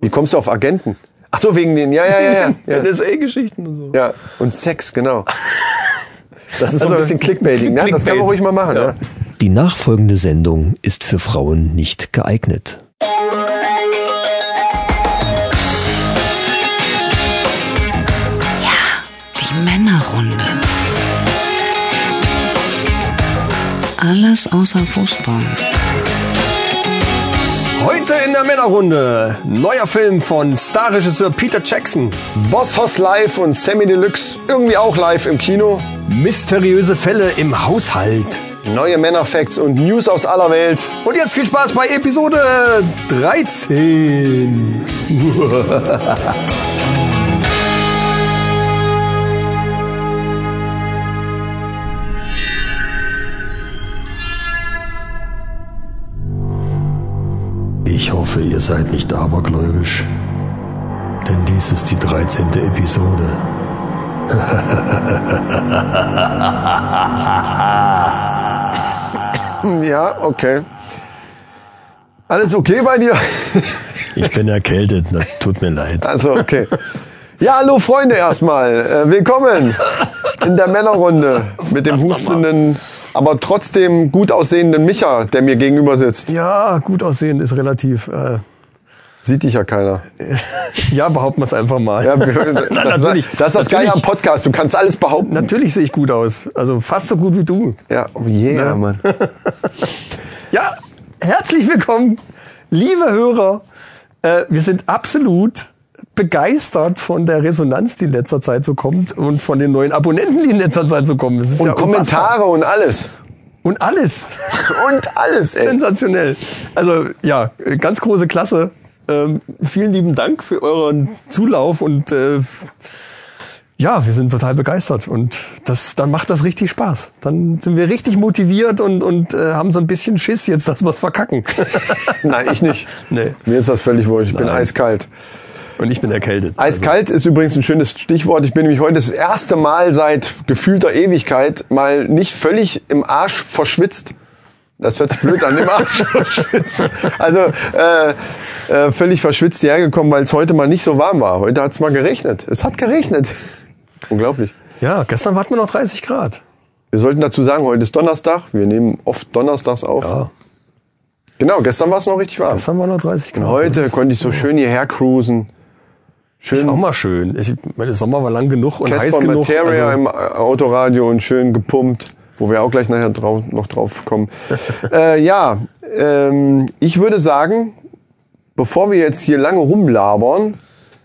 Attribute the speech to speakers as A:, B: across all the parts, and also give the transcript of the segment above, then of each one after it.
A: Wie kommst du auf Agenten? Ach so, wegen den, ja, ja, ja, ja. ja.
B: NSA-Geschichten und so.
A: ja. Und Sex, genau. Das ist so ein
B: Also,
A: bisschen Clickbaiting, ne? Das kann man
B: Clickbait.
A: ruhig mal machen,
B: Ja.
A: ne?
C: Die nachfolgende Sendung ist für Frauen nicht geeignet.
D: Die Männerrunde. Alles außer Fußball.
A: Heute in der Männerrunde neuer Film von Starregisseur Peter Jackson. Boss Hoss live und Sammy Deluxe irgendwie auch live im Kino.
E: Mysteriöse Fälle im Haushalt.
A: Neue Männerfacts und News aus aller Welt.
E: Und jetzt viel Spaß bei Episode äh, 13. Ich hoffe, ihr seid nicht abergläubisch. Denn dies ist die 13. Episode.
A: Ja, okay. Alles okay bei dir?
E: Ich bin erkältet, na, tut mir leid.
A: Also, okay. Ja, hallo Freunde erstmal. Äh, Willkommen in der Männerrunde mit dem hustenden, aber trotzdem gut aussehenden Micha, der mir gegenüber sitzt.
E: Ja, gut aussehen ist relativ. Äh,
A: Sieht dich ja keiner.
E: ja, behaupten wir es einfach mal.
A: Ja, das, ist, das
E: natürlich,
A: ist das Geile am
E: natürlich,
A: Podcast. Du kannst alles behaupten.
E: natürlich sehe ich gut aus. Also fast so gut wie du.
A: Ja, oh
E: Ne?
A: yeah, Mann.
E: Ja, herzlich willkommen, liebe Hörer. Äh, wir sind absolut begeistert von der Resonanz, die in letzter Zeit so kommt und von den neuen Abonnenten, die in letzter Zeit so kommen. Es ist
A: Und
E: ja unfassbar.
A: Kommentare und alles.
E: Und alles.
A: Und alles, ey.
E: Sensationell. Also ja, ganz große Klasse. Ähm, vielen lieben Dank für euren Zulauf und äh, f- ja, wir sind total begeistert und das, dann macht das richtig Spaß. Dann sind wir richtig motiviert und, und äh, haben so ein bisschen Schiss jetzt, dass wir's verkacken.
A: Nein, ich nicht.
E: Nee.
A: Mir ist das völlig wurscht. Ich bin
E: Nein. Also-
A: eiskalt.
E: Und ich bin erkältet.
A: Eiskalt ist übrigens ein schönes Stichwort. Ich bin nämlich heute das erste Mal seit gefühlter Ewigkeit mal nicht völlig im Arsch verschwitzt. Das hört sich blöd an, im Arsch verschwitzt. Also äh, äh, völlig verschwitzt hierher gekommen, weil es heute mal nicht so warm war. Heute hat es mal geregnet. Es hat geregnet. Unglaublich.
E: Also, ja, gestern hatten wir noch 30 Grad.
A: Wir sollten dazu sagen, heute ist Donnerstag. Wir nehmen oft Donnerstags auf.
E: Ja.
A: Genau, gestern war es noch richtig warm.
E: Gestern waren noch 30 Grad.
A: Heute
E: das
A: konnte ich so schön hierher cruisen.
E: ist auch
A: Schön
E: mal schön. Ich, meine, der Sommer war lang genug und heiß
A: Casper
E: genug.
A: Materia
E: Also,
A: im äh, Autoradio und schön gepumpt, wo wir auch gleich nachher drau noch drauf kommen. äh, ja, ähm, ich würde sagen, bevor wir jetzt hier lange rumlabern,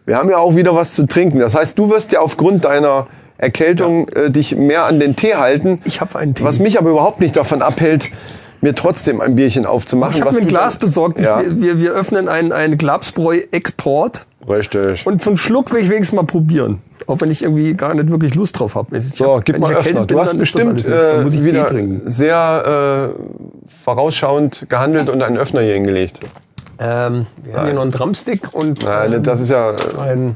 A: wir haben ja auch wieder was zu trinken. Das heißt, du wirst ja aufgrund deiner Erkältung äh, dich mehr an den Tee halten.
E: Ich hab einen Tee.
A: Was mich aber überhaupt nicht davon abhält, mir trotzdem ein Bierchen aufzumachen.
E: ich habe
A: was
E: mir ein
A: du-
E: Glas besorgt.
A: Ja,
E: Wir, wir, wir öffnen einen, einen Glapsbräu-Export.
A: richtig.
E: Und so einen Schluck will ich wenigstens mal probieren. Auch wenn ich irgendwie gar nicht wirklich Lust drauf habe. Ich
A: So,
E: hab-
A: gib
E: wenn
A: mal
E: ich erkältet
A: Öffner.
E: bin,
A: Du hast
E: dann ist das
A: bestimmt
E: alles nichts. Dann
A: äh,
E: muss ich
A: wieder
E: Tee trinken.
A: sehr äh, vorausschauend gehandelt und einen Öffner hier hingelegt.
E: Ähm, wir haben hier noch einen Drumstick und
A: Nein, das ist ja. äh,
E: ein...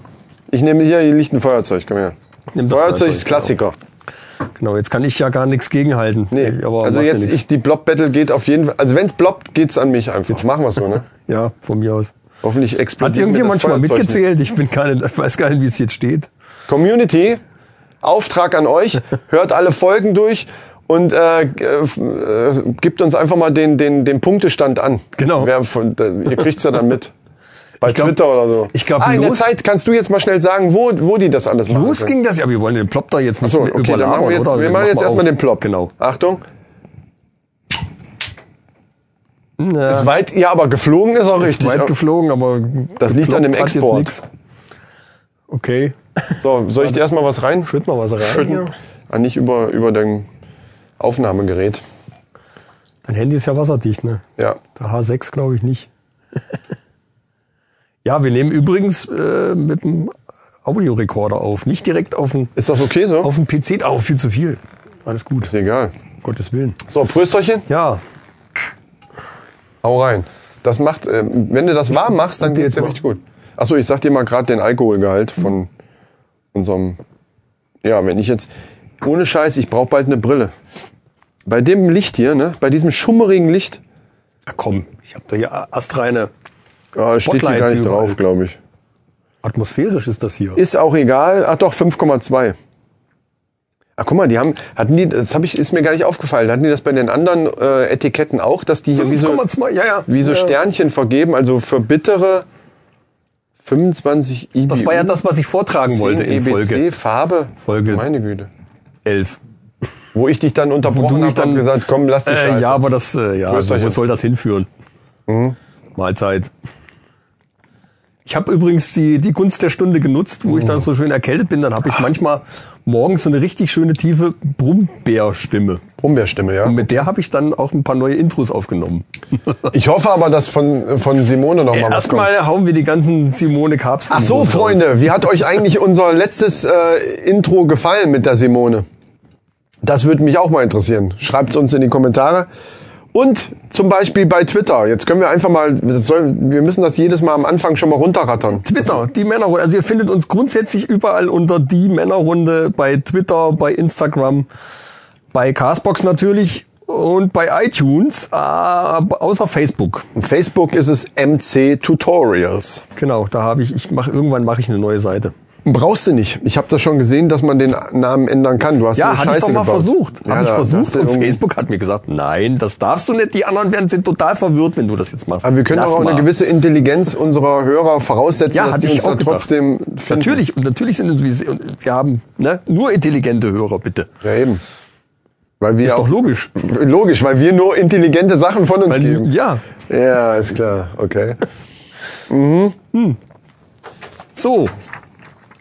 A: Ich nehme hier, hier liegt ein Feuerzeug. Komm her.
E: Nimm das
A: Feuerzeug, ist
E: Feuerzeug,
A: Klassiker.
E: Genau, jetzt kann ich ja gar nichts gegenhalten.
A: Nee, also
E: macht ja
A: jetzt
E: nichts.
A: ich, die Blob Battle geht auf jeden Fall. Also wenn's bloppt, geht's an mich einfach. Jetzt machen wir so, ne?
E: Ja, von mir aus.
A: Hoffentlich explodiert.
E: Hat irgendjemand schon mal mitgezählt? Ich bin gar nicht, weiß gar nicht, wie es jetzt steht.
A: nicht. Community, Auftrag an euch, hört alle Folgen durch und äh, g- äh, äh, gibt uns einfach mal den, den, den Punktestand an.
E: Genau.
A: Wer von, da, ihr kriegt's ja dann mit. Bei
E: Ich glaub-
A: Twitter oder so.
E: ich glaub,
A: ah, in der
E: los-
A: Zeit kannst du jetzt mal schnell sagen, wo, wo die das alles machen.
E: Los
A: können.
E: ging das ja, wir wollen den Plop da jetzt nicht
A: Also- So,
E: mehr
A: okay, dann machen wir jetzt,
E: oder?
A: wir machen jetzt
E: mal
A: erstmal
E: auf.
A: den Plop.
E: Genau.
A: Achtung.
E: Na,
A: Ist weit, ja, aber geflogen ist auch
E: ist
A: richtig.
E: weit geflogen, aber
A: Das liegt an dem
E: geploppt hat jetzt
A: Export.
E: nix. Okay,
A: so, soll ich dir erstmal was rein?
E: schütt mal was rein.
A: Schütten. Ah, nicht über, über dein Aufnahmegerät.
E: Dein Handy ist ja wasserdicht, ne?
A: Ja.
E: Der H6 glaube ich nicht. ja, wir nehmen übrigens äh, mit dem Audiorekorder auf, nicht direkt auf den
A: Ist das okay so?
E: auf den PC auf, viel zu viel. Alles gut,
A: ist egal.
E: um Gottes Willen.
A: So, Prösterchen,
E: Ja,
A: hau rein. Das macht, äh, wenn du das warm machst, dann geht's dir richtig gut. Achso, ich sag dir mal gerade den Alkoholgehalt von unserem. Ja, wenn ich jetzt. Ohne Scheiß, ich brauche bald eine Brille. Bei dem Licht hier, ne? Bei diesem schummerigen Licht.
E: ja komm, ich habe da hier astreine
A: Ah, steht hier gar
E: Spotlights
A: nicht
E: überall.
A: drauf, glaube ich.
E: Atmosphärisch ist das hier.
A: Ist auch egal. Ach doch, 5,2. Ach, Ah, guck mal, die haben, hatten die, das hab ich, ist mir gar nicht aufgefallen. Hatten die das bei den anderen äh, Etiketten auch, dass die hier wie so,
E: 5,2, ja, ja.
A: wie so
E: ja.
A: Sternchen vergeben, also für bittere 25 IBU.
E: Das war ja das, was ich vortragen
A: 10
E: wollte in
A: EBC,
E: Folge
A: E Farbe.
E: Folge-
A: Meine Güte.
E: 11.
A: Wo ich dich dann unterbrochen habe und gesagt, komm, lass die Scheiße.
E: Äh, ja, aber das, äh, ja,
A: Grüß
E: also,
A: euch.
E: wo soll das hinführen? Hm? Mahlzeit. Ich habe übrigens die, die Gunst der Stunde genutzt, wo ich dann so schön erkältet bin. Dann habe ich manchmal morgens so eine richtig schöne tiefe Brummbärstimme.
A: Brumbeerstimme, ja.
E: Und mit der habe ich dann auch ein paar neue Intros aufgenommen.
A: Ich hoffe aber, dass von, von Simone noch
E: Äh,
A: mal was kommt.
E: Erstmal hauen wir die ganzen Simone Carbs.
A: Ach so, Freunde, wie hat euch eigentlich unser letztes äh, Intro gefallen mit der Simone? Das würde mich auch mal interessieren. Schreibt's uns in die Kommentare. Und zum Beispiel bei Twitter. Jetzt können wir einfach mal, das soll, wir müssen das jedes Mal am Anfang schon mal runterrattern.
E: Twitter, die Männerrunde. Also ihr findet uns grundsätzlich überall unter die Männerrunde bei Twitter, bei Instagram, bei Castbox natürlich und bei iTunes, äh, außer Facebook.
A: Auf Facebook ist es MC Tutorials.
E: Genau, da habe ich, ich mache irgendwann mache ich eine neue Seite.
A: Brauchst du nicht. Ich habe das schon gesehen, dass man den Namen ändern kann. Du hast
E: Ja,
A: nur
E: hatte ich
A: Scheiße
E: doch mal
A: gebaut.
E: versucht.
A: Ja,
E: habe ich
A: da- da hast
E: versucht
A: du
E: und
A: irgendwie-
E: Facebook hat mir gesagt, nein, das darfst du nicht. Die anderen werden sind total verwirrt, wenn du das jetzt machst.
A: Aber wir können
E: Lass
A: auch eine
E: mal.
A: gewisse Intelligenz unserer Hörer voraussetzen,
E: Ja,
A: dass
E: hatte
A: die
E: ich
A: uns
E: auch
A: da
E: gedacht.
A: trotzdem finden.
E: Natürlich, und natürlich sind es, wie sie- und wir haben ne, nur intelligente Hörer, bitte.
A: Ja, eben. Weil wir
E: Ist doch
A: auch-
E: logisch.
A: Logisch, weil wir nur intelligente Sachen von uns geben.
E: ja,
A: Ja, ist klar, okay.
E: so.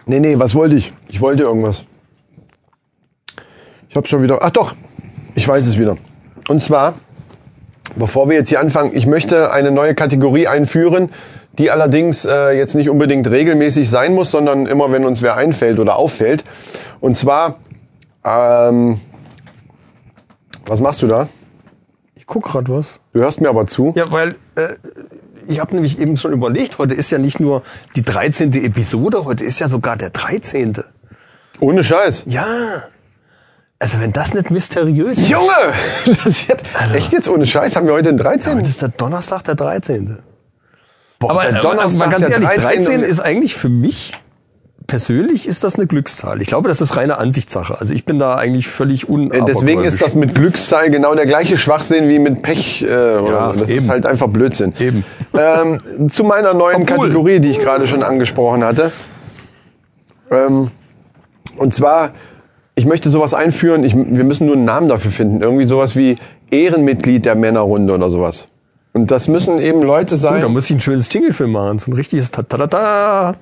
A: Nee, nee, was wollte ich? Ich wollte irgendwas. Ich hab's schon wieder. Ach doch, ich weiß es wieder. Und zwar, bevor wir jetzt hier anfangen, ich möchte eine neue Kategorie einführen, die allerdings äh, jetzt nicht unbedingt regelmäßig sein muss, sondern immer, wenn uns wer einfällt oder auffällt. Und zwar, ähm, was machst du da?
E: Ich guck gerade was.
A: Du hörst mir aber zu.
E: Ja, weil äh, ich habe nämlich eben schon überlegt, heute ist ja nicht nur die 13. Episode, heute ist ja sogar der 13.
A: Ohne Scheiß.
E: Ja. Also wenn das nicht mysteriös ist.
A: Junge! Das jetzt,
E: Also.
A: echt jetzt ohne Scheiß? Haben wir heute den 13.
E: Heute ist der Donnerstag der 13.
A: Boah,
E: Aber
A: der
E: äh, Donnerstag, aber ganz
A: der um
E: ehrlich, 13,
A: 13.
E: ist eigentlich für mich persönlich ist das eine Glückszahl. Ich glaube, das ist reine Ansichtssache. Also ich bin da eigentlich völlig un.
A: Äh, Deswegen ist das mit Glückszahl genau der gleiche Schwachsinn wie mit Pech. Äh, oder
E: Ja,
A: so. Das ist
E: eben.
A: halt einfach Blödsinn.
E: Eben.
A: Ähm, zu meiner neuen
E: Obwohl-
A: Kategorie, die ich gerade schon angesprochen hatte. Ähm, und zwar, ich möchte sowas einführen, ich, wir müssen nur einen Namen dafür finden. Irgendwie sowas wie Ehrenmitglied der Männerrunde oder sowas. Und das müssen eben Leute
E: Oh, da
A: sein.
E: muss ich ein schönes Jingle für machen. So ein richtiges Ta-Ta-Ta-Ta.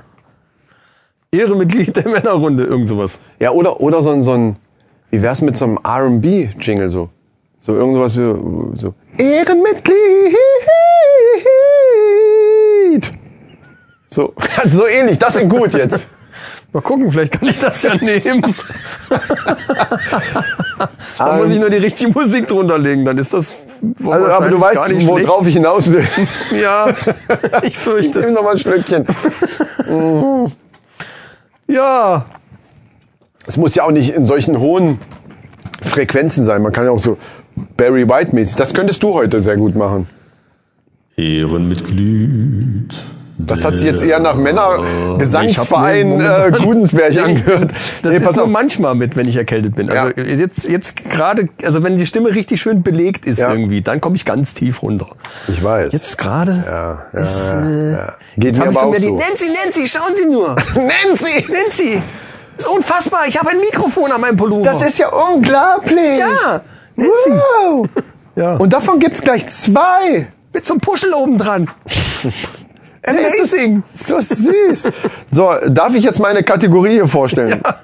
E: Ehrenmitglied der Männerrunde, irgend sowas.
A: Ja, oder, oder so ein, so ein, wie wär's mit so einem R&B-Jingle so? So irgendwas wie, so, Ehrenmitglied! So, also so ähnlich, das ist gut jetzt.
E: Mal gucken, vielleicht kann ich das ja nehmen. da muss ich nur die richtige Musik drunter legen, dann ist das
A: Also, aber du
E: wahrscheinlich gar
A: weißt,
E: nicht schlecht.
A: worauf ich hinaus will.
E: Ja, ich
A: Ich
E: fürchte.
A: nehme noch mal ein Schlückchen.
E: Ja,
A: Es muss ja auch nicht in solchen hohen Frequenzen sein. Man kann ja auch so Barry White-mäßig. Das könntest du heute sehr gut machen.
B: Ehrenmitglied.
A: Das hat sich jetzt eher nach Männergesangsverein
E: Ich hab
A: äh,
E: mir momentan-
A: Gudensberg angehört.
E: das
A: Nee,
E: ist
A: pass
E: nur
A: auf.
E: manchmal mit, wenn ich erkältet bin. Also
A: Ja.
E: jetzt, jetzt gerade, also wenn die Stimme richtig schön belegt ist
A: Ja.
E: irgendwie, dann komme ich ganz tief runter.
A: Ich weiß.
E: Jetzt gerade
A: Ja, ja,
E: ist, äh,
A: ja. Geht
E: jetzt
A: mir
E: habe ich
A: aber
E: so
A: auch
E: mehr die,
A: so.
E: Nancy, Nancy, schauen Sie nur.
A: Nancy!
E: Nancy, ist unfassbar. Ich habe ein Mikrofon an meinem Pullover.
A: Das ist ja unglaublich!
E: ja, Nancy,
A: Wow.
E: Ja.
A: Und davon gibt's gleich zwei!
E: mit so einem Puschel oben dran.
A: Amazing! So süß! So, darf ich jetzt meine Kategorie hier vorstellen?
E: Ja.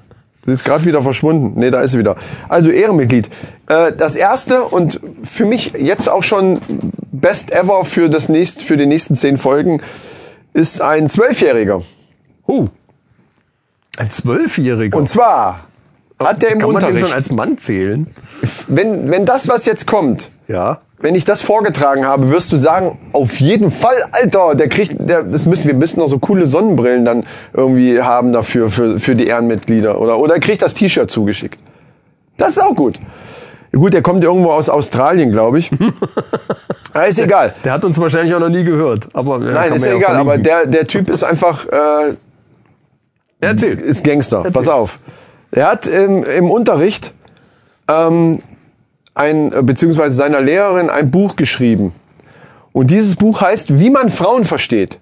A: Sie ist gerade wieder verschwunden. Nee, da ist sie wieder. Also Ehrenmitglied. Äh, Das erste und für mich jetzt auch schon best ever für, das nächst, für die nächsten zehn Folgen ist ein Zwölfjähriger.
E: Oh. Ein Zwölfjähriger.
A: Und zwar hat der im
E: kann man den schon
A: Unterricht,
E: als Mann zählen?
A: wenn, wenn das, was jetzt kommt,
E: Ja.
A: wenn ich das vorgetragen habe, wirst du sagen, auf jeden Fall, Alter, der kriegt, der, das müssen, wir müssen noch so coole Sonnenbrillen dann irgendwie haben dafür, für, für die Ehrenmitglieder. Oder, oder er kriegt das T-Shirt zugeschickt. Das ist auch gut. Gut, der kommt irgendwo aus Australien, glaube ich. ja, ist egal.
E: Der hat uns wahrscheinlich auch noch nie gehört. Aber, ja, kann
A: Nein,
E: man
A: ist
E: ja
A: ja egal, aber
E: verlinken.
A: der, der Typ ist einfach, äh,
E: Erzähl.
A: ist Gangster. Pass auf. Er hat im, im Unterricht ähm, ein, äh, beziehungsweise seiner Lehrerin ein Buch geschrieben. Und dieses Buch heißt Wie man Frauen versteht.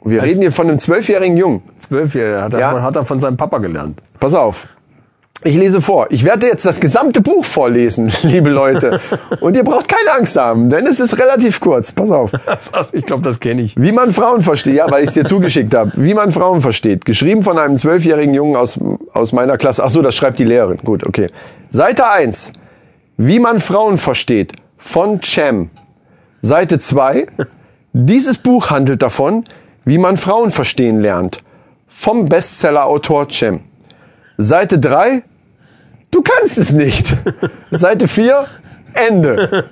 A: Und wir
E: Heißt-
A: reden hier von einem zwölfjährigen Jungen.
E: Zwölfjähriger hat, er-
A: Ja.
E: hat er von seinem Papa gelernt.
A: Pass auf. Ich lese vor. Ich werde jetzt das gesamte Buch vorlesen, liebe Leute. Und ihr braucht keine Angst haben, denn es ist relativ kurz. Pass auf.
E: Ich glaube, das kenne ich.
A: Wie man Frauen versteht, ja, weil ich es dir zugeschickt habe. Wie man Frauen versteht. Geschrieben von einem zwölfjährigen Jungen aus, aus meiner Klasse. Ach so, das schreibt die Lehrerin. Gut, okay. Seite 1. Wie man Frauen versteht. Von Cem. Seite 2. Dieses Buch handelt davon, wie man Frauen verstehen lernt. Vom Bestsellerautor Cem. Seite 3. Du kannst es nicht. Seite 4. Ende.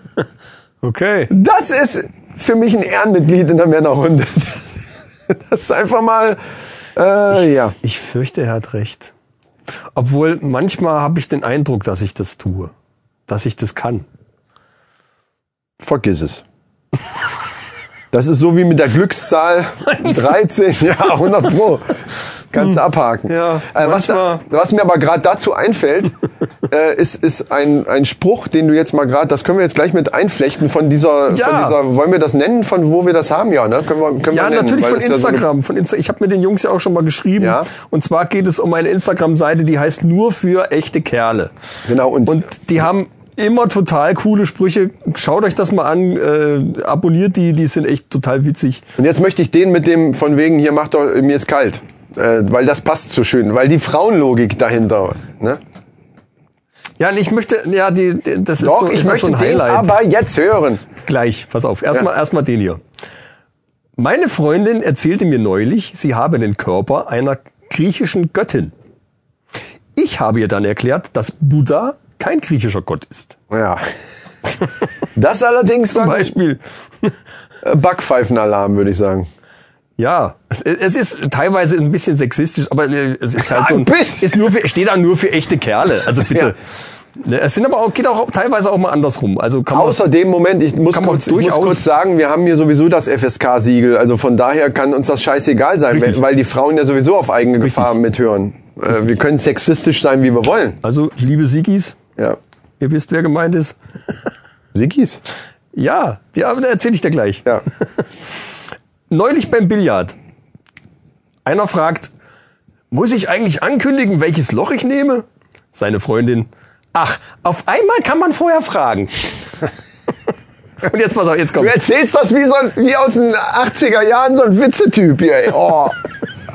E: Okay.
A: Das ist für mich ein Ehrenmitglied in der Männerrunde. Das ist einfach mal, äh, ja.
E: Ich fürchte, er hat recht. Obwohl, manchmal habe ich den Eindruck, dass ich das tue. Dass ich das kann.
A: Vergiss es. Das ist so wie mit der Glückszahl 13, ja, 100 Pro. Kannst du abhaken.
E: Hm. Ja,
A: äh, was, da, was mir aber gerade dazu einfällt, äh, ist, ist ein, ein Spruch, den du jetzt mal gerade, das können wir jetzt gleich mit einflechten von dieser,
E: Ja.
A: von dieser, wollen wir das nennen, von wo wir das haben, ja, ne? Können wir, können
E: Ja,
A: wir nennen,
E: natürlich
A: weil
E: von
A: das ja so eine-
E: Instagram. von Insta ich habe mit den Jungs ja auch schon mal geschrieben.
A: Ja.
E: Und zwar geht es um eine Instagram-Seite, die heißt nur für echte Kerle.
A: Genau, und-
E: und die haben immer total coole Sprüche. Schaut euch das mal an, äh, abonniert die, die sind echt total witzig.
A: Und jetzt möchte ich den mit dem von wegen hier macht doch mir ist kalt, äh, weil das passt so schön, weil die Frauenlogik dahinter. Ne?
E: Ja, und ich möchte, ja, die, die das
A: Doch,
E: ist so,
A: ich
E: ist das
A: möchte
E: so ein
A: den
E: Highlight.
A: aber jetzt hören.
E: Gleich, pass auf. Erstmal
A: Ja.
E: erstmal den hier. Meine Freundin erzählte mir neulich, sie habe den Körper einer griechischen Göttin. Ich habe ihr dann erklärt, dass Buddha kein griechischer Gott ist.
A: Ja. Das allerdings
E: Zum
A: dann
E: Beispiel.
A: äh, Backpfeifenalarm, würde ich sagen.
E: Ja, es ist teilweise ein bisschen sexistisch, aber es ist halt so ein,
A: Ein bisschen.
E: ist nur für, steht da nur für echte Kerle. Also bitte. Ne, Es sind aber auch, geht auch teilweise auch mal andersrum. Also kann man,
A: Außerdem, Moment, ich muss,
E: Kann man
A: kurz, ich muss
E: durchaus-
A: kurz sagen, wir haben hier sowieso das FSK-Siegel. Also von daher kann uns das scheißegal sein,
E: Richtig.
A: weil, weil die Frauen ja sowieso auf eigene
E: Richtig.
A: Gefahr mithören. Äh, wir können sexistisch sein, wie wir wollen.
E: also liebe Sigis,
A: Ja.
E: ihr wisst, wer gemeint ist.
A: Sigis?
E: Ja, die erzähle ich dir gleich.
A: Ja.
E: Neulich beim Billard. Einer fragt, muss ich eigentlich ankündigen, welches Loch ich nehme? Seine Freundin. Ach, auf einmal kann man vorher fragen. Und jetzt pass auf, jetzt
A: Du
E: kommt.
A: erzählst das wie, so ein, wie aus den 80er Jahren, so ein Witzetyp hier. Ey. Oh,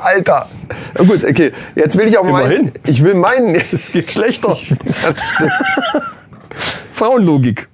A: Alter. Na gut, okay. Jetzt will ich auch mal.
E: Immerhin.
A: Ich will meinen.
E: Es geht schlechter. Frauenlogik.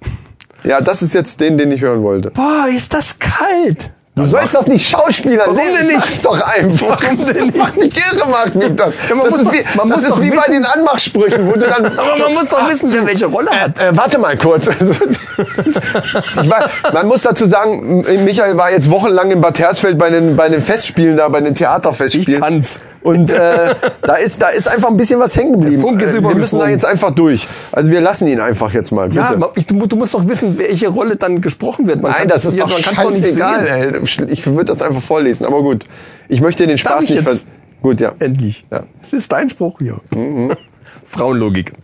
A: Ja, das ist jetzt den, den ich hören wollte.
E: Boah, ist das kalt.
A: Du sollst das nicht Schauspieler
E: Warum denn nicht?
A: Sag's doch einfach.
E: Warum denn nicht?
A: Mach mich irre, macht mich das.
E: Ja, man
A: das
E: muss
A: ist
E: doch-
A: wie,
E: man
A: das
E: muss
A: ist
E: doch
A: wie bei
E: wissen-
A: den Anmachsprüchen, wo du dann. Ah,
E: Aber man muss doch wissen, wer welche Rolle hat.
A: Äh, warte mal kurz. ich war, man muss dazu sagen, Michael war jetzt wochenlang in Bad Hersfeld bei den, bei den Festspielen da, bei den Theaterfestspielen.
E: Ich kann's.
A: Und äh, da, ist, da ist einfach ein bisschen was hängen geblieben.
E: Der Funke ist
A: Äh, wir müssen da
E: übergesprungen.
A: jetzt einfach durch. Also wir lassen ihn einfach jetzt mal, bitte.
E: Ja, ma- ich, du, mu- du musst doch wissen, welche Rolle dann gesprochen wird. Man
A: Nein,
E: kann's-
A: das ist
E: ja,
A: doch
E: man kann's doch nicht
A: scheißegal,
E: sehen.
A: ey. Ich würde das einfach vorlesen, aber gut. Ich möchte den Spaß
E: ich
A: nicht
E: jetzt?
A: ver- Gut, ja.
E: Endlich.
A: Ja.
E: Es ist dein Spruch hier. Mhm. Frauenlogik.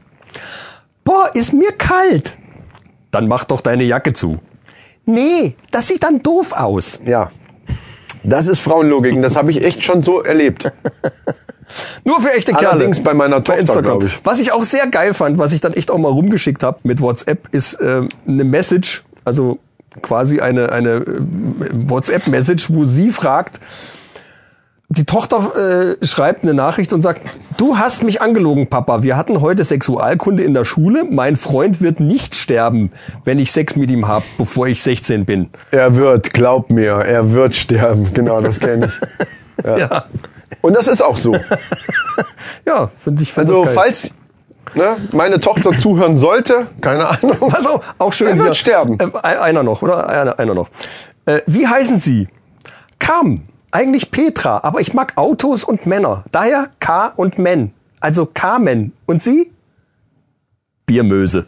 E: Boah, ist mir kalt. Dann mach doch deine Jacke zu. Nee, das sieht dann doof aus.
A: Ja. Das ist Frauenlogik und das habe ich echt schon so erlebt.
E: Nur für echte Kerle.
A: Allerdings bei meiner
E: bei
A: Tochter,
E: Instagram.
A: glaube ich.
E: Was ich auch sehr geil fand, was ich dann echt auch mal rumgeschickt habe mit WhatsApp, ist ähm, eine Message, also quasi eine, eine ähm, WhatsApp-Message, wo sie fragt, die Tochter äh, schreibt eine Nachricht und sagt, du hast mich angelogen, Papa. Wir hatten heute Sexualkunde in der Schule. Mein Freund wird nicht sterben, wenn ich Sex mit ihm habe, bevor ich 16 bin.
A: Er wird, glaub mir, er wird sterben. Genau, das kenne ich.
E: Ja, ja.
A: Und das ist auch so.
E: finde ich find
A: Also,
E: das geil.
A: falls ne, meine Tochter zuhören sollte, keine Ahnung.
E: Pass auf, auch schön.
A: Er wird
E: hier.
A: sterben.
E: Ähm, ein- einer noch, oder? Einer, einer noch. Äh, wie heißen Sie? Kam. Eigentlich Petra, aber ich mag Autos und Männer. Daher K und Men. Also Carmen. Und Sie? Biermöse.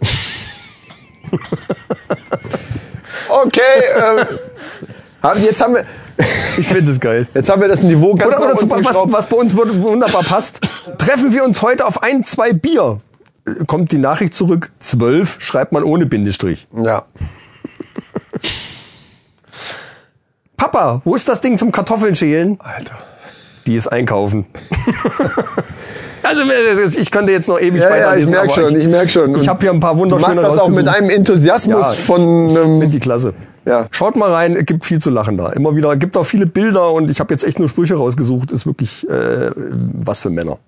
A: Okay, ähm, haben- jetzt, haben wir,
E: Ich finde es geil.
A: jetzt haben wir das Niveau ganz
E: Oder,
A: nach
E: oder zu,
A: unten
E: was,
A: geschraubt.
E: was bei uns wund- wunderbar passt. Treffen wir uns heute auf ein, zwei Bier. Äh, Kommt die Nachricht zurück. Zwölf schreibt man ohne Bindestrich.
A: Ja.
E: Papa, wo ist das Ding zum Kartoffeln schälen?
A: Alter.
E: Die ist einkaufen. also ich könnte jetzt noch ewig
A: Ja, ja, ich
E: weiterlesen,
A: merk
E: aber
A: schon, ich merk schon.
E: Ich habe hier ein paar
A: Du
E: wunderschöne
A: machst das auch mit
E: rausgesucht.
A: einem Enthusiasmus
E: Ja, ich-
A: von
E: Finde
A: ähm,
E: die Klasse.
A: Ja.
E: Schaut mal rein, es gibt viel zu lachen da. Immer wieder, gibt auch viele Bilder und ich habe jetzt echt nur Sprüche rausgesucht. Ist wirklich äh, was für Männer.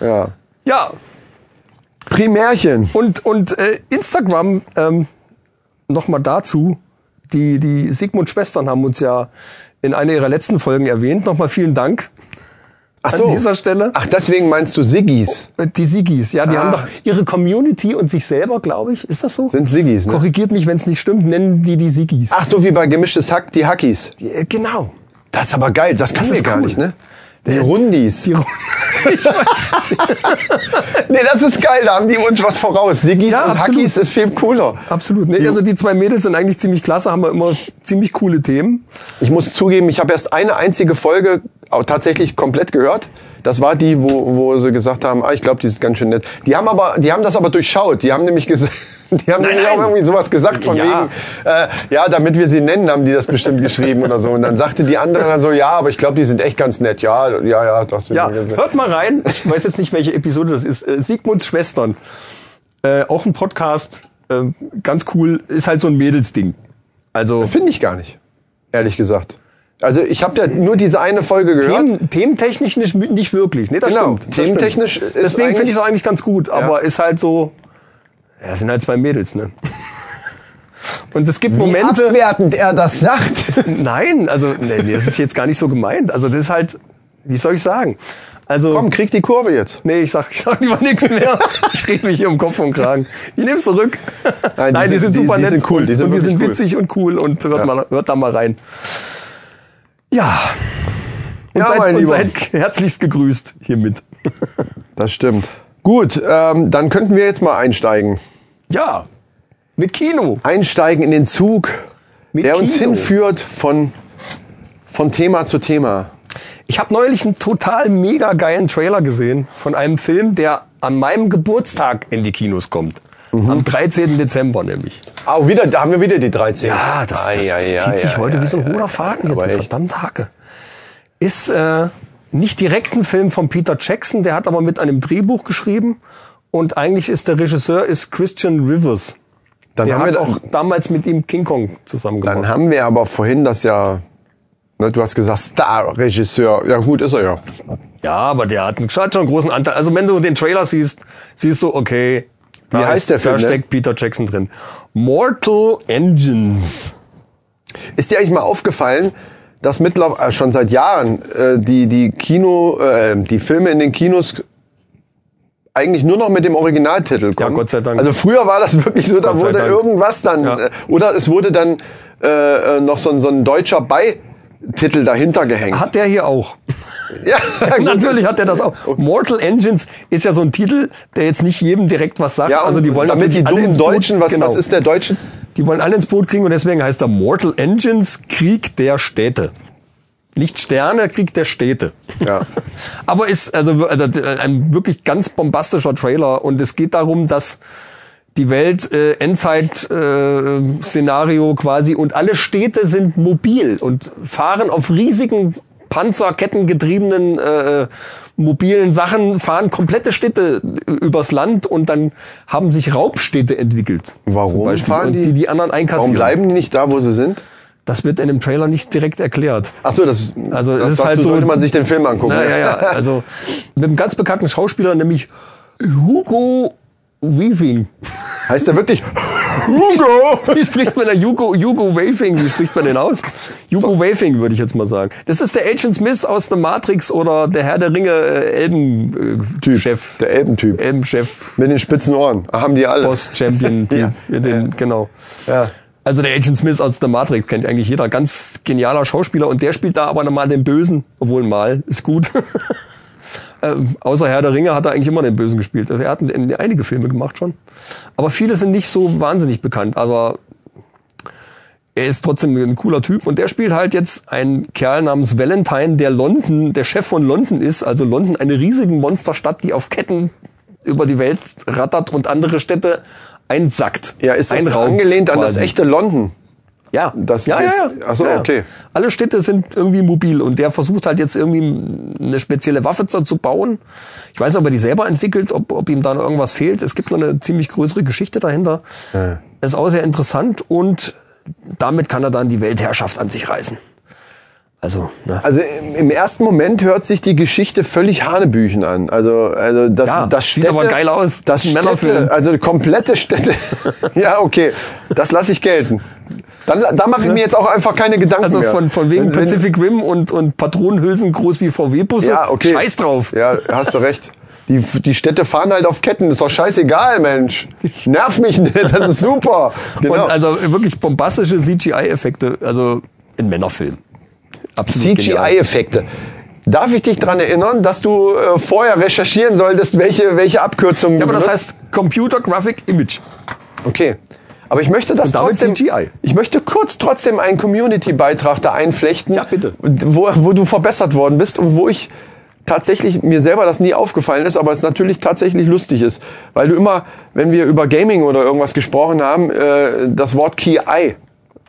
A: ja.
E: Ja,
A: Primärchen.
E: und, und äh, Instagram, ähm, nochmal dazu, die, die Sigmund-Schwestern haben uns ja in einer ihrer letzten Folgen erwähnt. Nochmal vielen Dank
A: Ach
E: an dieser Stelle.
A: Ach, deswegen meinst du Siggis.
E: Äh, Die Sigis, ja, die
A: Ah.
E: haben doch ihre Community und sich selber, glaube ich. Ist das so?
A: Sind Siggis, ne?
E: Korrigiert mich, wenn es nicht stimmt, nennen die die Sigis.
A: Ach so, wie bei gemischtes Hack, die Hackis.
E: Die, äh, genau.
A: Das ist aber geil, das kannst
E: Das
A: du
E: ist
A: gar
E: cool.
A: nicht, ne? Die Rundis.
E: Die Ru-
A: Nee, das ist geil, da haben die uns was voraus. Siggis
E: Ja,
A: und
E: absolut.
A: Hackis ist viel cooler.
E: Absolut. Nee, also die zwei Mädels sind eigentlich ziemlich klasse, haben wir immer ziemlich coole Themen.
A: Ich muss zugeben, ich habe erst eine einzige Folge auch tatsächlich komplett gehört. Das war die, wo, wo sie gesagt haben, ah, ich glaube, die ist ganz schön nett. Die haben aber, die haben das aber durchschaut. Die haben nämlich gesagt, die haben nämlich auch
E: nein.
A: irgendwie sowas gesagt von
E: Ja.
A: wegen, äh, ja, damit wir sie nennen, haben die das bestimmt geschrieben oder so. Und dann sagte die andere dann so, ja, aber ich glaube, die sind echt ganz nett. Ja, ja, ja, das sind
E: Ja,
A: die ganz nett.
E: hört mal rein. Ich weiß jetzt nicht, welche Episode das ist. Äh, Sigmunds Schwestern. Äh, auch ein Podcast. Äh, ganz cool. Ist halt so ein Mädelsding. Also
A: Finde ich gar nicht, ehrlich gesagt. Also ich habe ja nur diese eine Folge gehört.
E: Themen, thementechnisch nicht, nicht wirklich. Nee, das
A: Genau.
E: stimmt. Das
A: Thementechnisch
E: stimmt.
A: ist
E: Deswegen finde ich es
A: eigentlich-
E: eigentlich ganz gut. Aber ist halt so. Ja, sind halt zwei Mädels, ne? Und es gibt Momente.
A: abwertend er das sagt.
E: Nein, also nee, nee, das ist jetzt gar nicht so gemeint. Also das ist halt, wie soll ich sagen? Also
A: Komm, krieg die Kurve jetzt.
E: nee, ich sag, ich sag lieber nichts mehr. Ich rede mich hier um Kopf und Kragen. Ich nehme es zurück.
A: Nein, die sind- die- die sind cool, die
E: Die
A: sind
E: sind und
A: wirklich
E: wir sind
A: cool.
E: witzig und cool und hört, mal, hört da mal rein. Ja. Und,
A: Ja, mein
E: seid, und
A: Lieber.
E: seid herzlichst gegrüßt hiermit.
A: Das stimmt. Gut, ähm, dann könnten wir jetzt mal einsteigen.
E: Ja. Mit Kino.
A: Einsteigen in den Zug,
E: Mit
A: der uns
E: Kino.
A: hinführt von, von Thema zu Thema.
E: Ich habe neulich einen total mega geilen Trailer gesehen von einem Film, der an meinem Geburtstag in die Kinos kommt.
A: Mhm.
E: Am 13. Dezember nämlich.
A: Auch Ah, wieder, da haben wir wieder die 13.
E: Ja, das, das
A: Ei, ei,
E: zieht
A: ei,
E: sich
A: ei,
E: heute
A: ei,
E: wie so ein
A: ei,
E: roter
A: ei,
E: Faden hier
A: aber
E: drin.
A: echt.
E: Verdammt Hake. Ist äh, nicht direkt ein Film von Peter Jackson, der hat aber mit einem Drehbuch geschrieben. Und eigentlich ist der Regisseur ist Christian Rivers.
A: Dann
E: der
A: haben,
E: hat
A: wir,
E: auch damals mit ihm King Kong zusammen gemacht.
A: dann haben wir aber vorhin das ja, ne, du hast gesagt, Star-Regisseur. Ja gut, ist er ja.
E: Ja, aber der hat einen, hat schon einen großen Anteil. Also wenn du den Trailer siehst, siehst du, okay, da,
A: Wie heißt
E: ist-
A: der Film,
E: da
A: ne?
E: steckt Peter Jackson drin. Mortal Engines.
A: Ist dir eigentlich mal aufgefallen, dass mittlerweile äh, schon seit Jahren äh, die die Kino äh, die Filme in den Kinos eigentlich nur noch mit dem Originaltitel kommen?
E: Gott sei Dank.
A: Also früher war das wirklich so, da
E: Gott sei
A: wurde
E: Dank.
A: irgendwas dann
E: Ja.
A: äh, oder es wurde dann äh, äh, noch so ein, so ein deutscher Beititel dahinter gehängt.
E: Hat der hier auch.
A: ja, gut.
E: Natürlich hat er das auch. Mortal Engines ist ja so ein Titel, der jetzt nicht jedem direkt was sagt.
A: Ja,
E: also die wollen
A: damit die
E: natürlich alle
A: dummen
E: ins Boot-
A: Deutschen, was,
E: genau.
A: was ist der Deutsche?
E: Die wollen alle ins Boot kriegen und deswegen heißt er Mortal Engines Krieg der Städte. Nicht Sterne, Krieg der Städte.
A: Ja.
E: Aber ist also, also ein wirklich ganz bombastischer Trailer und es geht darum, dass die Welt äh, Endzeit-Szenario quasi und alle Städte sind mobil und fahren auf riesigen Panzerkettengetriebenen äh, mobilen Sachen, fahren komplette Städte äh, übers Land und dann haben sich Raubstädte entwickelt. Zum
A: Warum
E: Beispiel,
A: fahren
E: und
A: die?
E: die die anderen
A: Warum
E: einkassieren?
A: bleiben die nicht da, wo sie sind?
E: Das wird in dem Trailer nicht direkt erklärt.
A: Ach so, das,
E: Also
A: das
E: es ist halt so,
A: sollte man sich den Film angucken.
E: Na, ja, ja. Also mit einem ganz bekannten Schauspieler, nämlich Hugo Weaving.
A: Heißt der wirklich Hugo?
E: Wie spricht man da Hugo, Hugo Weaving? Wie spricht man den aus? Hugo Weaving würde ich jetzt mal sagen. Das ist der Agent Smith aus The Matrix oder der Herr der Ringe äh,
A: Typ.
E: Elben-Chef.
A: Der Elbentyp.
E: Elben-Chef,
A: Mit den spitzen Ohren. Ah, Haben die alle.
E: Boss-Champion.
A: Ja.
E: den, den, Genau.
A: Ja.
E: Also der Agent Smith aus The Matrix kennt eigentlich jeder. Ganz genialer Schauspieler und der spielt da aber nochmal den Bösen. Obwohl mal, ist gut. äh, außer Herr der Ringe hat er eigentlich immer den Bösen gespielt. Also er hat ein- einige Filme gemacht schon. Aber viele sind nicht so wahnsinnig bekannt. Aber er ist trotzdem ein cooler Typ. Und der spielt halt jetzt einen Kerl namens Valentine, der London, der Chef von London ist. Also London, eine riesige Monsterstadt, die auf Ketten über die Welt rattert und andere Städte einsackt.
A: Ja, ist das
E: einraubt
A: angelehnt an das
E: quasi.
A: echte London?
E: Ja,
A: Das
E: ja,
A: ist
E: ja,
A: jetzt-
E: ja.
A: Ach so,
E: ja. ja.
A: okay.
E: Alle Städte sind irgendwie mobil und der versucht halt jetzt irgendwie eine spezielle Waffe zu zu bauen. Ich weiß nicht, ob er die selber entwickelt, ob, ob ihm da noch irgendwas fehlt. Es gibt noch eine ziemlich größere Geschichte dahinter. Ist auch sehr interessant und damit kann er dann die Weltherrschaft an sich reißen. Also, ne.
A: Also im, im ersten Moment hört sich die Geschichte völlig Hanebüchen an. Also, also das,
E: Ja,
A: das
E: sieht aber geil aus.
A: Das
E: Ein
A: Städte,
E: Männerfilm.
A: Also komplette Städte. ja, okay. Das lasse ich gelten. Dann, da mache ich mir jetzt auch einfach keine Gedanken
E: Also
A: mehr.
E: von, von wegen
A: Wenn- wenn-
E: Pacific Rim und, und Patronenhülsen groß wie VW-Busse.
A: Ja, okay.
E: Scheiß drauf.
A: Ja, hast du recht. Die, die Städte fahren halt auf Ketten. Ist doch scheißegal, Mensch. Nerv mich nicht. Das ist super. genau.
E: Und also wirklich bombastische CGI-Effekte, also in Männerfilm. Absolut genial.
A: CGI-Effekte. Darf ich dich daran erinnern, dass du äh, vorher recherchieren solltest, welche, welche Abkürzungen
E: Ja, aber
A: du
E: das
A: benutzt?
E: heißt Computer Graphic Image.
A: Okay. Aber ich möchte das
E: Und damit
A: trotzdem.
E: CGI.
A: Ich möchte kurz trotzdem einen Community-Beitrag da einflechten.
E: Ja, bitte.
A: Wo, wo du verbessert worden bist und wo ich tatsächlich mir selber das nie aufgefallen ist, aber es natürlich tatsächlich lustig ist. Weil du immer, wenn wir über Gaming oder irgendwas gesprochen haben, äh, das Wort Key Eye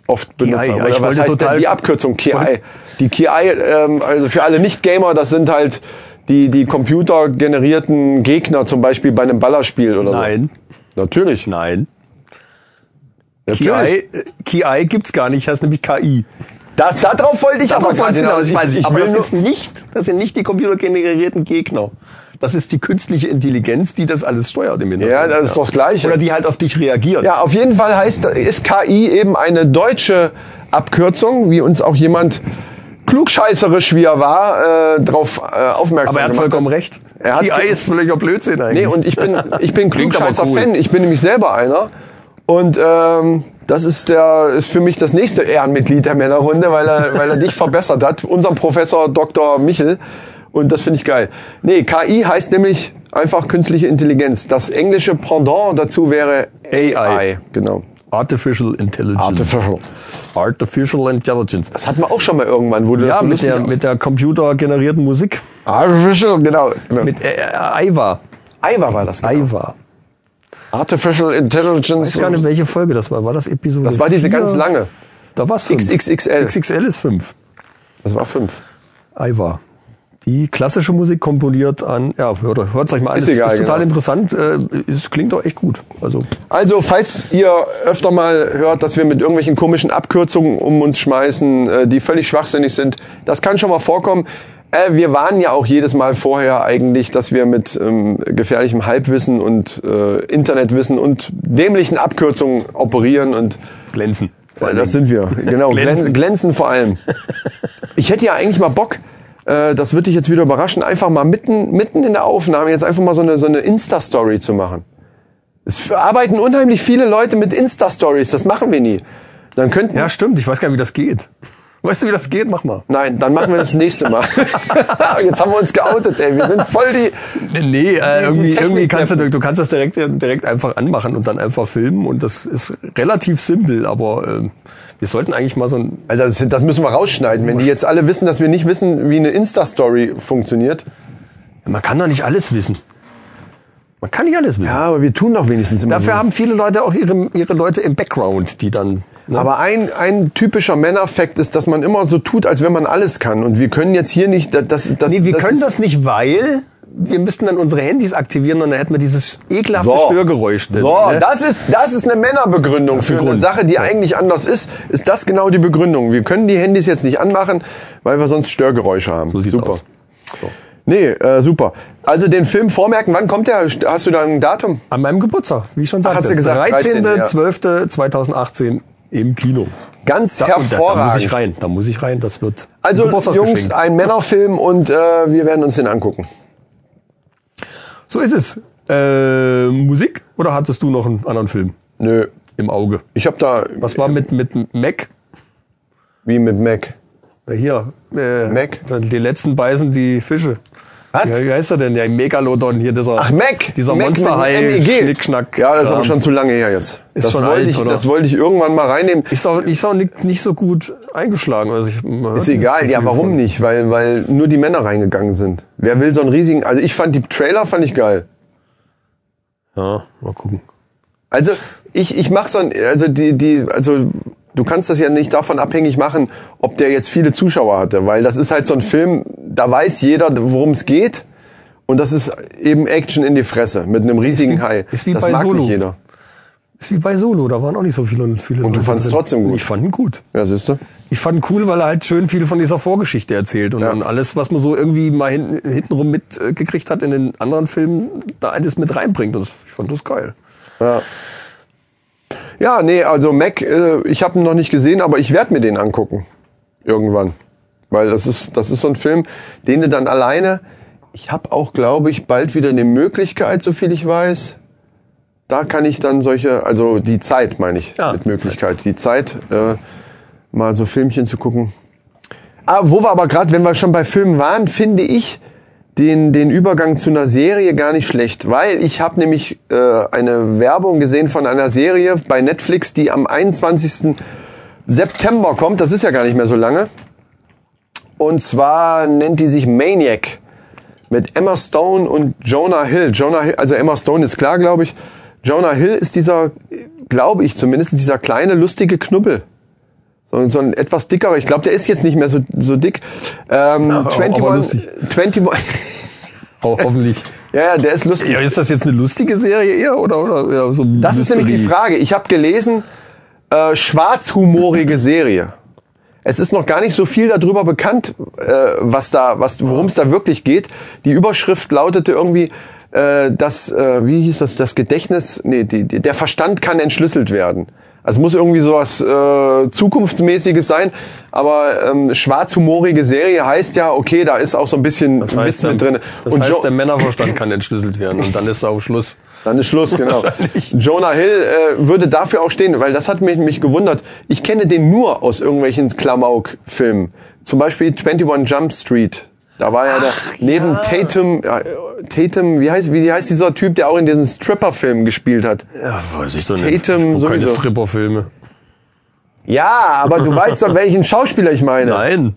A: oft benutzt
E: ja,
A: haben.
E: ich
A: Oder was
E: wollte
A: heißt
E: total-
A: denn die Abkürzung Key Eye? Die Key Eye, ähm, also für alle Nicht-Gamer, das sind halt die, die computergenerierten Gegner zum Beispiel bei einem Ballerspiel oder
E: Nein.
A: so. Natürlich.
E: Nein.
A: Natürlich.
E: KI, äh, KI gibt's gar nicht, heißt nämlich KI.
A: Das, darauf wollte ich aber
E: Darauf
A: gerade
E: wollt's
A: hinaus.
E: hinaus, ich weiß
A: ich,
E: nicht. Aber
A: will
E: das,
A: nur,
E: ist nicht, das sind nicht die computergenerierten Gegner. Das ist die künstliche Intelligenz, die das alles steuert im Hintergrund.
A: Ja, das ist doch das Gleiche.
E: Oder die halt auf dich reagiert.
A: ja, auf jeden Fall heißt, ist KI eben eine deutsche Abkürzung, wie uns auch jemand klugscheißerisch, wie er war, äh, darauf äh, aufmerksam
E: aber er hat
A: gemacht
E: vollkommen recht.
A: Er hat
E: KI
A: ge-
E: ist völliger Blödsinn eigentlich.
A: Nee, und ich bin, ich bin
E: Klingt aber
A: klugscheißer-Fan.
E: cool.
A: Ich bin nämlich selber einer. Und ähm, das ist, der, ist für mich das nächste Ehrenmitglied der Männerrunde, weil er, weil er dich verbessert hat. Unser Professor Dr. Michel. Und das finde ich geil. Nee, KI heißt nämlich einfach künstliche Intelligenz. Das englische Pendant dazu wäre AI.
E: AI.
A: Genau.
E: Artificial Intelligence.
A: Artificial.
E: Artificial Intelligence.
A: Das hatten wir auch schon mal irgendwann, wo du das
E: Ja,
A: so
E: mit
A: lustig-
E: der, mit der computergenerierten Musik.
A: Artificial, genau. genau.
E: Mit äh, äh, Iva.
A: Aiwa war das. Genau.
E: Iva.
A: Artificial Intelligence.
E: Ich weiß gar nicht, welche Folge das war. War das Episode?
A: Das war diese
E: vier?
A: ganz lange.
E: Da war es fünf.
A: XXXL.
E: XXL ist fünf.
A: Das war fünf.
E: Ivar. Die klassische Musik komponiert an. Ja, hört, hört euch mal an.
A: Ist
E: Es
A: egal,
E: ist total
A: genau.
E: interessant. Äh, Es klingt doch echt gut. Also
A: Also, falls ihr öfter mal hört, dass wir mit irgendwelchen komischen Abkürzungen um uns schmeißen, äh, die völlig schwachsinnig sind, das kann schon mal vorkommen. Äh, Wir waren ja auch jedes Mal vorher eigentlich, dass wir mit ähm, gefährlichem Halbwissen und äh, Internetwissen und dämlichen Abkürzungen operieren und
E: glänzen.
A: äh, das sind wir. Genau, glänzen.
E: Glänzen.
A: glänzen vor allem. Ich hätte ja eigentlich mal Bock, äh, das wird dich jetzt wieder überraschen, einfach mal mitten, mitten in der Aufnahme jetzt einfach mal so eine, so eine Insta-Story zu machen. Es f- arbeiten unheimlich viele Leute mit Insta-Stories, das machen wir nie. Dann könnten,
E: Ja, stimmt. Ich weiß gar nicht, wie das geht. Weißt du, wie das geht? Mach mal.
A: nein, dann machen wir das nächste Mal. jetzt haben wir uns geoutet, ey, wir sind voll die,
E: Nee, äh, irgendwie,
A: Technik-
E: irgendwie kannst du, du kannst das direkt, direkt einfach anmachen und dann einfach filmen. Und das ist relativ simpel. Aber äh, wir sollten eigentlich mal so ein
A: Alter, das, das müssen wir rausschneiden, wenn die jetzt alle wissen, dass wir nicht wissen, wie eine Insta-Story funktioniert.
E: Man kann doch nicht alles wissen. Man kann nicht alles wissen.
A: Ja, aber wir tun doch wenigstens immer
E: Dafür
A: so.
E: haben viele Leute auch ihre, ihre Leute im Background, die dann. Ne?
A: Aber ein, ein typischer Männerfakt ist, dass man immer so tut, als wenn man alles kann. Und wir können jetzt hier nicht, das, das, das
E: nee, wir
A: das
E: können
A: ist-
E: das nicht, weil wir müssten dann unsere Handys aktivieren und dann hätten wir dieses ekelhafte
A: So.
E: Störgeräusch. drin,
A: So,
E: ne?
A: das ist, das ist eine Männerbegründung
E: ein
A: für eine
E: Grund.
A: Sache, die eigentlich anders ist. Ist das genau die Begründung? Wir können die Handys jetzt nicht anmachen, weil wir sonst Störgeräusche haben.
E: So sieht's aus.
A: Nee, äh, super. Also den Film vormerken, wann kommt der? Hast du da ein Datum?
E: An meinem Geburtstag, wie ich schon sagte.
A: hast du gesagt, 13.,
E: 13.12.2018 im Kino.
A: Ganz
E: Da, und da, da muss ich
A: hervorragend.
E: rein, da muss ich rein, das wird ein
A: Also
E: Geburtstagsgeschenk.
A: Jungs, ein Männerfilm und äh, wir werden uns den angucken.
E: So ist es. Äh, Musik oder hattest du noch einen anderen Film
A: Nö,
E: im Auge?
A: ich habe da
E: Was war mit, mit Mac?
A: wie mit Mac.
E: Na Hier, äh,
A: Mac?
E: dann die letzten beißen die Fische.
A: Was?
E: Ja, wie heißt er denn? Der Megalodon hier, dieser.
A: Ach, Mac!
E: Dieser
A: Mac mit
E: Monsterhai.
A: dem MEG.
E: Schnickschnack.
A: Ja, das ist aber
E: Krams.
A: schon zu lange her jetzt.
E: Ist
A: das,
E: schon
A: wollte
E: alt,
A: ich,
E: oder?
A: das wollte ich irgendwann mal reinnehmen.
E: Ich sah, ich sah nicht, nicht so gut eingeschlagen. Also ich, man
A: Ist
E: hört
A: egal,
E: nicht so
A: ja,
E: viel
A: warum
E: von.
A: nicht? Weil, weil nur die Männer reingegangen sind. Wer will so einen riesigen. Also ich fand die Trailer fand ich geil.
E: Ja, mal gucken.
A: Also ich, ich mache so ein, also die, die, also du kannst das ja nicht davon abhängig machen, ob der jetzt viele Zuschauer hatte, weil das ist halt so ein Film, da weiß jeder, worum es geht. Und das ist eben Action in die Fresse mit einem riesigen Hai.
E: ist wie
A: das
E: bei
A: mag
E: Solo.
A: nicht jeder.
E: Ist wie bei Solo, da waren auch nicht so viele. viele
A: Und du
E: Leute
A: fandst
E: drin.
A: trotzdem gut?
E: Ich fand ihn gut.
A: Ja, siehst du?
E: Ich fand ihn cool, weil er halt schön viel von dieser Vorgeschichte erzählt und,
A: Ja.
E: und alles, was man so irgendwie mal hin, hintenrum mitgekriegt hat in den anderen Filmen, da alles mit reinbringt. Und das, ich fand das geil.
A: Ja. Ja, nee, also Mac, äh, ich habe ihn noch nicht gesehen, aber ich werde mir den angucken. Irgendwann. Weil das ist, das ist so ein Film, den du dann alleine. Ich habe auch, glaube ich, bald wieder eine Möglichkeit, so viel ich weiß. Da kann ich dann solche, also die Zeit meine ich,
E: Ja,
A: mit Möglichkeit, die Zeit, äh, mal so Filmchen zu gucken. Ah, wo wir aber gerade, wenn wir schon bei Filmen waren, finde ich den, den Übergang zu einer Serie gar nicht schlecht, weil ich habe nämlich äh, eine Werbung gesehen von einer Serie bei Netflix, die am 21. September kommt. Das ist ja gar nicht mehr so lange. Und zwar nennt die sich Maniac mit Emma Stone und Jonah Hill. Jonah Hill, also Emma Stone ist klar, glaube ich. Jonah Hill ist dieser, glaube ich zumindest, dieser kleine lustige Knubbel. So, so ein etwas dickerer. Ich glaube, der ist jetzt nicht mehr so, so dick. Ähm,
E: aber
A: 21,
E: lustig.
A: 21,
E: Ho hoffentlich.
A: ja, ja, der ist lustig.
E: ja, ist das jetzt eine lustige Serie eher oder, oder ja, so
A: das ist nämlich die Frage. Ich habe gelesen, äh, schwarzhumorige Serie. Es ist noch gar nicht so viel darüber bekannt, äh, was da, was, worum es da wirklich geht. Die Überschrift lautete irgendwie, äh, dass, äh, wie hieß das, das Gedächtnis, nee, die, die, der Verstand kann entschlüsselt werden. Also muss irgendwie sowas äh, zukunftsmäßiges sein, aber ähm, schwarzhumorige Serie heißt ja, okay, da ist auch so ein bisschen
E: Das heißt,
A: Witz mit drin.
E: Das
A: Und Jo-
E: heißt, der Männerverstand kann entschlüsselt werden und dann ist er auf Schluss.
A: Dann ist Schluss, genau.
E: Wahrscheinlich.
A: Jonah Hill äh, würde dafür auch stehen, weil das hat mich, mich gewundert. Ich kenne den nur aus irgendwelchen Klamauk-Filmen. Zum Beispiel 21 Jump Street. Da war ja der, neben Tatum, ja, Tatum, wie heißt, wie heißt dieser Typ, der auch in diesem Stripper-Film gespielt hat?
E: Ja, weiß ich
A: doch nicht. Tatum
E: ich guck keine
A: sowieso.
E: Stripperfilme.
A: Ja, aber du weißt doch, welchen Schauspieler ich meine.
E: Nein.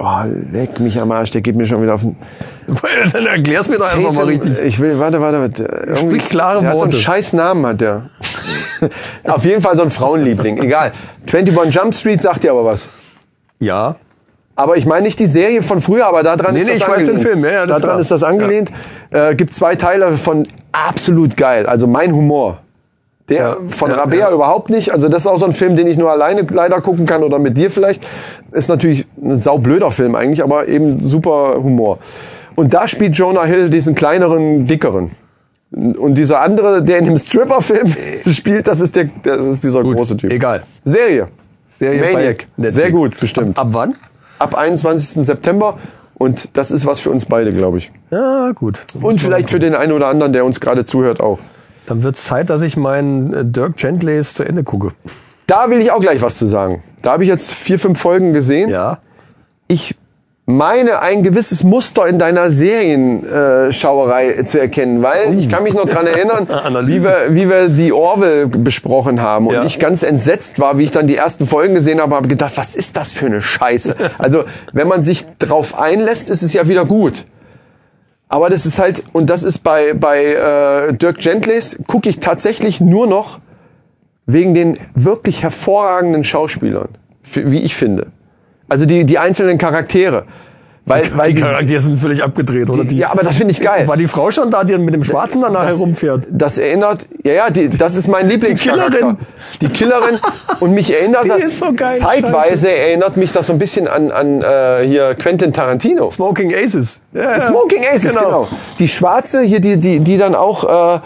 A: Oh, leck mich am Arsch, der geht mir schon wieder auf den...
E: dann erklär's mir doch einfach mal
A: Tatum,
E: richtig.
A: Ich will, warte, warte, warte. Irgendwie-
E: Sprich klare
A: der Hat so
E: Worte.
A: einen scheiß Namen hat der. Auf jeden Fall so ein Frauenliebling, egal. 21 Jump Street sagt dir aber was.
E: Ja.
A: Aber ich meine nicht die Serie von früher, aber daran
E: Nee,
A: ist
E: nee,
A: das
E: ich weiß den Film, ja, ja, das ist
A: daran
E: klar.
A: ist das angelehnt. Äh, gibt zwei Teile von absolut geil, also mein Humor. Der
E: Ja,
A: von
E: ja,
A: Rabea
E: ja.
A: überhaupt nicht. Also das ist auch so ein Film, den ich nur alleine leider gucken kann oder mit dir vielleicht. Ist natürlich ein saublöder Film eigentlich, aber eben super Humor. Und da spielt Jonah Hill diesen kleineren, dickeren. Und dieser andere, der in dem Stripper-Film spielt, das ist, der, das ist dieser große Typ.
E: egal.
A: Serie.
E: Serie bei
A: Maniac.
E: Netflix.
A: Sehr gut, bestimmt
E: Ab wann?
A: ab 21. September. Und das ist was für uns beide, glaube ich.
E: Ja, gut.
A: Und vielleicht für den einen oder anderen, der uns gerade zuhört, auch.
E: Dann wird's Zeit, dass ich meinen äh, Dirk Gentleys zu Ende gucke.
A: Da will ich auch gleich was zu sagen. Da habe ich jetzt vier, fünf Folgen gesehen.
E: Ja.
A: Ich meine, ein gewisses Muster in deiner Serienschauerei äh, zu erkennen, weil ich kann mich noch dran erinnern, wie
E: Oh. Analyse.
A: wir, wie wir die Orwell besprochen haben und
E: Ja.
A: ich ganz entsetzt war, wie ich dann die ersten Folgen gesehen habe, habe gedacht, was ist das für eine Scheiße? Also, wenn man sich drauf einlässt, ist es ja wieder gut. Aber das ist halt, und das ist bei, bei äh, Dirk Gentles, gucke ich tatsächlich nur noch wegen den wirklich hervorragenden Schauspielern, f- wie ich finde. Also die, die einzelnen Charaktere. Weil, weil
E: die
A: die,
E: Charaktere sind völlig abgedreht, oder?
A: die, ja, aber das finde ich geil.
E: War die Frau schon da, die mit dem Schwarzen danach herumfährt?
A: Das erinnert, ja, ja, die, das ist mein Lieblingscharakter.
E: Killerin.
A: Die Killerin. Und mich erinnert
E: Die
A: das,
E: ist so geil,
A: zeitweise erinnert mich das so ein bisschen an, an äh, hier Quentin Tarantino.
E: Smoking Aces. Ja, ja.
A: Smoking Aces, genau. Die schwarze hier, die, die, die dann auch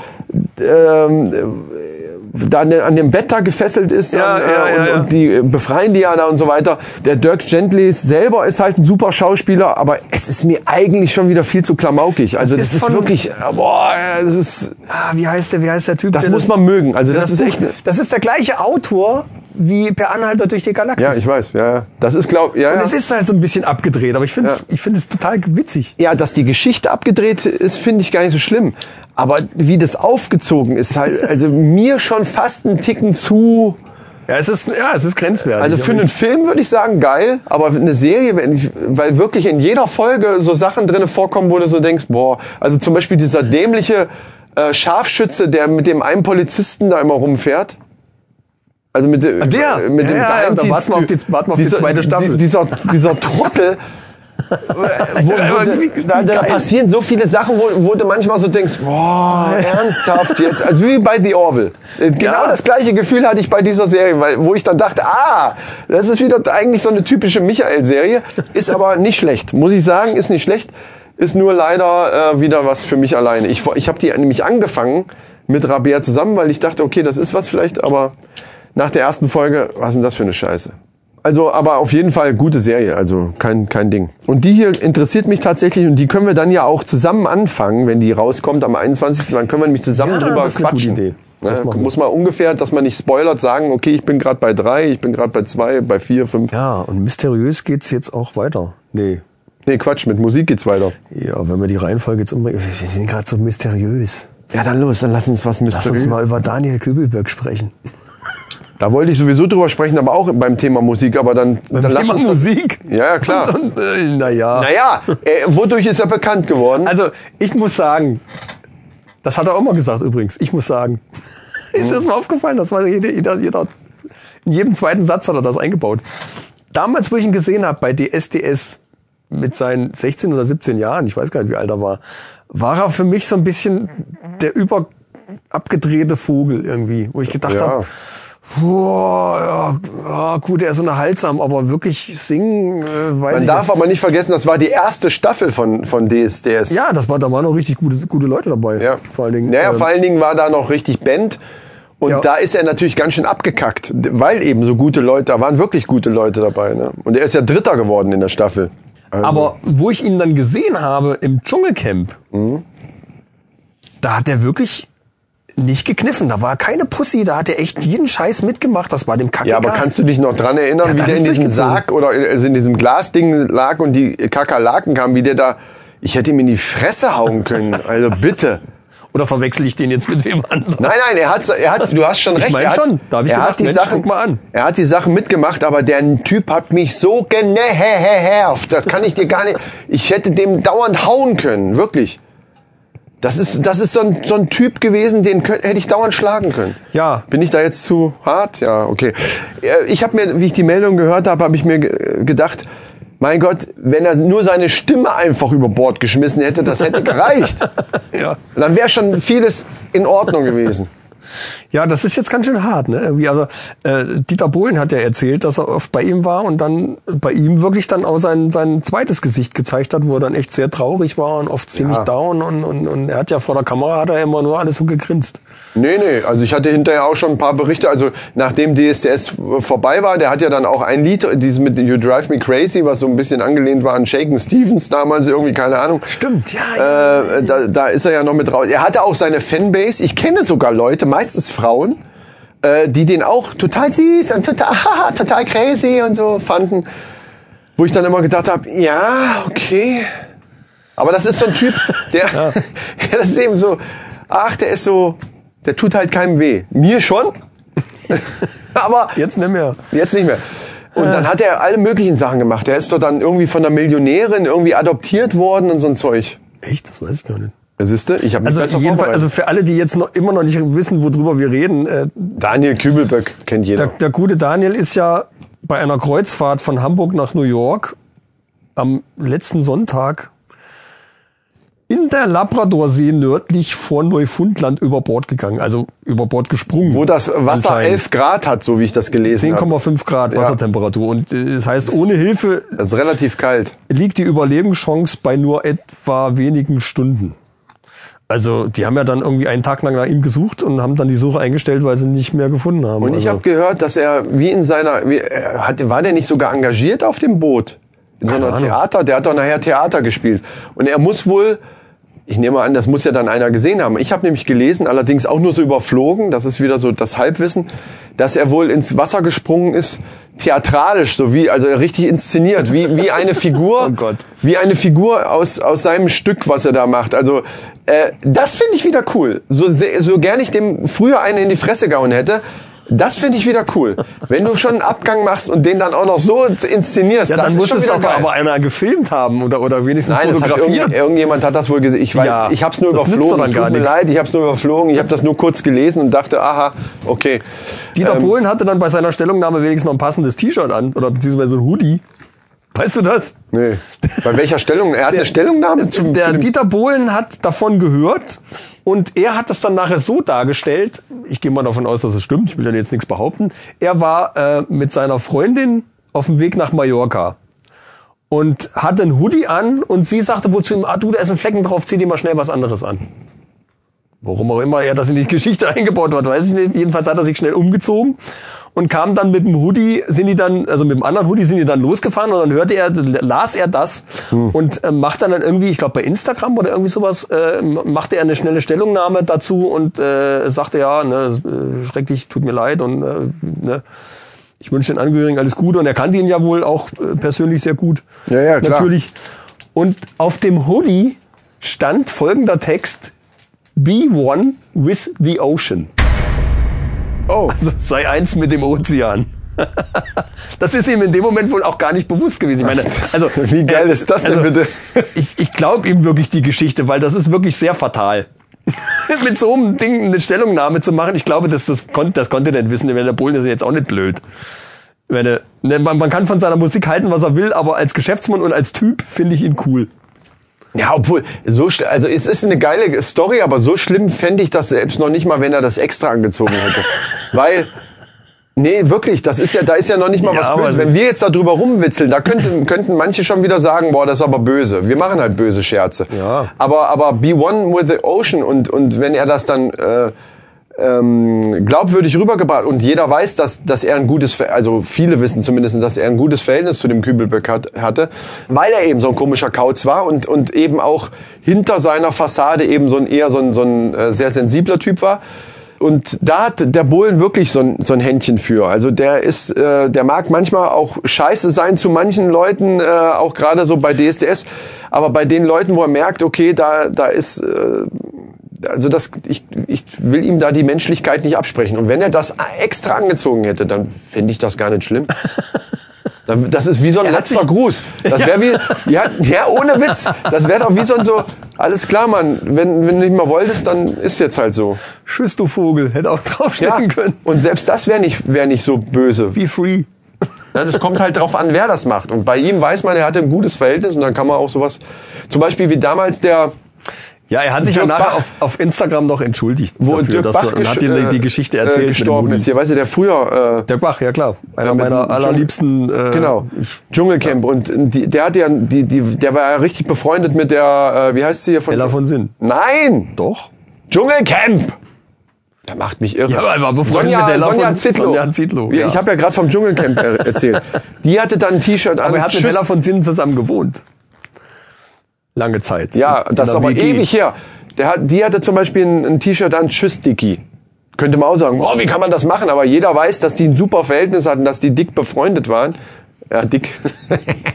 A: äh, ähm, äh, da an, an dem Bett da gefesselt ist
E: Ja,
A: dann, äh,
E: ja, ja,
A: und,
E: ja.
A: und die äh, befreien die ja da und so weiter. Der Dirk Gently selber ist halt ein super Schauspieler, aber es ist mir eigentlich schon wieder viel zu klamaukig. Also das,
E: ist
A: ist,
E: von-
A: wirklich, äh, boah, äh, das ist,
E: Ah, wie heißt der, wie heißt der Typ?
A: das
E: der
A: muss man mögen. Also das, ist
E: Buch-
A: echt, eine-
E: Das ist der gleiche Autor, wie per Anhalter durch die Galaxis.
A: Ja, ich weiß. Ja, ja. Das ist, glaube ja,
E: Und
A: ja.
E: es ist halt so ein bisschen abgedreht, aber ich finde es
A: Ja.
E: ich finde es total witzig.
A: ja, dass die Geschichte abgedreht ist, finde ich gar nicht so schlimm. Aber wie das aufgezogen ist, halt, also mir schon fast einen Ticken zu.
E: Ja, es ist, ja, es ist grenzwertig.
A: Also für einen Film würde ich sagen, geil, aber eine Serie, wenn ich, weil wirklich in jeder Folge so Sachen drinne vorkommen, wo du so denkst, boah, also zum Beispiel dieser dämliche äh, Scharfschütze, der mit dem einen Polizisten da immer rumfährt. Also mit, dem-
E: Ah, der?
A: äh, mit
E: Ja,
A: dem
E: ja, ja,
A: Geheimdienst-
E: da warten wir auf die- warten wir auf die
A: dieser,
E: zweite Staffel.
A: di- Dieser, dieser Trottel. äh, wo, wo, da, da
E: Geil.
A: passieren so viele Sachen, wo, wo du manchmal so denkst, boah, ernsthaft jetzt. Also wie bei The Orville. Äh, Genau
E: Ja.
A: das gleiche Gefühl hatte ich bei dieser Serie, weil, wo ich dann dachte, ah, das ist wieder eigentlich so eine typische Michael-Serie, ist aber nicht schlecht. Muss ich sagen, ist nicht schlecht, ist nur leider äh, wieder was für mich alleine. Ich, wo- ich habe die nämlich angefangen mit Rabea zusammen, weil ich dachte, okay, das ist was vielleicht, aber nach der ersten Folge, was ist denn das für eine Scheiße? Also, aber auf jeden Fall gute Serie, also kein, kein Ding. Und die hier interessiert mich tatsächlich und die können wir dann ja auch zusammen anfangen, wenn die rauskommt am 21. Dann können wir nämlich zusammen
E: Ja,
A: drüber
E: das ist eine gute
A: quatschen.
E: Idee. Das
A: Ja,
E: machen wir.
A: muss man ungefähr, dass man nicht spoilert, sagen, okay, ich bin gerade bei drei, ich bin gerade bei zwei, bei vier, fünf.
E: Ja, und mysteriös geht's jetzt auch weiter. Nee.
A: Nee, Quatsch, mit Musik geht's weiter.
E: Ja, wenn wir die Reihenfolge jetzt umbringen, wir sind gerade so mysteriös.
A: Ja, dann los, dann lass uns was
E: Lass uns mal über Daniel Kübelberg sprechen.
A: Da wollte ich sowieso drüber sprechen, aber auch beim Thema Musik, aber dann, dann lass
E: Thema
A: uns das-
E: Musik.
A: Ja, ja, klar.
E: Und, und, äh, naja.
A: Naja, äh, wodurch ist er bekannt geworden?
E: Also, ich muss sagen, das hat er auch mal gesagt übrigens, ich muss sagen. Ist
A: Hm.
E: das mal aufgefallen? Das war jeder, jeder, jeder, in jedem zweiten Satz hat er das eingebaut. Damals, wo ich ihn gesehen habe bei DSDS mit seinen 16 oder 17 Jahren, ich weiß gar nicht, wie alt er war, war er für mich so ein bisschen der über abgedrehte Vogel irgendwie, wo ich gedacht
A: Ja.
E: habe, boah, ja, ja, gut, er ist unterhaltsam, aber wirklich singen, äh, weiß
A: Man
E: ich
A: darf aber nicht vergessen, das war die erste Staffel von, von DSDS.
E: ja, das war, da waren auch richtig gute, gute Leute dabei.
A: Ja.
E: Vor allen Dingen.
A: Naja,
E: ähm,
A: vor allen Dingen war da noch richtig Band. Und
E: Ja.
A: da ist er natürlich ganz schön abgekackt, weil eben so gute Leute, da waren wirklich gute Leute dabei. Ne? Und er ist ja Dritter geworden in der Staffel. Also,
E: Aber wo ich ihn dann gesehen habe im Dschungelcamp, da hat er wirklich nicht gekniffen. Da war keine Pussy, da hat er echt jeden Scheiß mitgemacht. Das war dem Kacke.
A: ja, aber kannst du dich noch dran erinnern,
E: Ja,
A: wie
E: da
A: der
E: ist
A: in diesem
E: durchgezogen.
A: Sarg oder also in diesem Glasding lag und die Kakerlaken kamen, wie der da, ich hätte ihm in die Fresse hauen können. Also bitte.
E: Oder verwechsel ich den jetzt mit wem anderen?
A: Nein, nein, er hat, er hat, du hast schon
E: Ich
A: recht.
E: mein
A: er hat,
E: schon, da hab ich
A: er
E: gedacht,
A: hat die
E: Mensch,
A: Sachen,
E: guck mal an.
A: Er hat die Sachen mitgemacht, aber der Typ hat mich so genervt. Das kann ich dir gar nicht, ich hätte dem dauernd hauen können, wirklich. Das ist, das ist so ein, so ein Typ gewesen, den könnt, hätte ich dauernd schlagen können.
E: Ja.
A: Bin ich da jetzt zu hart? Ja, okay. Äh, Ich habe mir, wie ich die Meldung gehört habe, habe ich mir ge- gedacht, mein Gott, wenn er nur seine Stimme einfach über Bord geschmissen hätte, das hätte gereicht.
E: Ja.
A: Dann wäre schon vieles in Ordnung gewesen.
E: ja, das ist jetzt ganz schön hart. Ne? Irgendwie, also, äh, Dieter Bohlen hat ja erzählt, dass er oft bei ihm war und dann bei ihm wirklich dann auch sein, sein zweites Gesicht gezeigt hat, wo er dann echt sehr traurig war und oft ziemlich down. Und, und, und er hat ja vor der Kamera hat er immer nur alles so gegrinst.
A: Nee, nee, also ich hatte hinterher auch schon ein paar Berichte, also nachdem DSDS vorbei war, der hat ja dann auch ein Lied, dieses mit You Drive Me Crazy, was so ein bisschen angelehnt war an Shaken Stevens damals, irgendwie, keine Ahnung.
E: Stimmt, ja,
A: Äh, da, da ist er ja noch mit raus. Er hatte auch seine Fanbase, ich kenne sogar Leute, meistens Frauen, äh, die den auch total süß und total, haha, total crazy und so fanden. Wo ich dann immer gedacht habe, ja, okay. Aber das ist so ein Typ, der, ja. das ist eben so, ach, der ist so, der tut halt keinem weh. Mir schon, aber
E: Jetzt nicht mehr.
A: Jetzt nicht mehr. Und dann hat er alle möglichen Sachen gemacht. Er ist doch dann irgendwie von einer Millionärin irgendwie adoptiert worden und so ein Zeug.
E: Echt? Das weiß ich gar nicht.
A: Siehst du, ich habe mich
E: Also,
A: besser
E: jedenfalls,
A: vorbereitet.
E: also für alle, die jetzt noch, immer noch nicht wissen, worüber wir reden, äh,
A: Daniel Kübelböck kennt jeder.
E: der, der gute Daniel ist ja bei einer Kreuzfahrt von Hamburg nach New York am letzten Sonntag in der Labradorsee nördlich vor Neufundland über Bord gegangen, also über Bord gesprungen.
A: wo das Wasser
E: Anscheinend.
A: 11 Grad hat, so wie ich das gelesen habe.
E: 10,5 Grad Wassertemperatur. Und äh, das heißt, ohne Hilfe
A: Das ist relativ kalt.
E: liegt die Überlebenschance bei nur etwa wenigen Stunden. Also die haben ja dann irgendwie einen Tag lang nach ihm gesucht und haben dann die Suche eingestellt, weil sie ihn nicht mehr gefunden haben.
A: Und ich habe
E: also,
A: gehört, dass er wie in seiner, wie, er hat, war der nicht sogar engagiert auf dem Boot? In so
E: Keine
A: einer
E: Ahnung.
A: Theater, der hat doch nachher Theater gespielt. Und er muss wohl Ich nehme an, das muss ja dann einer gesehen haben. Ich habe nämlich gelesen, allerdings auch nur so überflogen, das ist wieder so das Halbwissen, dass er wohl ins Wasser gesprungen ist, theatralisch, so wie, also richtig inszeniert, wie, wie eine Figur,
E: Oh Gott.
A: wie eine Figur aus, aus seinem Stück, was er da macht. Also, äh, das finde ich wieder cool. So, sehr- so gern ich dem früher einen in die Fresse gehauen hätte, das finde ich wieder cool. Wenn du schon einen Abgang machst und den dann auch noch so inszenierst,
E: Ja,
A: das
E: dann
A: ist
E: muss
A: schon
E: es
A: wieder
E: doch
A: geil.
E: aber einer gefilmt haben oder, oder wenigstens
A: Nein, das hat irgend,
E: fotografiert.
A: irgendjemand hat das wohl gesehen. Ich, weiß,
E: Ja,
A: ich habe es nur
E: das nützt
A: überflogen.
E: doch dann gar
A: Tut mir
E: nichts.
A: leid, ich habe es nur überflogen. Ich habe das nur kurz gelesen und dachte, aha, okay. ähm,
E: Dieter Bohlen hatte dann bei seiner Stellungnahme wenigstens noch ein passendes T-Shirt an oder beziehungsweise so ein Hoodie. Weißt du das?
A: Nee. Bei welcher Stellung? Er hat eine Stellungnahme zu,
E: Der
A: zu dem
E: Dieter Bohlen hat davon gehört und er hat das dann nachher so dargestellt. Ich gehe mal davon aus, dass es stimmt. Ich will ja jetzt nichts behaupten. Er war äh, mit seiner Freundin auf dem Weg nach Mallorca und hatte einen Hoodie an und sie sagte wohl zu ihm, ah du, da ist ein Flecken drauf, zieh dir mal schnell was anderes an. Warum auch immer er das in die Geschichte eingebaut hat, weiß ich nicht. Jedenfalls hat er sich schnell umgezogen und kam dann mit dem Hoodie, sind die dann, also mit dem anderen Hoodie sind die dann losgefahren und dann hörte er, las er das
A: Hm.
E: und äh, macht dann, dann irgendwie, ich glaube bei Instagram oder irgendwie sowas, äh, machte er eine schnelle Stellungnahme dazu und äh, sagte ja, ne, äh, schrecklich, tut mir leid und äh, ne, ich wünsche den Angehörigen alles Gute und er kannte ihn ja wohl auch äh, persönlich sehr gut.
A: Ja, ja, klar.
E: Natürlich. Und auf dem Hoodie stand folgender Text, Be one with the ocean.
A: Oh.
E: Also sei eins mit dem Ozean. Das ist ihm in dem Moment wohl auch gar nicht bewusst gewesen. Ich meine, also
A: Wie geil ist das denn bitte?
E: Ich, ich glaube ihm wirklich die Geschichte, weil das ist wirklich sehr fatal. mit so einem Ding eine Stellungnahme zu machen, ich glaube, das, das, konnte, das konnte er nicht wissen. Wenn der Polen ist ja jetzt auch nicht blöd. Wenn er, ne, man, man kann von seiner Musik halten, was er will, aber als Geschäftsmann und als Typ finde ich ihn cool.
A: Ja, obwohl, so schl- also es ist eine geile Story, aber so schlimm fände ich das selbst noch nicht mal, wenn er das extra angezogen hätte. Weil. Nee, wirklich, das ist ja, da ist ja noch nicht mal
E: Ja,
A: was
E: aber
A: Böses.
E: es
A: Wenn
E: ist-
A: wir jetzt da drüber rumwitzeln, da könnten, könnten manche schon wieder sagen, boah, das ist aber böse. Wir machen halt böse Scherze.
E: Ja.
A: Aber, aber be one with the ocean und, und wenn er das dann, äh, ähm, glaubwürdig rübergebracht und jeder weiß, dass, dass er ein gutes, Ver- also viele wissen zumindest, dass er ein gutes Verhältnis zu dem Kübelböck hat, hatte, weil er eben so ein komischer Kauz war und, und eben auch hinter seiner Fassade eben so ein eher so ein, so ein äh, sehr sensibler Typ war. Und da hat der Bohlen wirklich so ein, so ein Händchen für. Also der ist, äh, der mag manchmal auch scheiße sein zu manchen Leuten, äh, auch gerade so bei DSDS. Aber bei den Leuten, wo er merkt, okay, da, da ist, äh, also das, ich, ich will ihm da die Menschlichkeit nicht absprechen. Und wenn er das extra angezogen hätte, dann fände ich das gar nicht schlimm. Dann- Das ist wie so ein
E: Er hat
A: letzter
E: sich-
A: Gruß. Das wäre wie, ja, ja, ohne Witz. Das wäre doch wie so ein so, alles klar, Mann, wenn, wenn du nicht mehr wolltest, dann ist jetzt halt so.
E: Tschüss, du Vogel, hätte auch
A: Ja.
E: draufstehen können.
A: Und selbst das wäre nicht, wär nicht so böse.
E: Be free.
A: Ja, das kommt halt drauf an, wer das macht. Und bei ihm weiß man, er hatte ein gutes Verhältnis und dann kann man auch sowas, zum Beispiel wie damals der,
E: Ja, er hat sich ja
A: Dirk Bach.
E: nachher auf, auf Instagram noch entschuldigt.
A: wo
E: dafür,
A: Dirk
E: dass
A: Bach
E: er- und hat
A: gesch-
E: die,
A: äh,
E: die Geschichte
A: äh,
E: erzählt. mit dem
A: gestorben
E: Hoodie.
A: ist hier. Weißt du, der früher, äh,
E: Dirk Bach, ja klar. Einer
A: mit
E: meiner
A: dem Dschungel-
E: allerliebsten. Äh,
A: Genau.
E: Ich,
A: Dschungelcamp. Und die, der hat ja, die, die, der war ja richtig befreundet mit der, äh, wie heißt sie hier von?
E: Ella von Sinn.
A: Nein!
E: Doch.
A: Dschungelcamp! Der macht mich irre.
E: Ja, aber er war befreundet
A: Sonja,
E: mit Ella
A: Sonja
E: von-
A: Zittlow.
E: Sonja Zittlow,
A: Wir-
E: ja.
A: Ich habe ja gerade vom Dschungelcamp er- erzählt. Die hatte dann ein T-Shirt an.
E: Aber er hat mit
A: Also Tschüss.
E: Ella von Sinn zusammen gewohnt. Lange Zeit.
A: ja,
E: In
A: das ist
E: einer
A: aber
E: WG.
A: ewig her. Der hat, die hatte zum Beispiel ein, ein T-Shirt an. Tschüss, Dicky. Könnte man auch sagen, oh, wie kann man das machen? Aber jeder weiß, dass die ein super Verhältnis hatten, dass die dick befreundet waren. Ja, dick.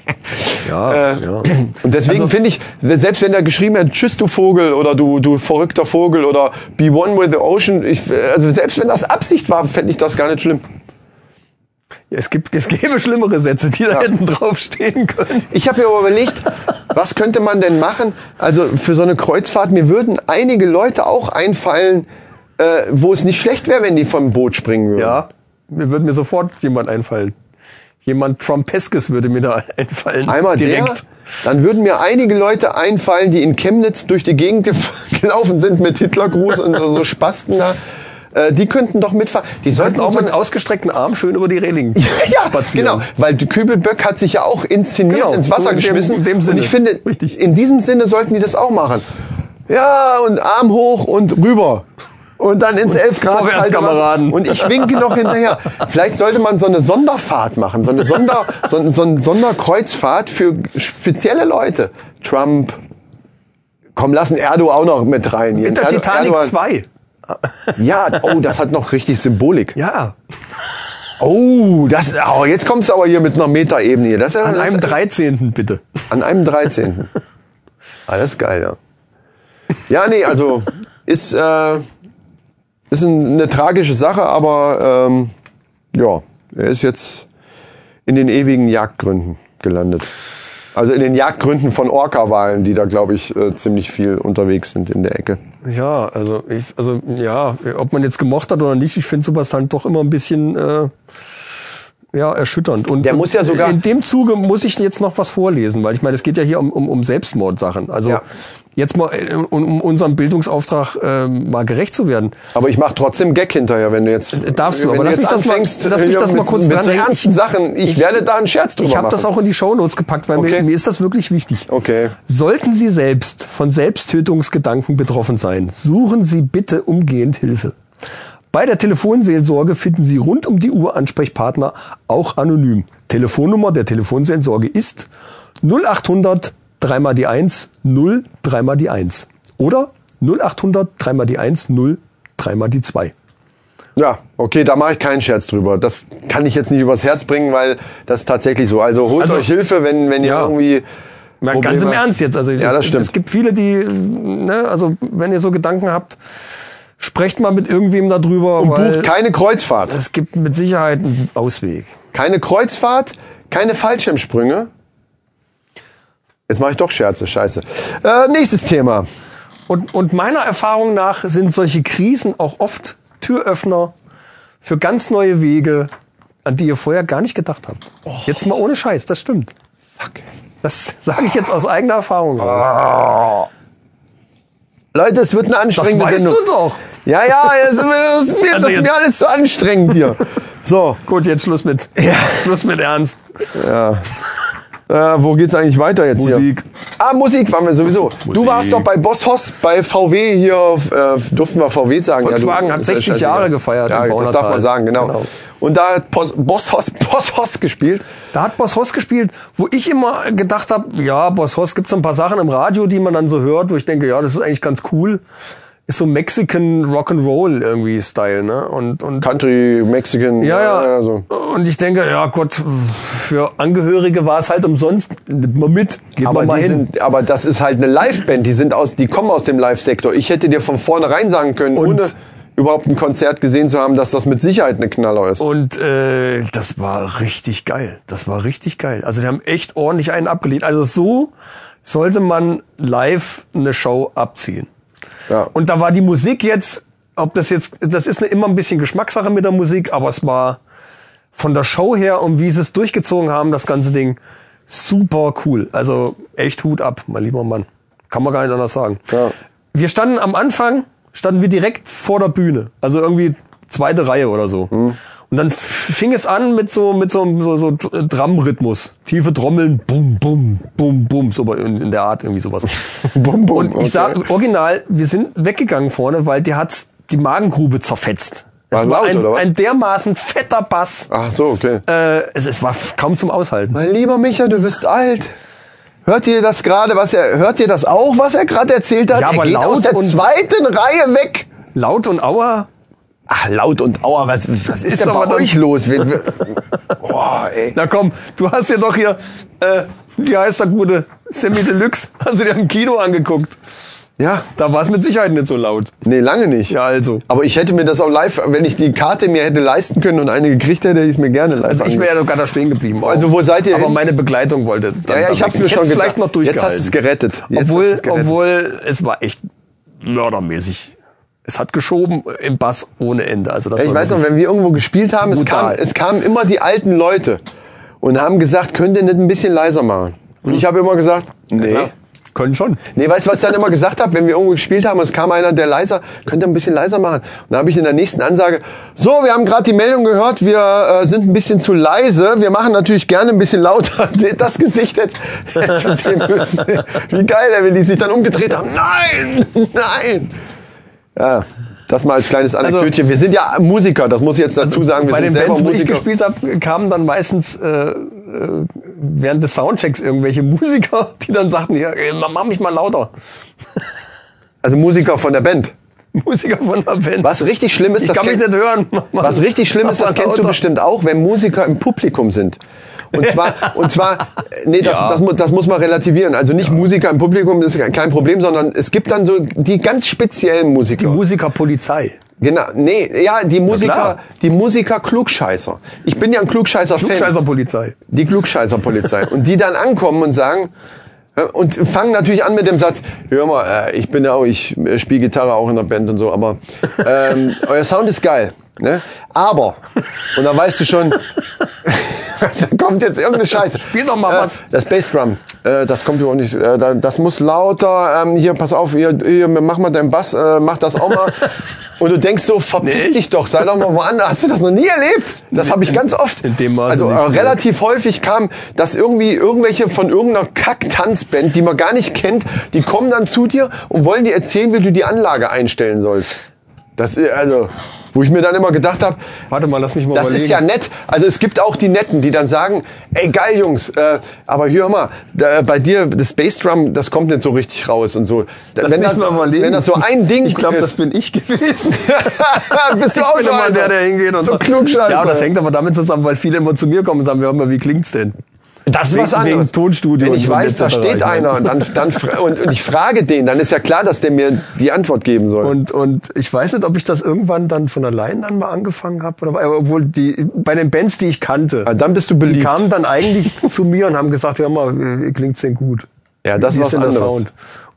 E: Ja,
A: Äh,
E: ja.
A: Und deswegen
E: Also-
A: finde ich, selbst wenn er geschrieben hat, tschüss du Vogel oder du, du verrückter Vogel oder be one with the ocean, ich, also selbst wenn das Absicht war, fände ich das gar nicht schlimm.
E: Es, gibt, es gäbe schlimmere Sätze, die da
A: Ja.
E: hätten draufstehen können.
A: Ich habe mir aber überlegt, was könnte man denn machen? Also für so eine Kreuzfahrt, mir würden einige Leute auch einfallen, äh, wo es nicht schlecht wäre, wenn die vom Boot springen würden.
E: Ja, mir würde mir sofort jemand einfallen. Jemand Trumpeskes würde mir da einfallen.
A: Einmal
E: direkt.
A: direkt. Der, dann würden mir einige Leute einfallen, die in Chemnitz durch die Gegend gef- gelaufen sind mit Hitlergruß und so so Spasten da. Äh, Die könnten doch mitfahren. Die sollten
E: Könnten auch
A: so
E: mit ausgestreckten Armen schön über die Reling
A: ja,
E: spazieren.
A: Genau, weil die Kübelböck hat sich ja auch inszeniert
E: Genau,
A: ins Wasser
E: so in dem-
A: geschmissen.
E: in dem Sinne.
A: Und ich finde,
E: Richtig.
A: in diesem Sinne sollten die das auch machen. Ja, und Arm hoch und rüber. Und dann ins 11 Grad.
E: vorwärts,
A: kalte Wasser.
E: Kameraden.
A: Und ich winke noch hinterher. Vielleicht sollte man so eine Sonderfahrt machen, so eine, Sonder, so, ein- so eine Sonderkreuzfahrt für spezielle Leute. Trump, Komm, lassen Erdo auch noch mit rein. Hier.
E: In der
A: Erdo-
E: Titanic
A: Erdogan-
E: 2.
A: Ja, oh, das hat noch richtig Symbolik.
E: Ja.
A: Oh, das, oh, jetzt kommst du aber hier mit einer Metaebene hier. Das, ist ja-
E: An
A: das,
E: einem
A: ist-
E: 13. bitte.
A: An einem 13. Alles geil, ja. Ja, nee, also ist, äh, ist ein, eine tragische Sache, aber ähm, ja, er ist jetzt in den ewigen Jagdgründen gelandet. Also in den Jagdgründen von Orca-Wahlen, die da, glaube ich, äh, ziemlich viel unterwegs sind in der Ecke.
E: Ja, also ich, also ja, ob man jetzt gemocht hat oder nicht, ich finde sowas dann doch immer ein bisschen äh, ja, erschütternd. Und
A: Der muss ja sogar-
E: in dem Zuge muss ich jetzt noch was vorlesen, weil ich meine, es geht ja hier um, um, um Selbstmordsachen. Also
A: Ja.
E: jetzt mal, äh, um, um unserem Bildungsauftrag äh, mal gerecht zu werden.
A: Aber ich mache trotzdem Gag hinterher, wenn du jetzt
E: Äh, Darfst du,
A: wenn
E: aber lass
A: jetzt
E: mich das mal-
A: anfängst,
E: lass mich
A: hier
E: das mal
A: mit,
E: kurz
A: mit
E: dran
A: so
E: hängen.
A: ernsten Sachen. Ich, werde da einen Scherz drüber
E: Ich habe
A: machen.
E: das auch in die Shownotes gepackt, weil
A: Okay.
E: mir, mir ist das wirklich wichtig.
A: Okay.
E: Sollten Sie selbst von Selbsttötungsgedanken betroffen sein, suchen Sie bitte umgehend Hilfe. Bei der Telefonseelsorge finden Sie rund um die Uhr Ansprechpartner, auch anonym. Telefonnummer der Telefonseelsorge ist 0800 3 mal die 1 0 3 mal die 1 oder 0800 3 mal die 1 0 3 mal die 2.
A: Ja, okay, da mache ich keinen Scherz drüber. Das kann ich jetzt nicht übers Herz bringen, weil das ist tatsächlich so. Also holt
E: Also-
A: euch Hilfe, wenn, wenn ihr
E: Ja.
A: irgendwie.
E: Na,
A: Probleme-
E: ganz im Ernst jetzt. Also,
A: Ja, das
E: es,
A: stimmt.
E: es gibt viele, die, ne, also wenn ihr so Gedanken habt, sprecht mal mit irgendwem darüber.
A: Und
E: weil
A: bucht keine Kreuzfahrt.
E: es gibt mit Sicherheit einen Ausweg.
A: Keine Kreuzfahrt, keine Fallschirmsprünge. Jetzt mache ich doch Scherze, scheiße. Äh, nächstes Thema.
E: Und, und meiner Erfahrung nach sind solche Krisen auch oft Türöffner für ganz neue Wege, an die ihr vorher gar nicht gedacht habt. Jetzt mal ohne Scheiß, das stimmt. Das sage ich jetzt aus eigener Erfahrung raus.
A: Leute, es wird eine anstrengende Sendung.
E: doch.
A: Ja, ja, das, das, mir,
E: Also
A: das ist
E: jetzt-
A: mir alles zu anstrengend hier. So,
E: Gut, jetzt Schluss mit, Schluss mit Ernst.
A: äh, wo geht's eigentlich weiter jetzt hier? Ah, Musik waren wir sowieso. Du warst doch bei Boss Hoss, bei VW hier, äh, durften wir VW sagen.
E: Volkswagen
A: ja, du,
E: hat
A: ist ja
E: 60
A: scheißegal.
E: Jahre gefeiert
A: Ja,
E: im
A: das darf
E: Baunatal.
A: man sagen, genau.
E: Genau.
A: Und da hat Pos, Boss, Hoss, Boss Hoss gespielt.
E: Da hat Boss Hoss gespielt, wo ich immer gedacht habe, ja, Boss Hoss gibt so ein paar Sachen im Radio, die man dann so hört, wo ich denke, ja, das ist eigentlich ganz cool. Ist so Mexican Rock'n'Roll irgendwie Style, ne? Und, und
A: Country, Mexican.
E: ja, ja.
A: so.
E: Und ich denke, ja Gott, für Angehörige war es halt umsonst. Nimmt man mit, geht
A: Aber,
E: man mal
A: die
E: hin.
A: sind, aber das ist halt eine Liveband, die sind aus, die kommen aus dem Live-Sektor. Ich hätte dir von vornherein sagen können,
E: Und-
A: ohne überhaupt ein Konzert gesehen zu haben, dass das mit Sicherheit eine Knaller ist.
E: Und äh, das war richtig geil. Das war richtig geil. Also die haben echt ordentlich einen abgelehnt. Also so sollte man live eine Show abziehen.
A: Ja.
E: Und da war die Musik jetzt, ob das jetzt, das ist eine, immer ein bisschen Geschmackssache mit der Musik, aber es war von der Show her und wie sie es durchgezogen haben, das ganze Ding, super cool. Also echt Hut ab, mein lieber Mann. Kann man gar nicht anders sagen.
A: Ja.
E: Wir standen am Anfang, standen wir direkt vor der Bühne. Also irgendwie zweite Reihe oder so. Und dann f- fing es an mit so, mit so, einem- so, so Drum-Rhythmus. Tiefe Trommeln, bum, bum, bum, bum, so in, in der Art irgendwie sowas.
A: Bum, bum,
E: Und ich
A: okay.
E: sag, original, wir sind weggegangen vorne, weil die hat's die Magengrube zerfetzt.
A: War
E: es
A: laut,
E: ein,
A: oder was?
E: ein dermaßen fetter Bass.
A: Ach so, okay.
E: Äh, es, es war f- kaum zum Aushalten.
A: Mein lieber Micha, du bist alt. Hört ihr das gerade, was er, hört ihr das auch, was er gerade erzählt hat?
E: Ja, aber
A: er geht
E: laut
A: aus der
E: und-
A: zweiten Reihe weg.
E: Laut und Auer.
A: Ach, laut und Aua, was, was ist,
E: Ist
A: denn bei
E: aber dann-
A: euch los? Wir- wir- Boah, ey.
E: Na komm, du hast dir doch hier, äh, wie heißt der gute Sammy Deluxe, hast du dir im Kino angeguckt.
A: Ja,
E: Da war es mit Sicherheit nicht so laut.
A: nee, lange nicht.
E: Ja, also.
A: Aber ich hätte mir das auch live, wenn ich die Karte mir hätte leisten können und eine gekriegt hätte, hätte ich es mir gerne leisten
E: Also ich wäre ja sogar da stehen geblieben.
A: Also wo seid ihr
E: Aber
A: hin?
E: meine Begleitung wollte. Dann,
A: Ja, ja,
E: dann
A: ich hab's
E: weg.
A: mir
E: hätt's
A: schon gedacht.
E: vielleicht noch
A: Jetzt
E: durchgehalten.
A: hast du's gerettet. Jetzt
E: obwohl,
A: hast du's gerettet.
E: obwohl es war echt mördermäßig. Es hat geschoben im Bass ohne Ende. Also das
A: Ja, ich
E: war
A: weiß noch,
E: wirklich-
A: wenn wir irgendwo gespielt haben, es, kam,
E: Brutal.
A: es kamen immer die alten Leute und haben gesagt, könnt ihr nicht ein bisschen leiser machen? Und ich habe immer gesagt, nee.
E: Ja, können schon.
A: Nee, weißt du, was ich dann immer gesagt habe, wenn wir irgendwo gespielt haben und es kam einer, der leiser, könnt ihr ein bisschen leiser machen. Und dann habe ich in der nächsten Ansage, so, wir haben gerade die Meldung gehört, wir äh, sind ein bisschen zu leise, wir machen natürlich gerne ein bisschen lauter. Das Gesicht hätte hättest du sehen müssen. Wie geil, wenn die sich dann umgedreht haben. Nein, nein. Ja, das mal als kleines Anekdötchen. wir sind ja Musiker, das muss ich jetzt dazu sagen. Wir
E: Also Bei
A: sind
E: den
A: selber
E: Bands, wo ich
A: Musiker.
E: gespielt habe, kamen dann meistens äh, äh, während des Soundchecks irgendwelche Musiker, die dann sagten, ja, ey, mach mich mal lauter.
A: Also Musiker von der Band.
E: Musiker von der Band.
A: Was richtig schlimm ist,
E: Ich
A: das
E: kann mich
A: kenn-
E: nicht hören. Mach mal-
A: Was richtig schlimm
E: mach
A: ist,
E: mal
A: das kennst du
E: lauter.
A: bestimmt auch, wenn Musiker im Publikum sind. Und zwar, und zwar, äh, nee, das,
E: Ja.
A: das, mu- das muss man relativieren. Also nicht Musiker im Publikum, das ist kein Problem, sondern es gibt dann so die ganz speziellen Musiker.
E: Die Musikerpolizei.
A: Genau, nee, ja, die
E: klar.
A: Musiker, die Musiker Klugscheißer. Ich bin ja ein Klugscheißer-Fan.
E: Klugscheißerpolizei.
A: Die Klugscheißer-Polizei. und die dann ankommen und sagen, äh, und fangen natürlich an mit dem Satz, hör mal, äh, ich bin ja auch, ich äh, spiele Gitarre auch in der Band und so, aber ähm, euer Sound ist geil. Ne? Aber, und da weißt du schon, da kommt jetzt irgendeine Scheiße.
E: Spiel doch mal
A: äh,
E: was.
A: Das Bassdrum, äh, das kommt überhaupt nicht. Äh, da- das muss lauter. Ähm, hier, pass auf, hier, hier, mach mal deinen Bass, äh, mach das auch mal. Und du denkst so, verpiss
E: Nee.
A: dich doch, sei doch mal woanders. Hast du das noch nie erlebt? Das habe ich ganz oft.
E: In dem Maße
A: also äh,
E: nicht.
A: relativ häufig kam, dass irgendwie irgendwelche von irgendeiner Kack-Tanzband, die man gar nicht kennt, die kommen dann zu dir und wollen dir erzählen, wie du die Anlage einstellen sollst. Das ist also, wo ich mir dann immer gedacht habe,
E: Warte Halt mal, lass mich mal
A: das
E: überlegen.
A: ist ja nett. Also es gibt auch die Netten, die dann sagen, ey geil Jungs, äh, aber hier hör mal, da, bei dir das Bassdrum, das kommt nicht so richtig raus und so. Da-
E: Lass
A: wenn,
E: mich
A: das,
E: mal überlegen.
A: wenn das so ein Ding
E: Ich glaube,
A: ist,
E: das bin ich gewesen.
A: Bist du
E: ich
A: auch
E: bin
A: so
E: immer
A: einer?
E: der, der hingeht und
A: So ein Klugscheißer.
E: Ja, das hängt aber damit zusammen, weil viele immer zu mir kommen und sagen, hör mal, wie klingt's denn?
A: das ist
E: wegen-
A: was anderes.
E: wegen Tonstudio
A: Wenn ich
E: und so
A: weiß, da
E: etc.
A: steht
E: Ich mein-
A: einer und, dann, dann, fra- und, und ich frage den, dann ist ja klar, dass der mir die Antwort geben soll.
E: Und, und ich weiß nicht, ob ich das irgendwann dann von allein dann mal angefangen habe. Oder, aber obwohl die, bei den Bands, die ich kannte,
A: Ah, dann bist du
E: die
A: beliebt.
E: kamen dann eigentlich zu mir und haben gesagt, hör mal, äh, klingt's denn gut?
A: Ja, das
E: Wie
A: ist was
E: denn der
A: anderes.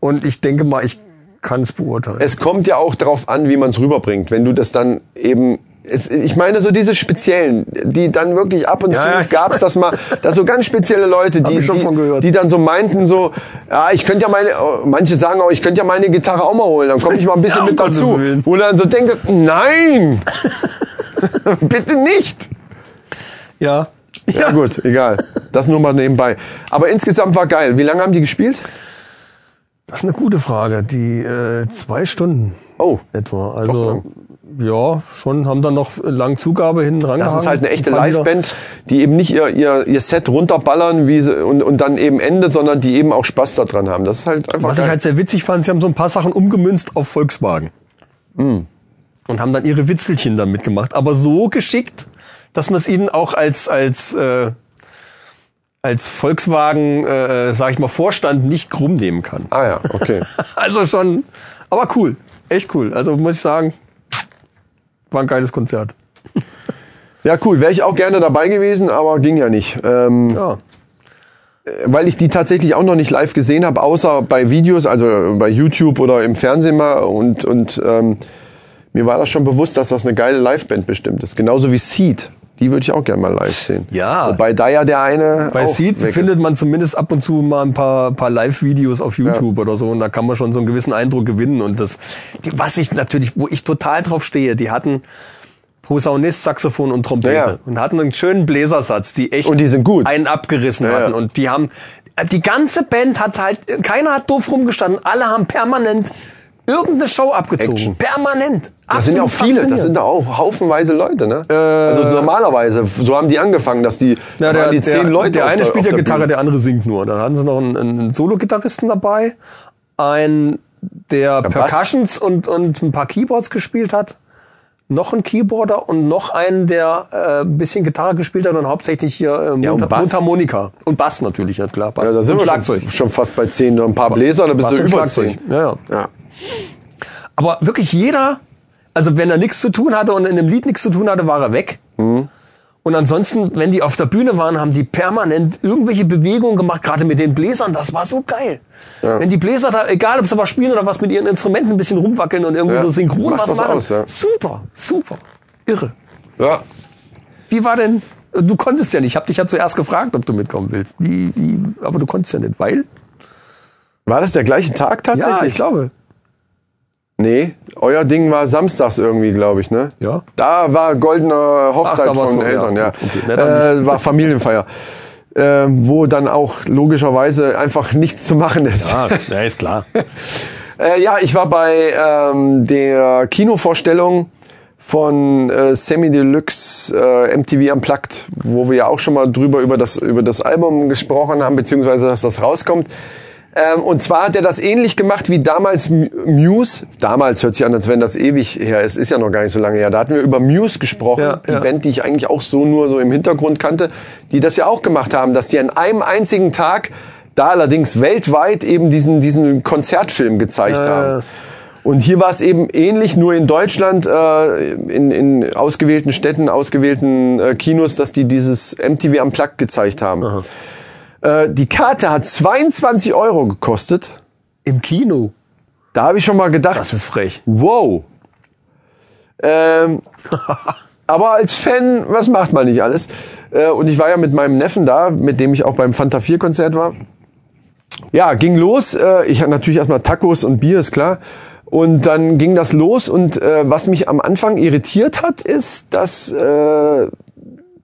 E: Und ich denke mal, ich kann es beurteilen.
A: es kommt ja auch drauf an, wie man es rüberbringt. Wenn du das dann eben, es, ich meine so diese speziellen, die dann wirklich ab und
E: Ja, ja,
A: zu
E: ich
A: gab's das mal, dass so ganz spezielle Leute, die,
E: ich schon von
A: die,
E: gehört.
A: die dann so meinten so, ja, ich könnte ja meine, oh, manche sagen auch, ich könnte ja meine Gitarre auch mal holen, dann komme ich mal ein bisschen
E: Ja, um
A: mit
E: Gottes
A: dazu.
E: Willen.
A: Wo du dann so denkst, nein, bitte nicht.
E: ja.
A: Ja gut, egal. Das nur mal nebenbei. Aber insgesamt war geil. Wie lange haben die gespielt?
E: Das ist eine gute Frage. Die äh, zwei Stunden
A: Oh.
E: etwa. Also ja, schon haben dann noch lang Zugabe hinten rangehangen.
A: Das ist halt eine echte
E: Ein paar
A: Liveband, die eben nicht ihr, ihr, ihr Set runterballern wie sie, und, und dann eben Ende, sondern die eben auch Spaß daran haben. Das ist halt einfach
E: Was ich
A: geil.
E: halt sehr witzig fand, sie haben so ein paar Sachen umgemünzt auf Volkswagen.
A: Hm.
E: Und haben dann ihre Witzelchen damit gemacht. Aber so geschickt, dass man es ihnen auch als, als, äh, als Volkswagen, äh, sag ich mal, Vorstand nicht krumm nehmen kann.
A: Ah ja, okay.
E: Also schon, aber cool. Echt cool. Also muss ich sagen, war ein geiles Konzert.
A: Ja, cool. Wäre ich auch gerne dabei gewesen, aber ging ja nicht. Ähm,
E: Ja.
A: weil ich die tatsächlich auch noch nicht live gesehen habe, außer bei Videos, also bei YouTube oder im Fernsehen mal. Und, und ähm, mir war das schon bewusst, dass das eine geile Liveband bestimmt ist. Genauso wie Seed. Die würde ich auch gerne mal live sehen.
E: Ja.
A: Wobei da ja der eine.
E: Bei
A: auch
E: Seed
A: weg ist.
E: findet man zumindest ab und zu mal ein paar, paar Live-Videos auf YouTube oder so und da kann man schon so einen gewissen Eindruck gewinnen. Und das, die, was ich natürlich, wo ich total drauf stehe, die hatten Posaunist, Saxophon und Trompete
A: Ja, ja.
E: und hatten einen schönen Bläsersatz, die echt
A: Und die sind gut.
E: einen abgerissen
A: Ja, ja.
E: hatten. Und die haben, die ganze Band hat halt, keiner hat doof rumgestanden, alle haben permanent irgendeine Show abgezogen.
A: Action.
E: Permanent.
A: Das sind ja auch
E: Absolut
A: viele, das
E: faszinierend. Äh,
A: sind ja auch haufenweise Leute, ne? also normalerweise, so haben die angefangen, dass die,
E: Na,
A: waren
E: der,
A: die zehn
E: der,
A: Leute
E: der
A: auf
E: eine spielt ja
A: auf
E: Gitarre,
A: Bühne.
E: der andere singt nur. Dann hatten sie noch einen, einen Solo-Gitarristen dabei, einen, der
A: Bass.
E: Percussions und, und ein paar Keyboards gespielt hat, noch einen Keyboarder und noch einen, der äh, ein bisschen Gitarre gespielt hat und hauptsächlich hier äh,
A: Ja, und
E: Mund-
A: Bass.
E: Mundharmonika. Und Bass natürlich, ja klar. Bass.
A: ja, da sind
E: und
A: wir Schlagzeug. Schon, schon fast bei zehn, nur ein paar Bläser, da bist
E: Bass
A: du
E: und
A: über
E: Schlagzeug.
A: zehn.
E: Ja, ja.
A: Ja.
E: Aber wirklich jeder, also wenn er nichts zu tun hatte und in dem Lied nichts zu tun hatte, war er weg.
A: Mhm.
E: Und ansonsten, wenn die auf der Bühne waren, haben die permanent irgendwelche Bewegungen gemacht, gerade mit den Bläsern. Das war so geil. Wenn die Bläser da, egal ob sie was spielen oder was mit ihren Instrumenten ein bisschen rumwackeln und irgendwie
A: Ja,
E: so synchron
A: macht
E: was
A: was
E: machen.
A: aus, ja.
E: Super, super. Irre.
A: ja.
E: Wie war denn, du konntest ja nicht. Ich habe dich ja zuerst gefragt, ob du mitkommen willst. Wie, wie, aber du konntest ja nicht, weil?
A: War das der gleiche Tag tatsächlich?
E: glaube.
A: Nee, euer Ding war samstags irgendwie, glaube ich, ne?
E: Ja.
A: Da war goldene Hochzeit
E: Ach, da warst
A: von
E: du, ja,
A: Eltern, ja.
E: gut, okay. Nee, dann
A: äh, war Familienfeier. Äh, wo dann auch logischerweise einfach nichts zu machen ist.
E: Ah, ja, ist klar.
A: Äh, ja, ich war bei ähm, der Kinovorstellung von äh, Semi Deluxe äh, MTV Unplugged, wo wir ja auch schon mal drüber über das, über das Album gesprochen haben, beziehungsweise dass das rauskommt. Ähm, und zwar hat er das ähnlich gemacht wie damals M- Muse. Damals hört sich an, als wenn das ewig her ist. Ist ja noch gar nicht so lange her. Da hatten wir über Muse gesprochen,
E: Ja,
A: die
E: ja.
A: Band, die ich eigentlich auch so nur so im Hintergrund kannte, die das ja auch gemacht haben, dass die an einem einzigen Tag da allerdings weltweit eben diesen, diesen Konzertfilm gezeigt
E: Ja, ja,
A: haben.
E: ja.
A: Und hier war es eben ähnlich, nur in Deutschland, äh, in, in ausgewählten Städten, ausgewählten äh, Kinos, dass die dieses MTV am Plug gezeigt haben. Äh, die Karte hat 22 Euro gekostet.
E: Im Kino.
A: Da habe ich schon mal gedacht,
E: Das ist frech.
A: wow. Ähm, aber als Fan, was macht man nicht alles? Äh, und ich war ja mit meinem Neffen da, mit dem ich auch beim Fanta 4 Konzert war. Ja, ging los. Äh, ich hatte natürlich erstmal Tacos und Bier, ist klar. Und dann ging das los. Und äh, was mich am Anfang irritiert hat, ist, dass äh,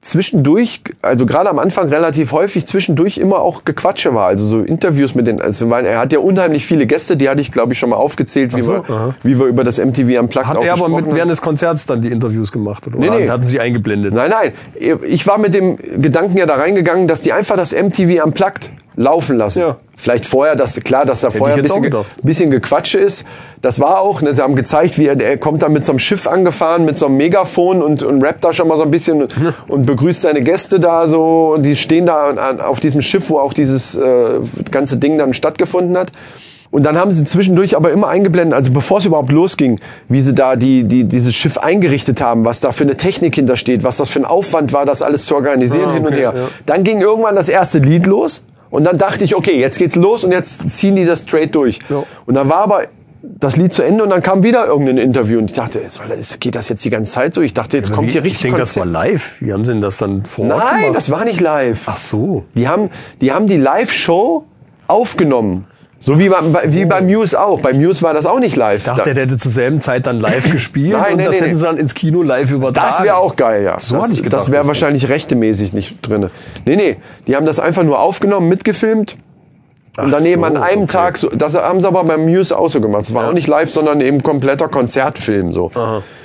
A: zwischendurch, also gerade am Anfang relativ häufig, zwischendurch immer auch Gequatsche war. Also so Interviews mit den Einzelnen. Er hat ja unheimlich viele Gäste, die hatte ich, glaube ich, schon mal aufgezählt, wie,
E: so,
A: wir,
E: aha.
A: wie wir über das MTV am Plug
E: Hat er aber mit während des Konzerts dann die Interviews gemacht? Oder
A: Nee, nee.
E: hatten sie eingeblendet? ne?
A: Nein, nein. Ich war mit dem Gedanken ja da reingegangen, dass die einfach das MTV am Plakt laufen lassen.
E: Ja.
A: Vielleicht vorher, dass klar, dass da vorher ein
E: ich jetzt
A: bisschen,
E: auch
A: ge-
E: gedacht.
A: bisschen Gequatsche ist. Das war auch. Ne? Sie haben gezeigt, wie er, er kommt da mit so einem Schiff angefahren, mit so einem Megafon und, und rappt da schon mal so ein bisschen und- und begrüßt seine Gäste da so. Und die stehen da an, an, auf diesem Schiff, wo auch dieses äh, ganze Ding dann stattgefunden hat. Und dann haben sie zwischendurch aber immer eingeblendet, also bevor es überhaupt losging, wie sie da die, die, dieses Schiff eingerichtet haben, was da für eine Technik hintersteht, was das für ein Aufwand war, das alles zu organisieren
E: Ah,
A: hin und
E: okay,
A: her.
E: ja.
A: Dann ging irgendwann das erste Lied los und dann dachte ich, okay, jetzt geht's los und jetzt ziehen die das straight durch.
E: Ja.
A: Und dann war aber das Lied zu Ende und dann kam wieder irgendein Interview und ich dachte, soll das, geht das jetzt die ganze Zeit so? Ich dachte, jetzt
E: Aber
A: kommt
E: Also wie-
A: hier richtig
E: Ich denke, das war
A: Konzept.
E: live. Wie haben sie denn das dann vor Ort
A: Nein,
E: gemacht?
A: das war nicht live.
E: Ach so.
A: Die haben die, haben die Live-Show aufgenommen. So wie bei, bei- wie bei Muse auch. Bei Muse war das auch nicht live.
E: Ich dachte,
A: Da-
E: der hätte zur selben Zeit dann live gespielt
A: Nein,
E: und
A: nee,
E: das
A: nee,
E: hätten
A: nee.
E: sie dann ins Kino live übertragen.
A: das wäre auch geil, ja.
E: So
A: das
E: hatte ich gedacht.
A: das wäre wahrscheinlich rechtemäßig nicht drin. Nee, nee, die haben das einfach nur aufgenommen, mitgefilmt. Und
E: Ach
A: daneben
E: so,
A: an einem
E: okay.
A: Tag, so, das haben sie aber beim Muse auch so gemacht. Es war auch nicht live, sondern eben kompletter Konzertfilm. so.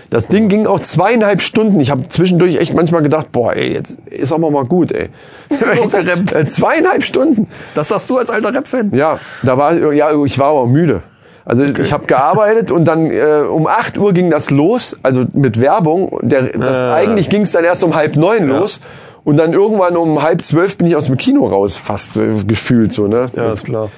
A: Das Ding ging auch zweieinhalb Stunden. Ich habe zwischendurch echt manchmal gedacht, boah, ey, jetzt ist auch mal mal gut, ey.
E: Geremmt.
A: Äh, zweieinhalb Stunden.
E: Das sagst du als alter Rap-Fan.
A: Ja, da war ja, ich war aber müde. Also ich habe gearbeitet und dann äh, um 8 Uhr ging das los, also mit Werbung. Der, das,
E: Ah.
A: Eigentlich ging es dann erst um halb neun los und dann irgendwann um halb zwölf bin ich aus dem Kino raus, fast äh, gefühlt so ne.
E: Ja, ist klar.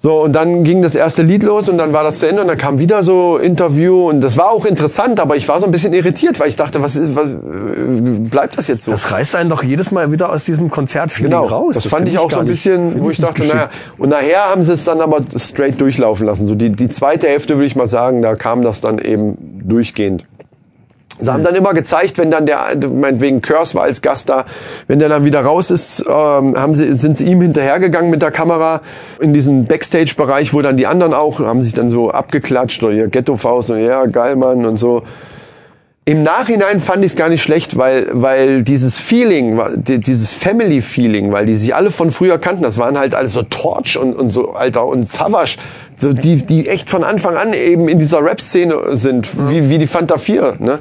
A: So und dann ging das erste Lied los und dann war das zu Ende und dann kam wieder so Interview und das war auch interessant, aber ich war so ein bisschen irritiert, weil ich dachte, was ist, was äh, bleibt das jetzt so?
E: Das reißt einen doch jedes Mal wieder aus diesem Konzertfeeling
A: Genau,
E: raus.
A: das, fand
E: find
A: ich auch
E: gar
A: so ein
E: nicht-
A: bisschen,
E: find
A: wo ich
E: nicht
A: dachte, naja,
E: geschickt.
A: und nachher haben sie es dann aber straight durchlaufen lassen. So die, die zweite Hälfte, würde ich mal sagen, da kam das dann eben durchgehend. Sie
E: Mhm.
A: haben dann immer gezeigt, wenn dann der, meinetwegen Curse war als Gast da, wenn der dann wieder raus ist, ähm, haben sie, sind sie ihm hinterhergegangen mit der Kamera in diesen Backstage-Bereich, wo dann die anderen auch, haben sich dann so abgeklatscht oder ihr Ghetto-Faust und ja, geil, Mann und so. Im Nachhinein fand ich es gar nicht schlecht, weil, weil dieses Feeling, wa- di- dieses Family-Feeling, weil die sich alle von früher kannten, das waren halt alles so Torch und, und so, Alter, und Savage, so die, die echt von Anfang an eben in dieser Rap-Szene sind, wie, wie die Fanta 4, ne?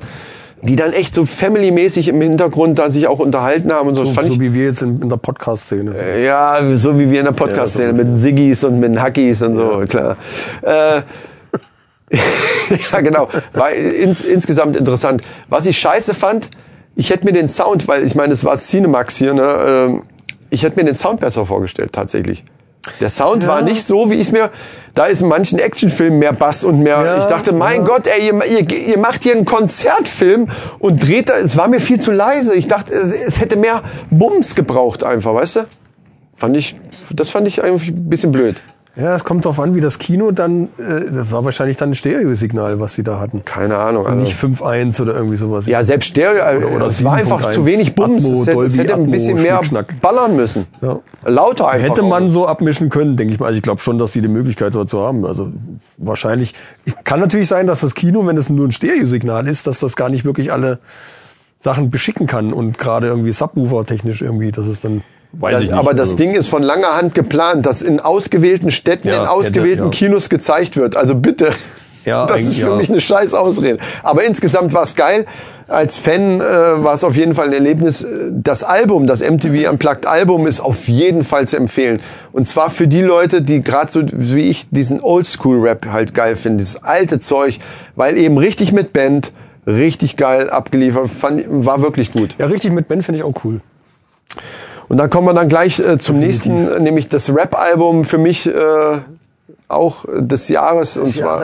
A: Die dann echt so family-mäßig im Hintergrund da sich auch unterhalten haben und so.
E: So,
A: fand
E: so
A: ich,
E: wie wir jetzt in, in der Podcast-Szene. sind.
A: ja, so wie wir in der Podcast-Szene mit Siggis und mit Hackies und so, klar. Äh, ja, genau. War ins, insgesamt interessant. Was ich scheiße fand, ich hätte mir den Sound, weil ich meine, es war Cinemax hier, ne, ähm, ich hätte mir den Sound besser vorgestellt, tatsächlich. Der Sound war nicht so, wie ich es mir. Da ist in manchen Actionfilmen mehr Bass und mehr.
E: Ja,
A: ich dachte, mein Gott, ey, ihr, ihr, ihr macht hier einen Konzertfilm und dreht da. Es war mir viel zu leise. Ich dachte, es, es hätte mehr Bums gebraucht, einfach, weißt du? Fand ich, das fand ich eigentlich ein bisschen blöd.
E: Ja, es kommt darauf an, wie das Kino dann, äh, das war wahrscheinlich dann ein Stereo-Signal, was sie da hatten.
A: Keine Ahnung. also Alter.
E: Nicht 5.1 oder irgendwie sowas.
A: Ja, selbst Stereo,
E: Oder-
A: oder,
E: oder
A: es war einfach
E: 7.1
A: zu wenig Bums.
E: Atmo,
A: es hätte, es
E: Dolby,
A: hätte ein
E: Atmo,
A: bisschen mehr
E: Schnickschnack.
A: ballern müssen.
E: Ja.
A: Lauter einfach.
E: Hätte man
A: auch.
E: so abmischen können, denke ich mal. Also ich glaube schon, dass sie die Möglichkeit dazu haben. Also wahrscheinlich. Ich- Kann natürlich sein, dass das Kino, wenn es nur ein Stereo-Signal ist, dass das gar nicht wirklich alle Sachen beschicken kann und gerade irgendwie Subwoofer-technisch irgendwie, das ist dann, weiß
A: das,
E: ich nicht.
A: aber das
E: Also,
A: Ding ist von langer Hand geplant, dass in ausgewählten Städten,
E: Ja,
A: in
E: hätte,
A: ausgewählten
E: ja.
A: Kinos gezeigt wird. Also bitte.
E: Ja,
A: das
E: eigentlich
A: ist für
E: ja.
A: mich eine scheiß Ausrede. Aber insgesamt war es geil. Als Fan äh, war es auf jeden Fall ein Erlebnis. Das Album, das MTV Unplugged Album, ist auf jeden Fall zu empfehlen. Und zwar für die Leute, die gerade so wie ich diesen Oldschool-Rap halt geil finden, dieses alte Zeug, weil eben richtig mit Band, richtig geil abgeliefert, fand, war wirklich gut.
E: Ja, richtig mit Ben finde ich auch cool.
A: Und dann kommen wir dann gleich äh, zum nächsten, äh, nämlich das Rap-Album für mich äh, auch äh, des Jahres. Und zwar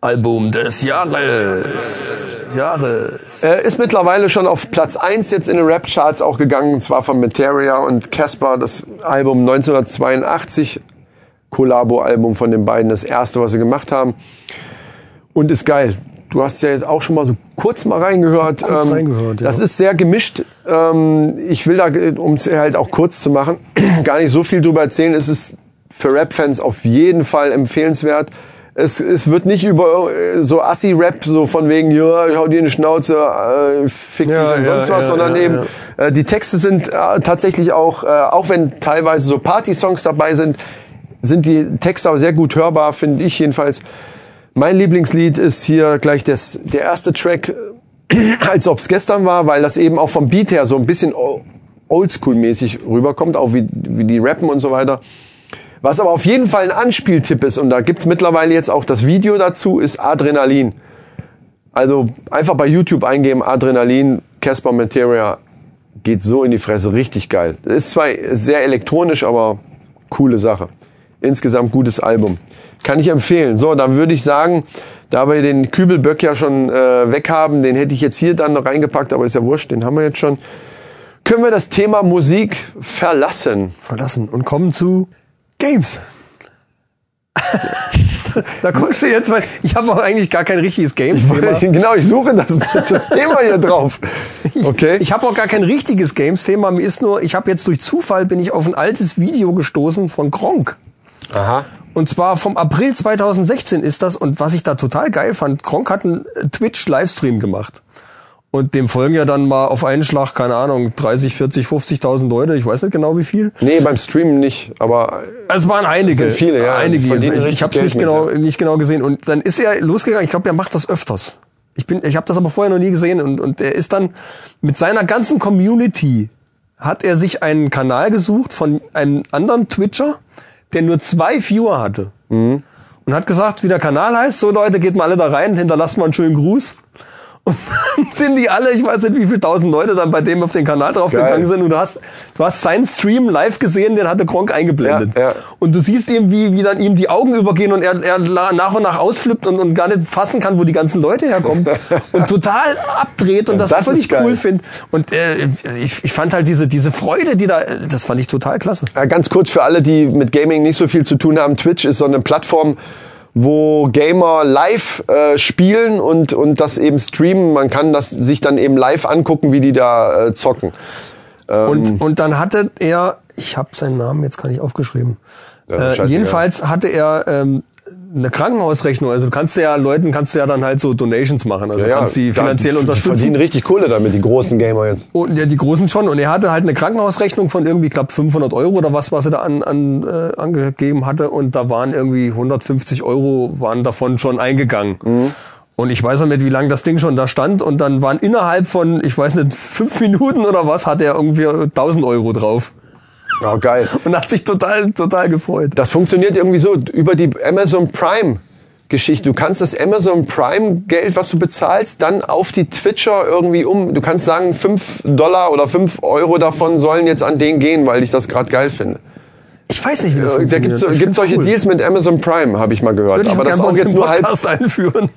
E: Album des Jahres. Jahres.
A: äh, ist mittlerweile schon auf Platz 1 jetzt in den Rap-Charts auch gegangen, und zwar von Materia und Casper, das Album 1982, Kollabo-Album von den beiden, das erste, was sie gemacht haben. Und ist geil. Du hast ja jetzt auch schon mal so kurz mal reingehört. ähm,
E: Kurz reingehört, ja.
A: Das ist sehr gemischt. Ähm, ich will da, um es halt auch kurz zu machen, gar nicht so viel drüber erzählen. Es ist für Rap-Fans auf jeden Fall empfehlenswert. Es, es wird nicht über äh, so Assi-Rap, so von wegen, ja, hau dir eine Schnauze, äh, fick dich
E: Ja,
A: und
E: ja,
A: sonst was,
E: ja,
A: sondern
E: ja,
A: eben,
E: ja.
A: äh, die Texte sind äh, tatsächlich auch, äh, auch wenn teilweise so Party-Songs dabei sind, sind die Texte aber sehr gut hörbar, finde ich jedenfalls. Mein Lieblingslied ist hier gleich das, der erste Track, äh, als ob es gestern war, weil das eben auch vom Beat her so ein bisschen o- oldschool-mäßig rüberkommt, auch wie, wie die rappen und so weiter. Was aber auf jeden Fall ein Anspieltipp ist, und da gibt's mittlerweile jetzt auch das Video dazu, ist Adrenalin. Also einfach bei YouTube eingeben, Adrenalin, Casper Materia, geht so in die Fresse, richtig geil. Ist zwar sehr elektronisch, aber coole Sache. Insgesamt gutes Album. Kann ich empfehlen. So, dann würde ich sagen, da wir den Kübelböck ja schon äh, weg haben, den hätte ich jetzt hier dann noch reingepackt, aber ist ja wurscht, den haben wir jetzt schon. Können wir das Thema Musik verlassen?
E: Verlassen und kommen zu Games. da guckst du jetzt, weil ich habe auch eigentlich gar kein richtiges Games-Thema.
A: genau, ich suche das, das Thema hier drauf. Okay.
E: Ich habe auch gar kein richtiges Games-Thema. Mir ist nur, ich habe jetzt durch Zufall bin ich auf ein altes Video gestoßen von Gronk.
A: Aha.
E: Und zwar vom April 2016 ist das. Und was ich da total geil fand, Gronk hat einen äh, Twitch-Livestream gemacht. Und dem folgen ja dann mal auf einen Schlag, keine Ahnung, 30, 40, 50.000 Leute. Ich weiß nicht genau wie viel.
A: Nee, beim Streamen nicht, aber
E: Also Es waren einige.
A: sind viele, ja. Die
E: Einige.
A: verdienen
E: Ich,
A: richtig
E: ich habe es nicht
A: Geld
E: genau,
A: mit,
E: nicht genau gesehen. Und dann ist er losgegangen. Ich glaube, er macht das öfters. Ich bin, ich habe das aber vorher noch nie gesehen. Und, und er ist dann mit seiner ganzen Community hat er sich einen Kanal gesucht von einem anderen Twitcher, der nur zwei Viewer hatte.
A: Mhm.
E: Und hat gesagt, wie der Kanal heißt, so Leute, geht mal alle da rein, hinterlasst mal einen schönen Gruß. Und dann sind die alle, ich weiß nicht, wie viele tausend Leute dann bei dem auf den Kanal draufgegangen
A: Geil.
E: sind. Und du hast, du hast seinen Stream live gesehen, den hatte Gronk eingeblendet.
A: Ja, ja.
E: Und du siehst eben, wie, wie dann ihm die Augen übergehen und er, er la- nach und nach ausflippt und, und gar nicht fassen kann, wo die ganzen Leute herkommen. und total abdreht und das,
A: das ist
E: völlig
A: geil.
E: cool findet. Und äh, ich, ich fand halt diese, diese Freude, die da, äh, das fand ich total klasse.
A: Ja, Äh, ganz kurz für alle, die mit Gaming nicht so viel zu tun haben. Twitch ist so eine Plattform, wo Gamer live äh, spielen und, und das eben streamen. Man kann das sich dann eben live angucken, wie die da äh, zocken. Ähm.
E: Und, und dann hatte er, ich habe seinen Namen jetzt gar nicht aufgeschrieben. äh,
A: scheißegal.
E: jedenfalls hatte er ähm, eine Krankenhausrechnung. Also du kannst ja Leuten kannst du ja dann halt so Donations machen. Also du kannst die
A: da-
E: finanziell
A: Die
E: unterstützen.
A: verdienen richtig Kohle damit, die großen Gamer jetzt.
E: Und Oh, ja, die Großen schon. Und er hatte halt eine Krankenhausrechnung von irgendwie knapp 500 Euro oder was, was er da an, an, äh, angegeben hatte. Und da waren irgendwie 150 Euro waren davon schon eingegangen.
A: Mhm.
E: Und ich weiß noch nicht, wie lange das Ding schon da stand. Und dann waren innerhalb von, ich weiß nicht, fünf Minuten oder was, hatte er irgendwie 1000 Euro drauf.
A: Ja, geil.
E: Und hat sich total, total gefreut.
A: Das funktioniert irgendwie so über die Amazon Prime. Geschichte. Du kannst das Amazon Prime Geld, was du bezahlst, dann auf die Twitcher irgendwie um. Du kannst sagen, 5 Dollar oder 5 Euro davon sollen jetzt an den gehen, weil ich das gerade geil finde.
E: Ich weiß nicht, wie das
A: Äh, Da gibt
E: funktioniert. Ich
A: es
E: find's
A: solche
E: cool.
A: Deals mit Amazon Prime, habe ich mal gehört.
E: Würde ich
A: aber das ist
E: gerne bei
A: auch
E: uns
A: jetzt
E: im
A: nur halt halb.
E: Podcast einführen.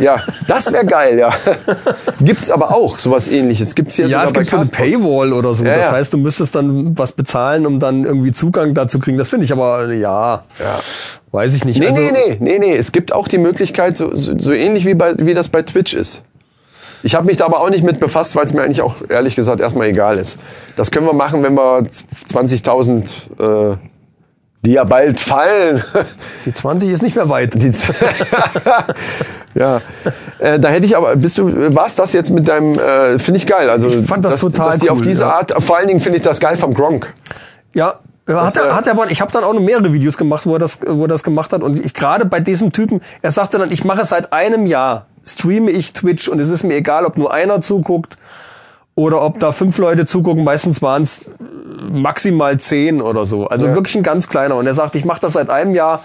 A: Ja, das wäre geil, ja. gibt's aber auch sowas ähnliches. Gibt's hier
E: Ja,
A: sogar
E: es
A: bei
E: gibt so eine
A: Castbox.
E: Paywall oder so.
A: Ja,
E: das
A: ja.
E: heißt, du müsstest dann was bezahlen, um dann irgendwie Zugang dazu kriegen. Das finde ich aber, äh, ja,
A: Ja.
E: weiß ich nicht.
A: Nee,
E: Also,
A: nee, nee, nee, nee. Es gibt auch die Möglichkeit, so, so, so ähnlich wie, bei, wie das bei Twitch ist. Ich habe mich da aber auch nicht mit befasst, weil es mir eigentlich auch ehrlich gesagt erstmal egal ist. Das können wir machen, wenn wir 20.000, äh, die ja bald fallen,
E: Die 20 ist nicht mehr weit.
A: Die Z- ja, äh, da hätte ich aber, bist du, war's das jetzt mit deinem, äh, finde ich geil. Also,
E: Ich fand das
A: dass,
E: total
A: dass die auf
E: cool,
A: diese
E: ja.
A: Art, vor allen Dingen finde ich das geil vom Gronk.
E: Ja, äh, Hat
A: war-
E: er, hat er aber, ich habe dann auch noch mehrere Videos gemacht, wo er das, wo er das gemacht hat. Und ich gerade bei diesem Typen, er sagte dann, ich mache seit einem Jahr, streame ich Twitch und es ist mir egal, ob nur einer zuguckt oder ob da fünf Leute zugucken. Meistens waren es maximal zehn oder so. Also
A: Ja.
E: wirklich ein ganz kleiner. Und er sagt, ich mache das seit einem Jahr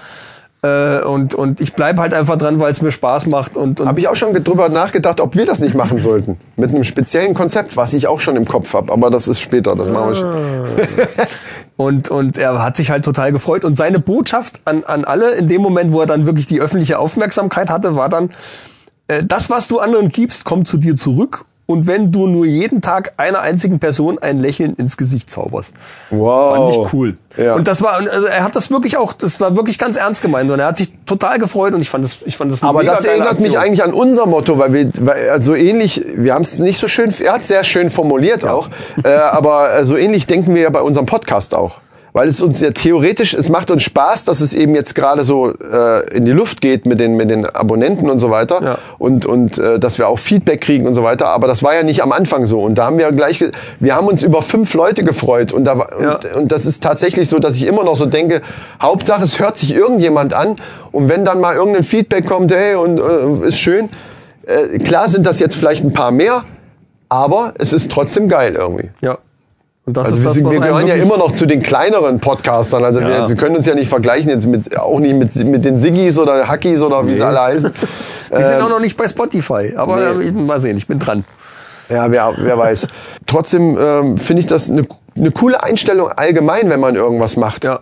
E: äh, und, und ich bleibe halt einfach dran, weil es mir Spaß macht. Und, und
A: Habe ich auch schon drüber nachgedacht, ob wir das nicht machen sollten. Mit einem speziellen Konzept, was ich auch schon im Kopf habe. Aber das ist später, das machen wir schon.
E: Und, und er hat sich halt total gefreut. Und seine Botschaft an, an alle in dem Moment, wo er dann wirklich die öffentliche Aufmerksamkeit hatte, war dann, äh, das, was du anderen gibst, kommt zu dir zurück. Und wenn du nur jeden Tag einer einzigen Person ein Lächeln ins Gesicht zauberst.
A: Wow.
E: Fand ich cool.
A: Ja.
E: Und das war, und also er hat das wirklich auch, das war wirklich ganz ernst gemeint. Und er hat sich total gefreut und ich fand das, ich fand das eine
A: Aber
E: mega
A: das
E: geile
A: erinnert mich
E: Aktion.
A: eigentlich an unser Motto, weil wir weil, also ähnlich, wir haben es nicht so schön, er hat sehr schön formuliert auch, äh, aber äh, so ähnlich denken wir ja bei unserem Podcast auch. Weil es uns ja theoretisch, es macht uns Spaß, dass es eben jetzt gerade so äh, in die Luft geht mit den, mit den Abonnenten und so weiter.
E: Ja.
A: Und, und äh, dass wir auch Feedback kriegen und so weiter. Aber das war ja nicht am Anfang so. Und da haben wir gleich, ge- wir haben uns über fünf Leute gefreut. Und, da, war- und,
E: Ja.
A: und das ist tatsächlich so, dass ich immer noch so denke, Hauptsache es hört sich irgendjemand an und wenn dann mal irgendein Feedback kommt, hey, und äh, ist schön, äh, klar sind das jetzt vielleicht ein paar mehr, aber es ist trotzdem geil irgendwie.
E: Ja. Und das
A: Also
E: ist
A: wir,
E: das,
A: sind,
E: was
A: wir
E: einen
A: gehören ja
E: wirklich-
A: immer noch zu den kleineren Podcastern. Also wir
E: Ja.
A: Sie können uns ja nicht vergleichen jetzt mit auch nicht mit, mit den Siggis oder Hackis oder wie sie alle heißen.
E: Wir sind auch noch nicht bei Spotify. Aber
A: ähm, nee.
E: äh, mal sehen, ich bin dran.
A: Ja, wer, wer weiß. Trotzdem ähm, finde ich das eine eine coole Einstellung allgemein, wenn man irgendwas macht.
E: Ja.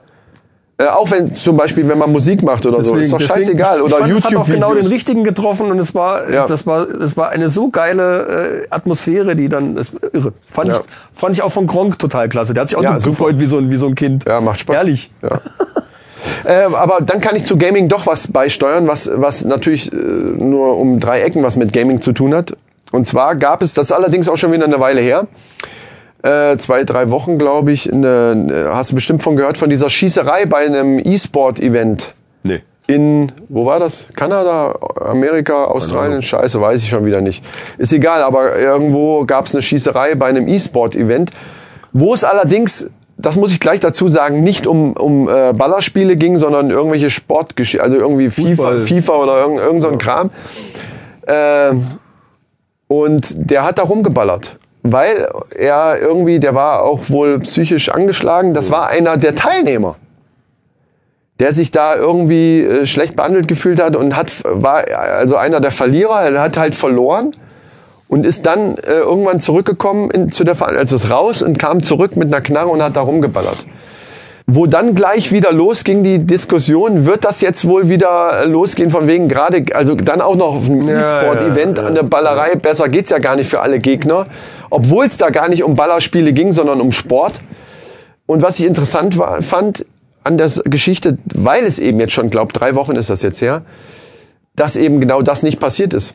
A: Äh, auch wenn zum Beispiel, wenn man Musik macht oder so, ist doch scheißegal.
E: ich
A: Oder
E: fand, Es hat auch
A: YouTube-Videos.
E: genau den richtigen getroffen und es war,
A: Ja.
E: das war, das war eine so geile äh, Atmosphäre, die dann, das war irre. Fand,
A: Ja.
E: ich, fand ich auch von Gronk total klasse. Der hat sich auch
A: Ja,
E: so
A: super.
E: gefreut wie so, ein, wie so ein Kind.
A: Ja, macht Spaß.
E: Ehrlich.
A: Ja. äh, aber dann kann ich zu Gaming doch was beisteuern, was, was natürlich äh, nur um drei Ecken was mit Gaming zu tun hat. Und zwar gab es, das ist allerdings auch schon wieder eine Weile her, äh, zwei, drei Wochen, glaube ich, eine, hast du bestimmt von gehört, von dieser Schießerei bei einem E-Sport-Event.
E: Nee.
A: in, wo war das? Kanada, Amerika, Australien? Scheiße, weiß ich schon wieder nicht. Ist egal, aber irgendwo gab es eine Schießerei bei einem E-Sport-Event, wo es allerdings, das muss ich gleich dazu sagen, nicht um, um äh, Ballerspiele ging, sondern irgendwelche Sportgeschichten, also irgendwie FIFA,
E: Fußball.
A: FIFA oder irgend, irgend so ein Kram. Ähm, und der hat da rumgeballert. Weil er irgendwie, der war auch wohl psychisch angeschlagen. Das war einer der Teilnehmer, der sich da irgendwie äh, schlecht behandelt gefühlt hat und hat, war also einer der Verlierer. Er hat halt verloren und ist dann äh, irgendwann zurückgekommen in, zu der Veranstaltung, also ist raus und kam zurück mit einer Knarre und hat da rumgeballert. Wo dann gleich wieder losging die Diskussion, wird das jetzt wohl wieder äh, losgehen von wegen gerade, also dann auch noch auf einem
E: Ja,
A: E-Sport-Event
E: ja, ja.
A: an der Ballerei, besser geht's ja gar nicht für alle Gegner, obwohl es da gar nicht um Ballerspiele ging, sondern um Sport. Und was ich interessant war, fand an der S- Geschichte, weil es eben jetzt schon, glaub, drei Wochen ist das jetzt her, dass eben genau das nicht passiert ist.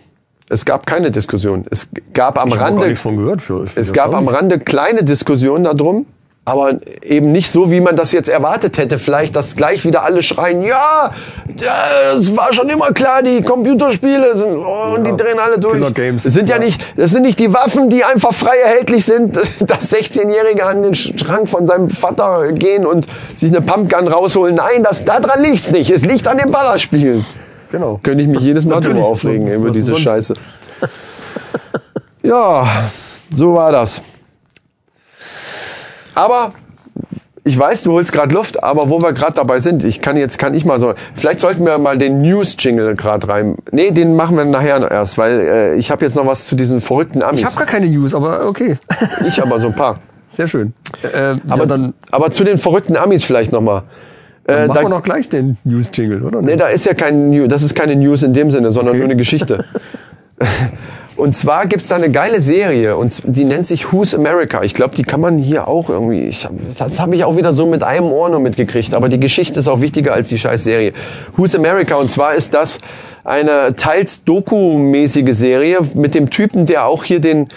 A: Es gab keine Diskussion. Es gab am Rande,
E: von gehört. Für, für
A: es gab am Rande kleine Diskussionen darum, aber eben nicht so, wie man das jetzt erwartet hätte. Vielleicht, dass gleich wieder alle schreien, ja, ja, es war schon immer klar, die Computerspiele sind, oh, und die drehen alle durch.
E: Killer Games.
A: Es sind ja,
E: Ja.
A: nicht, das sind nicht die Waffen, die einfach frei erhältlich sind, dass 16-Jährige an den Schrank von seinem Vater gehen und sich eine Pumpgun rausholen. Nein, das, daran liegt's nicht. Es liegt an den Ballerspielen.
E: Genau.
A: Könnte ich mich jedes Mal
E: Natürlich.
A: drüber aufregen
E: Was-
A: über
E: was
A: diese
E: sonst?
A: Scheiße. Ja, so war das. Aber ich weiß, du holst gerade Luft, aber wo wir gerade dabei sind, ich kann jetzt kann ich mal so, vielleicht sollten wir mal den News Jingle gerade rein. Nee, den machen wir nachher noch erst, weil äh, ich habe jetzt noch was zu diesen verrückten Amis.
E: Ich habe gar keine News, aber okay.
A: ich aber so ein paar.
E: Sehr schön. Äh,
A: Aber
E: aber ja, dann,
A: aber zu den verrückten Amis vielleicht noch mal.
E: dann
A: Äh,
E: machen
A: da-
E: wir noch gleich den News-Jingle, oder?
A: Nee, da ist ja kein News, das ist keine News in dem Sinne, sondern nur eine Geschichte. Und zwar gibt's da eine geile Serie und z- die nennt sich Who's America. Ich glaube, die kann man hier auch irgendwie. Ich hab, das habe ich auch wieder so mit einem Ohr nur mitgekriegt. Aber die Geschichte ist auch wichtiger als die scheiß Serie. Who's America und zwar ist das eine teils dokumäßige Serie mit dem Typen, der auch hier den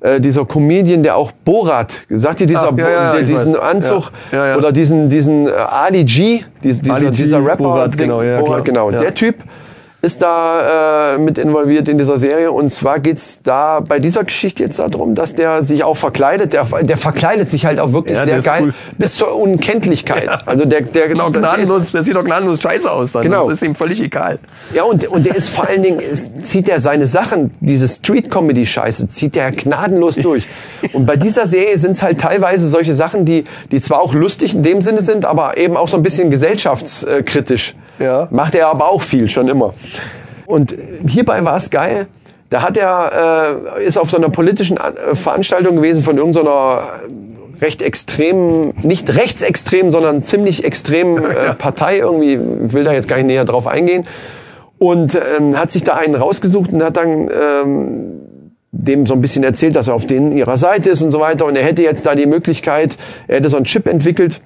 A: äh, dieser Comedian, der auch Borat, sagt ihr dieser,
E: Ah, ja, ja, ja,
A: der,
E: ich
A: diesen
E: weiß.
A: Anzug
E: Ja, ja, ja.
A: oder diesen diesen äh, Ali G, dies- dieser,
E: Ali G,
A: dieser Rapper,
E: Borat, genau, ja,
A: Borat,
E: klar.
A: genau.
E: Ja.
A: Der Typ ist da äh, mit involviert in dieser Serie. Und zwar geht's da bei dieser Geschichte jetzt darum, dass der sich auch verkleidet. Der, der verkleidet sich halt auch wirklich
E: Ja, der
A: sehr
E: ist
A: geil.
E: cool.
A: Bis zur Unkenntlichkeit. Also der, der,
E: Genau,
A: der ist
E: gnadenlos, der sieht doch gnadenlos scheiße aus dann.
A: Genau.
E: Das ist ihm völlig egal.
A: Ja, und, und der ist vor allen Dingen, es zieht er seine Sachen, diese Street-Comedy-Scheiße, zieht der gnadenlos durch. Und bei dieser Serie sind es halt teilweise solche Sachen, die, die zwar auch lustig in dem Sinne sind, aber eben auch so ein bisschen gesellschaftskritisch.
E: Ja.
A: Macht er aber auch viel, schon immer. Und hierbei war es geil. Da hat er, äh, ist auf so einer politischen An äh, Veranstaltung gewesen von irgendeiner äh, recht extremen, nicht rechtsextremen, sondern ziemlich extremen äh, Partei irgendwie, will da jetzt gar nicht näher drauf eingehen. Und ähm, hat sich da einen rausgesucht und hat dann ähm, dem so ein bisschen erzählt, dass er auf denen ihrer Seite ist und so weiter. Und er hätte jetzt da die Möglichkeit, er hätte so einen Chip entwickelt,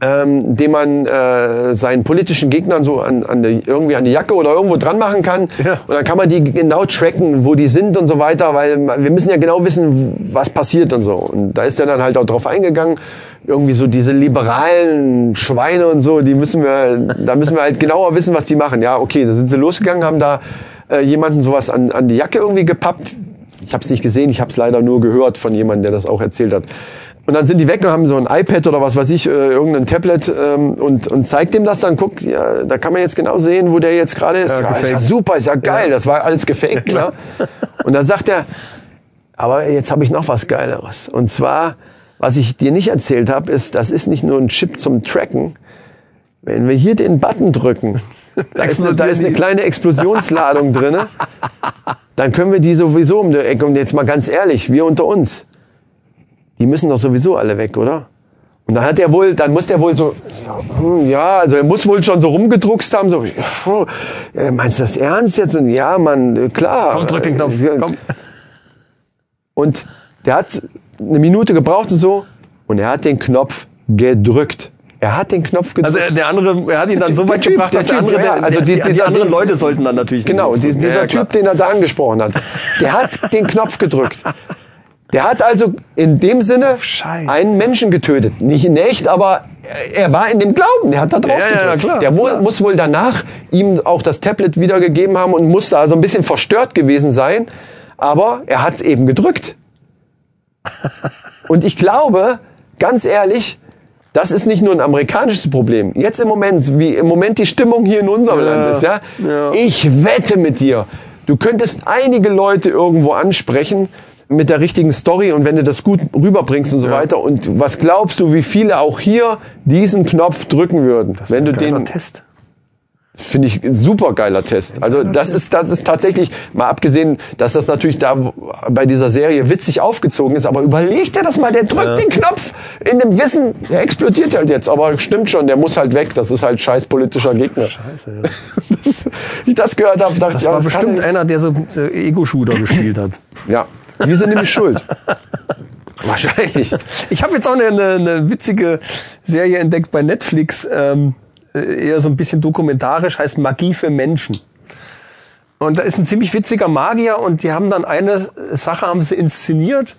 A: ähm, den man äh, seinen politischen Gegnern so an, an die, irgendwie an die Jacke oder irgendwo dran machen kann.
E: Ja.
A: Und dann kann man die genau tracken, wo die sind und so weiter, weil man- wir müssen ja genau wissen, was passiert und so. Und da ist er dann halt auch drauf eingegangen. Irgendwie so diese liberalen Schweine und so, die müssen wir, da müssen wir halt genauer wissen, was die machen. Ja, okay, da sind sie losgegangen, haben da äh, jemanden sowas an, an die Jacke irgendwie gepappt. Ich habe es nicht gesehen, ich habe es leider nur gehört von jemandem, der das auch erzählt hat. Und dann sind die weg und haben so ein iPad oder was weiß ich, äh, irgendein Tablet ähm, und, und zeigt dem das dann, guck, ja, da kann man jetzt genau sehen, wo der jetzt gerade ist.
E: Ja,
A: Ja, ist ja
E: gefaked.
A: super, ist ja geil, das war alles gefaked, klar. Und dann sagt er, aber jetzt habe ich noch was Geileres. Und zwar, was ich dir nicht erzählt habe, ist, das ist nicht nur ein Chip zum Tracken. Wenn wir hier den Button drücken, da ist eine, da ist eine kleine Explosionsladung drinne dann können wir die sowieso um die Ecke. Und jetzt mal ganz ehrlich, wir unter uns, die müssen doch sowieso alle weg, oder? Und dann hat er wohl, dann muss der wohl so, hm, ja, also er muss wohl schon so rumgedruckst haben, so, oh, äh, meinst du das ernst jetzt? Und ja, Mann, äh, klar.
E: Komm, drück den Knopf.
A: Ja.
E: Komm.
A: Und der hat eine Minute gebraucht und so, und er hat den Knopf gedrückt. Er hat den Knopf gedrückt.
E: Also äh, der andere, er hat ihn dann so
A: Der
E: weit
A: Typ,
E: gebracht,
A: der
E: dass der
A: Typ,
E: andere,
A: ja,
E: der,
A: also
E: also
A: die-
E: die, die
A: dieser-
E: anderen Leute sollten dann natürlich. den
A: Genau,
E: Ruf
A: dies-
E: machen.
A: dieser
E: Ja, ja, klar.
A: Typ, den er da angesprochen hat, der hat den Knopf gedrückt. Der hat also in dem Sinne
E: Scheiße.
A: einen Menschen getötet. Nicht in echt, aber er war in dem Glauben. Der hat da drauf
E: Ja, ja,
A: gedrückt.
E: ja, klar,
A: der mu- muss wohl danach ihm auch das Tablet wiedergegeben haben und muss da also ein bisschen verstört gewesen sein. Aber er hat eben gedrückt. Und ich glaube, ganz ehrlich, das ist nicht nur ein amerikanisches Problem. Jetzt im Moment, wie im Moment die Stimmung hier in unserem Land ist, ja?
E: ja.
A: Ich wette mit dir, du könntest einige Leute irgendwo ansprechen mit der richtigen Story und wenn du das gut rüberbringst und so weiter. Und was glaubst du, wie viele auch hier diesen Knopf drücken würden, wenn du
E: Geiler
A: den
E: Test.
A: Finde ich ein super geiler Test. Also das ist, das ist tatsächlich, mal abgesehen, dass das natürlich da bei dieser Serie witzig aufgezogen ist, aber überleg dir das mal, der drückt den Knopf in dem Wissen, der explodiert halt jetzt, aber stimmt schon, der muss halt weg, das ist halt scheiß politischer Gegner. Scheiße, ja. das, ich das gehört habe, dachte
E: Das
A: ich, ja,
E: war
A: das kann
E: bestimmt
A: ich-
E: einer, der so, so Ego-Shooter gespielt hat.
A: Ja, wir sind nämlich schuld. Wahrscheinlich.
E: Ich habe jetzt auch eine, eine, eine witzige Serie entdeckt bei Netflix, ähm, äh, eher so ein bisschen dokumentarisch, heißt Magie für Menschen. Und da ist ein ziemlich witziger Magier und die haben dann eine Sache haben sie inszeniert.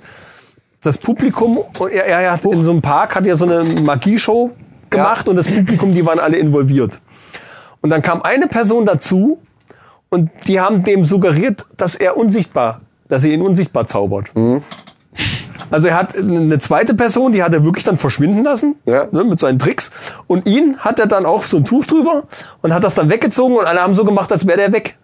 E: Das Publikum, und er, er hat in so einem Park hat er so eine Magieshow gemacht und das Publikum, die waren alle involviert. Und dann kam eine Person dazu und die haben dem suggeriert, dass er unsichtbar, dass er ihn unsichtbar zaubert. Also er hat eine zweite Person, die hat er wirklich dann verschwinden lassen
A: Ja.
E: ne, mit seinen Tricks. Und ihn hat er dann auch so ein Tuch drüber und hat das dann weggezogen und alle haben so gemacht, als wäre der weg.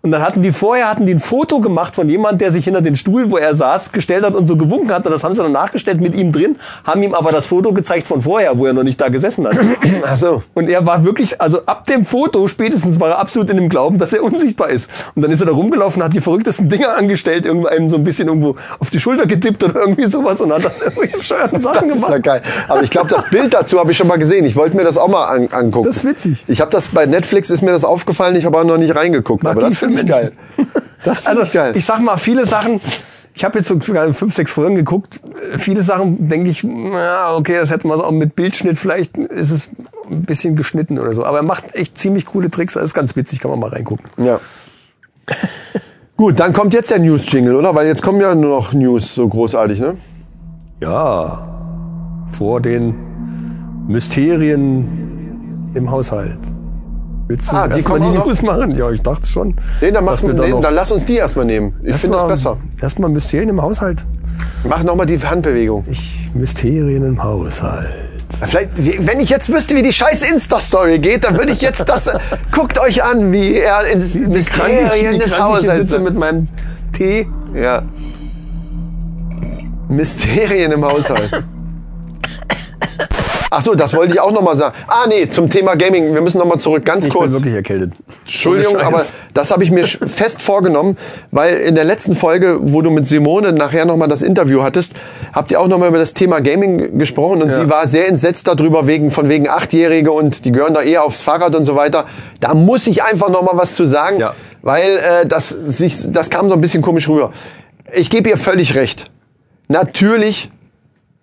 E: Und dann hatten die vorher hatten die ein Foto gemacht von jemand, der sich hinter den Stuhl, wo er saß, gestellt hat und so gewunken hat. Und das haben sie dann nachgestellt mit ihm drin, haben ihm aber das Foto gezeigt von vorher, wo er noch nicht da gesessen hat.
A: Ach so.
E: Und er war wirklich, also ab dem Foto spätestens war er absolut in dem Glauben, dass er unsichtbar ist. Und dann ist er da rumgelaufen, hat die verrücktesten Dinge angestellt, irgendeinem so ein bisschen irgendwo auf die Schulter getippt oder irgendwie sowas und hat dann irgendwie bescheuerten Sachen
A: Das ist ja
E: gemacht.
A: geil. Aber ich glaube, das Bild dazu habe ich schon mal gesehen. Ich wollte mir das auch mal an, angucken.
E: Das ist witzig.
A: Ich habe das bei Netflix ist mir das aufgefallen. Ich habe aber noch nicht reingeguckt. aber das finde ich geil. Das finde
E: also,
A: ich geil.
E: Ich sag mal, viele Sachen, ich habe jetzt so gerade fünf, sechs Folgen geguckt, viele Sachen denke ich, na, okay, das hätte man auch mit Bildschnitt, vielleicht ist es ein bisschen geschnitten oder so. Aber er macht echt ziemlich coole Tricks, das ist ganz witzig, kann man mal reingucken.
A: ja. Gut, dann kommt jetzt der News Jingle, oder? Weil jetzt kommen ja nur noch News so großartig, ne?
E: Ja, vor den Mysterien im Haushalt. Willst du
A: Ah, die
E: erst mal
A: kommen auch noch?
E: News machen? Ja, ich dachte schon.
A: Nee, dann, mach's
E: dass wir
A: mit,
E: da
A: nee,
E: noch-
A: dann lass uns die erstmal nehmen. Ich finde das besser.
E: Erstmal Mysterien im Haushalt.
A: Mach nochmal die Handbewegung.
E: Ich, Mysterien im Haushalt.
A: Vielleicht, wenn ich jetzt wüsste, wie die scheiß Insta-Story geht, dann würde ich jetzt das. äh, Guckt euch an, wie er ins Mysterien des Haushalts.
E: sitze mit meinem Tee.
A: Ja. Mysterien im Haushalt. Ach so, das wollte ich auch nochmal sagen. Ah nee, zum Thema Gaming. Wir müssen nochmal zurück, ganz
E: Ich bin
A: kurz.
E: wirklich erkältet.
A: Entschuldigung,
E: Ohne Scheiß.
A: aber das habe ich mir sch- fest vorgenommen, weil in der letzten Folge, wo du mit Simone nachher nochmal das Interview hattest, habt ihr auch nochmal über das Thema Gaming gesprochen und sie war sehr entsetzt darüber, wegen, von wegen Achtjährige und die gehören da eher aufs Fahrrad und so weiter. Da muss ich einfach nochmal was zu sagen,
E: Ja.
A: weil äh, das, sich, das kam so ein bisschen komisch rüber. Ich gebe ihr völlig recht. Natürlich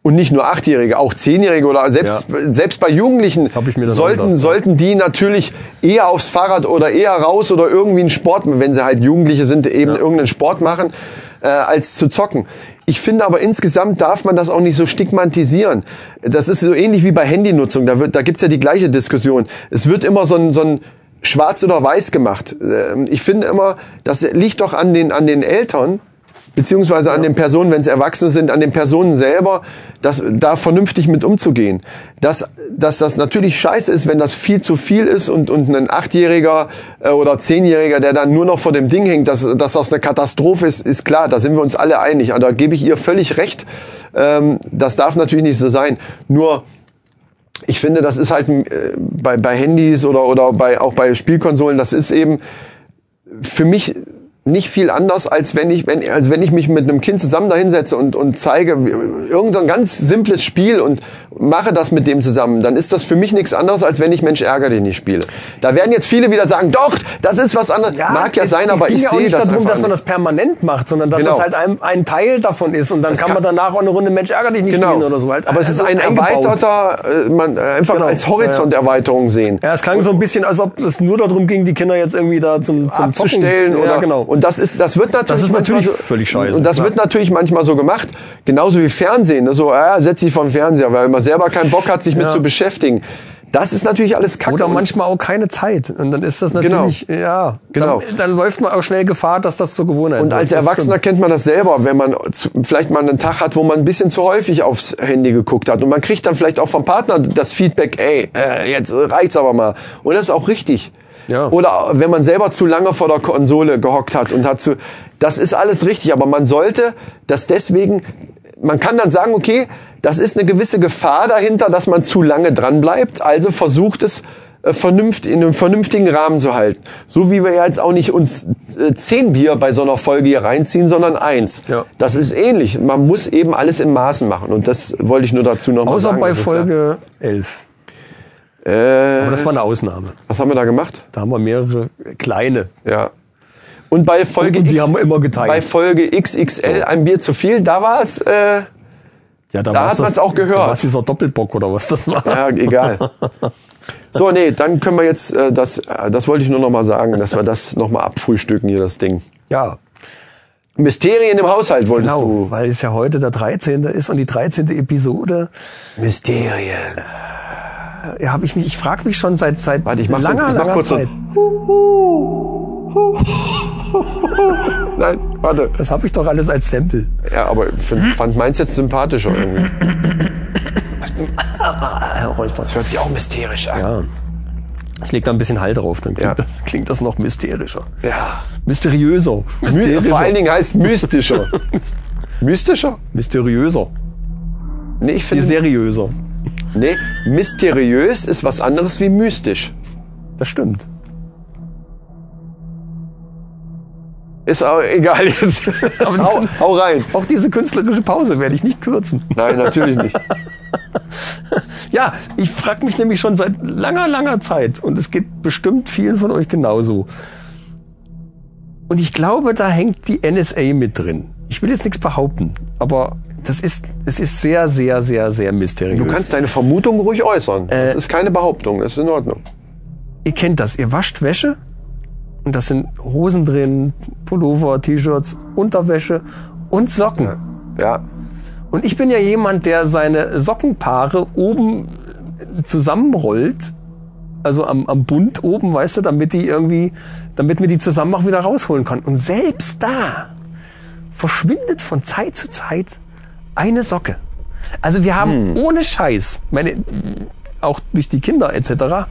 A: und nicht nur Achtjährige, auch Zehnjährige oder selbst, selbst bei Jugendlichen
E: hab ich mir dann auch
A: sollten,
E: gedacht.
A: sollten die natürlich eher aufs Fahrrad oder eher raus oder irgendwie einen Sport, wenn sie halt Jugendliche sind, eben irgendeinen Sport machen, äh, als zu zocken. Ich finde aber insgesamt darf man das auch nicht so stigmatisieren. Das ist so ähnlich wie bei Handynutzung, da, wird, da gibt's ja die gleiche Diskussion. Es wird immer so ein, so ein schwarz oder weiß gemacht. Ähm, Ich finde immer, das liegt doch an den, an den Eltern, beziehungsweise an den Personen, wenn es Erwachsene sind, an den Personen selber, das, da vernünftig mit umzugehen. Dass, dass das natürlich scheiße ist, wenn das viel zu viel ist und, und ein Achtjähriger äh, oder Zehnjähriger, der dann nur noch vor dem Ding hängt, dass, dass das eine Katastrophe ist, ist klar, da sind wir uns alle einig. Aber Da gebe ich ihr völlig recht. Ähm, das darf natürlich nicht so sein. Nur ich finde, das ist halt äh, bei, bei Handys oder, oder bei, auch bei Spielkonsolen, das ist eben für mich nicht viel anders, als wenn ich, wenn, als wenn ich mich mit einem Kind zusammen dahinsetze und, und zeige wie- irgendein ganz simples Spiel und mache das mit dem zusammen, dann ist das für mich nichts anderes, als wenn ich Mensch ärger dich nicht spiele. Da werden jetzt viele wieder sagen, doch, das ist was anderes. Mag ja
E: es-
A: sein, aber
E: ging
A: ich
E: ja auch
A: sehe
E: nicht
A: das
E: darum,
A: einfach
E: dass man
A: anders.
E: das permanent macht, sondern dass
A: Genau.
E: das halt ein, ein Teil davon ist und dann kann,
A: kann-
E: man danach auch eine Runde Mensch ärger dich nicht
A: Genau.
E: spielen oder so. Halt
A: aber es ist
E: also
A: ein
E: eingebaut.
A: erweiterter, äh, man, äh, einfach
E: Genau.
A: als Horizonterweiterung sehen.
E: Ja, es klang so ein bisschen, als ob es nur darum ging, die Kinder jetzt irgendwie da zum, zum
A: abzustellen
E: Zocken.
A: oder
E: ja, genau.
A: und das ist das wird natürlich
E: ist
A: manchmal
E: natürlich
A: so,
E: völlig scheiße,
A: und das
E: klar.
A: wird natürlich manchmal so gemacht genauso wie Fernsehen ne? so ah, setz dich vom Fernseher weil man selber keinen Bock hat sich mit
E: Ja.
A: zu beschäftigen das ist natürlich alles Kacke
E: oder
A: und-
E: manchmal auch keine Zeit. Und dann ist das natürlich, ja,
A: Genau.
E: Dann, dann läuft man auch schnell Gefahr, dass das zur Gewohnheit
A: Und
E: wird.
A: als
E: Das
A: Erwachsener
E: stimmt.
A: kennt man das selber, wenn man zu, vielleicht mal einen Tag hat, wo man ein bisschen zu häufig aufs Handy geguckt hat. Und man kriegt dann vielleicht auch vom Partner das Feedback, ey, äh, jetzt reicht's aber mal. Und das ist auch richtig.
E: Ja.
A: Oder wenn man selber zu lange vor der Konsole gehockt hat und hat zu, das ist alles richtig, aber man sollte das deswegen, man kann dann sagen, okay, das ist eine gewisse Gefahr dahinter, dass man zu lange dran bleibt, also versucht es äh, vernünft, in einem vernünftigen Rahmen zu halten. So wie wir ja jetzt auch nicht uns äh, zehn Bier bei so einer Folge hier reinziehen, sondern eins.
E: Ja.
A: Das ist ähnlich. Man muss eben alles in Maßen machen. Und das wollte ich nur dazu noch mal
E: Außer
A: sagen. Also
E: bei
A: dass ich
E: Folge 11.
A: Da, äh,
E: Aber das war eine Ausnahme.
A: was haben wir da gemacht?
E: Da haben wir mehrere kleine.
A: Ja. Und bei Folge
E: Und die
A: X-
E: haben wir immer geteilt.
A: Bei Folge XXL ein Bier zu viel, da war es äh,
E: Ja,
A: Da
E: war's
A: hat man's
E: das-
A: auch gehört.
E: Da war dieser Doppelbock oder was das war.
A: ja, egal. So, nee, dann können wir jetzt äh, das äh, das wollte ich nur noch mal sagen, dass wir das noch mal abfrühstücken hier das Ding.
E: Ja,
A: Mysterien im Haushalt wolltest
E: genau, weil es ja heute der 13. ist und die 13. Episode,
A: du. Mysterien.
E: ja, habe ich mich, ich frage mich schon seit seit
A: Warte, ich mach's so-
E: langer,
A: ich mach
E: langer
A: kurz so-
E: Zeit.
A: Nein, warte.
E: Das habe ich doch alles als Sample.
A: Ja, aber ich find, fand meins jetzt sympathischer irgendwie. Das hört sich auch mysterisch an.
E: Ja. Ich leg da ein bisschen Halt drauf, dann klingt,
A: Ja.
E: das, klingt das noch mysterischer.
A: Ja.
E: Mysteriöser.
A: My- Vor allen Dingen heißt mystischer. mystischer?
E: Mysteriöser.
A: Nee, ich
E: Nee,
A: finde
E: Seriöser.
A: Nee, mysteriös ist was anderes wie mystisch.
E: Das stimmt.
A: Ist auch egal jetzt. hau, hau rein.
E: Auch diese künstlerische Pause werde ich nicht kürzen.
A: Nein, natürlich nicht.
E: Ja, ich frage mich nämlich schon seit langer, langer Zeit und es geht bestimmt vielen von euch genauso. Und ich glaube, da hängt die NSA mit drin. Ich will jetzt nichts behaupten, aber das ist, es ist sehr, sehr, sehr, sehr mysteriös.
A: Du kannst deine Vermutung ruhig äußern. Das
E: Äh.
A: ist keine Behauptung, das ist in Ordnung.
E: ihr kennt das, ihr wascht Wäsche und das sind Hosen drin, Pullover, T-Shirts, Unterwäsche und Socken.
A: Ja.
E: Und ich bin ja jemand, der seine Sockenpaare oben zusammenrollt also am, am Bund oben, weißt du, damit die irgendwie, damit wir die Zusammenmach wieder rausholen kann. Und selbst da verschwindet von Zeit zu Zeit eine Socke. Also wir haben ohne Scheiß, meine, auch durch die Kinder etc.,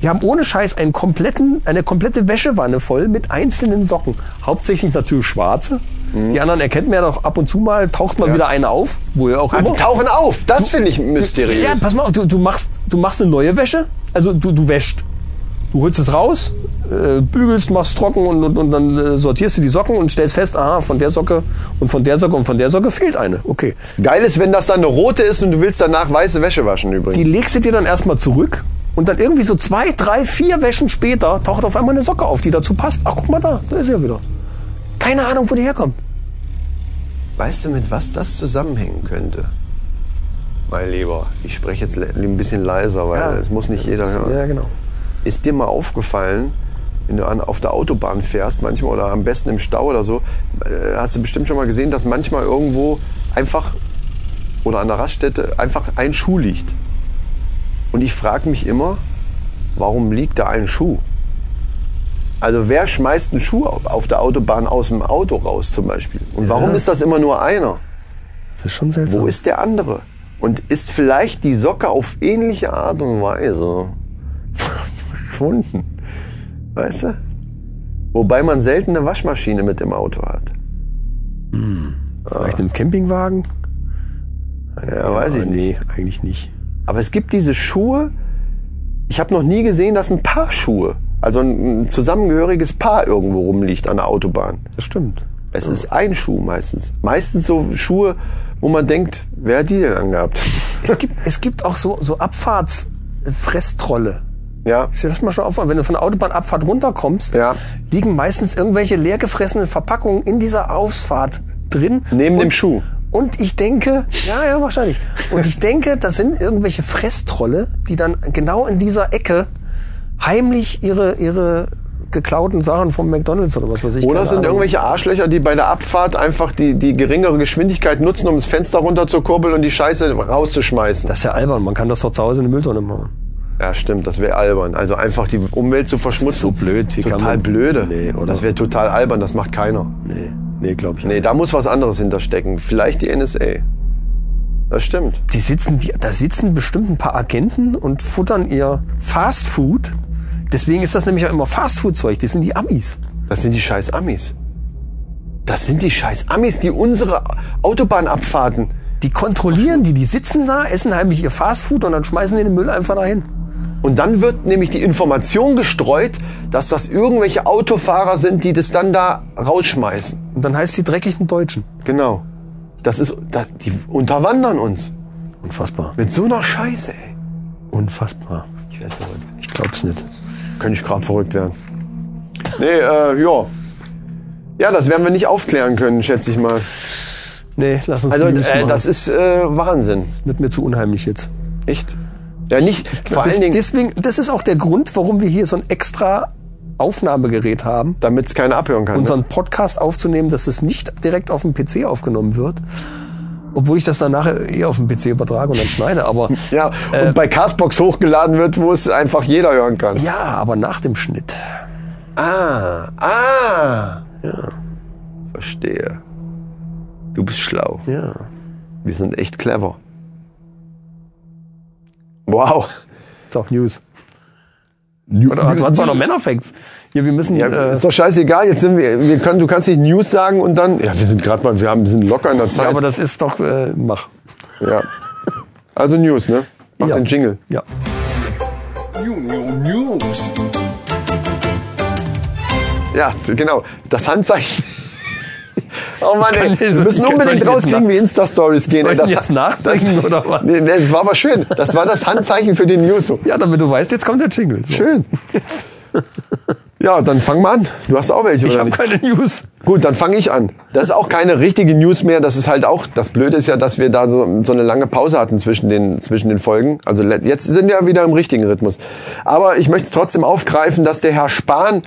E: wir haben ohne Scheiß einen kompletten, eine komplette Wäschewanne voll mit einzelnen Socken. Hauptsächlich natürlich schwarze. Die anderen erkennt man ja noch ab und zu mal, taucht mal wieder eine auf, wo ihr auch
A: Ah,
E: immer.
A: die tauchen auf. Das finde ich mysteriös.
E: Ja, pass mal auf, du, du, machst, du machst eine neue Wäsche. Also du, du wäschst. Du holst es raus, äh, bügelst, machst trocken und, und, und dann äh, sortierst du die Socken und stellst fest, aha, von der Socke und von der Socke und von der Socke fehlt eine. Okay.
A: Geil ist, wenn das dann eine rote ist und du willst danach weiße Wäsche waschen übrigens.
E: Die legst du dir dann erstmal zurück und dann irgendwie so zwei, drei, vier Wäschen später taucht auf einmal eine Socke auf, die dazu passt. Ach, guck mal da, da ist sie ja wieder. Keine Ahnung, wo die herkommt.
A: Weißt du, mit was das zusammenhängen könnte? Mein Lieber, ich spreche jetzt le- ein bisschen leiser, weil
E: Ja.
A: es muss nicht jeder hören.
E: Ja, genau.
A: Ist dir mal aufgefallen, wenn du an, auf der Autobahn fährst, manchmal oder am besten im Stau oder so, äh, hast du bestimmt schon mal gesehen, dass manchmal irgendwo einfach oder an der Raststätte einfach ein Schuh liegt. Und ich frage mich immer, warum liegt da ein Schuh? Also wer schmeißt einen Schuh au- auf der Autobahn aus dem Auto raus zum Beispiel? Und warum ist das immer nur einer?
E: Das ist schon seltsam.
A: Wo ist der andere? Und ist vielleicht die Socke auf ähnliche Art und Weise verschwunden? Weißt du? Wobei man selten eine Waschmaschine mit im Auto hat.
E: Hm.
A: Ah.
E: Vielleicht im Campingwagen?
A: Ja, weiß ich nicht.
E: Nee, eigentlich nicht.
A: Aber es gibt diese Schuhe. Ich habe noch nie gesehen, dass ein Paar Schuhe, also ein ein zusammengehöriges Paar irgendwo rumliegt an der Autobahn.
E: Das stimmt.
A: Es ist ein Schuh meistens. Meistens so Schuhe, wo man denkt, wer hat die denn angehabt?
E: Es gibt, es gibt auch so, so Abfahrtsfresstrolle.
A: ja.
E: Ist dir das mal schon aufgefallen? Wenn du von der Autobahnabfahrt runterkommst,
A: Ja.
E: liegen meistens irgendwelche leergefressenen Verpackungen in dieser Ausfahrt drin.
A: Neben dem Schuh.
E: Und ich denke, ja, ja, wahrscheinlich. Und ich denke, das sind irgendwelche Fresstrolle, die dann genau in dieser Ecke heimlich ihre, ihre geklauten Sachen vom McDonalds oder was weiß ich.
A: Oder
E: keine
A: es sind
E: Ahnung.
A: irgendwelche Arschlöcher, die bei der Abfahrt einfach die, die geringere Geschwindigkeit nutzen, um das Fenster runterzukurbeln und die Scheiße rauszuschmeißen.
E: Das ist ja albern, man kann das doch zu Hause in die Mülltonne machen.
A: ja, stimmt, das wäre albern. Also einfach die Umwelt zu verschmutzen.
E: So blöd, wie kann
A: total
E: man-
A: blöde.
E: Nee, oder?
A: Das wäre total albern, das macht keiner.
E: Nee, nee, glaube ich
A: Nee, da muss was anderes hinterstecken. Vielleicht die NSA. Das stimmt.
E: die sitzen, die, da sitzen bestimmt ein paar Agenten und futtern ihr Fastfood. Deswegen ist das nämlich auch immer Fastfood-Zeug. Das sind die Amis.
A: Das sind die scheiß Amis. Das sind die scheiß Amis, die unsere Autobahnabfahrten.
E: Die kontrollieren die, die sitzen da, essen heimlich ihr Fastfood und dann schmeißen die den Müll einfach dahin.
A: Und dann wird nämlich die Information gestreut, dass das irgendwelche Autofahrer sind, die das dann da rausschmeißen.
E: Und dann heißt die dreckigen Deutschen.
A: Genau. Das ist, das, die unterwandern uns.
E: Unfassbar.
A: Mit so einer Scheiße, ey.
E: Unfassbar.
A: Ich werde verrückt.
E: Ich glaub's nicht.
A: Könnte ich gerade verrückt werden. Nee, äh, ja. Ja, das werden wir nicht aufklären können, schätze ich mal.
E: Nee, lass uns
A: Also,
E: die News
A: äh,
E: machen.
A: das ist äh, Wahnsinn.
E: wird mir zu unheimlich jetzt.
A: Echt? Ja, nicht. Vor
E: Des,
A: allen Dingen,
E: deswegen, das ist auch der Grund, warum wir hier so ein extra Aufnahmegerät haben.
A: damit es keiner abhören kann. Ne?
E: unseren Podcast aufzunehmen, dass es nicht direkt auf dem PC aufgenommen wird. Obwohl ich das dann nachher eh auf dem PC übertrage und dann schneide. Aber
A: Ja, und bei Castbox hochgeladen wird, wo es einfach jeder hören kann.
E: ja, aber nach dem Schnitt.
A: Ah, ah. Verstehe. Du bist schlau.
E: Ja.
A: Wir sind echt clever. Wow.
E: Ist auch News. Oder du hast auch äh, noch Männerfacts. Hier, wir müssen.
A: Ja,
E: äh,
A: ist doch scheißegal. Jetzt sind wir, wir können, du kannst nicht News sagen und dann. Ja, wir sind gerade mal, wir haben, wir sind locker in der
E: ja,
A: Zeit.
E: aber das ist doch. Äh, mach.
A: Ja. Also News, ne? Mach
E: Ja.
A: den Jingle.
E: Ja.
A: Ja, genau. Das Handzeichen. Oh Mann,
E: Ich kann
A: ey,
E: nicht,
A: wir
E: ich
A: müssen
E: kann- soll ich
A: unbedingt
E: jetzt
A: rauskriegen,
E: nach-
A: wie Insta-Stories gehen.
E: Soll
A: ey.
E: ich jetzt nachsingen oder was?
A: Nee, nee, das war aber schön. Das war das Handzeichen für den News. so.
E: Ja, damit du weißt, jetzt kommt der Jingle. So.
A: Schön. Ja, dann fang mal an. Du hast auch welche,
E: Ich
A: oder
E: habe
A: nicht?
E: keine News.
A: Gut, dann fange ich an. Das ist auch keine richtige News mehr. Das ist halt auch, das Blöde ist ja, dass wir da so, so eine lange Pause hatten zwischen den, zwischen den Folgen. Also le- jetzt sind wir wieder im richtigen Rhythmus. Aber ich möchte es trotzdem aufgreifen, dass der Herr Spahn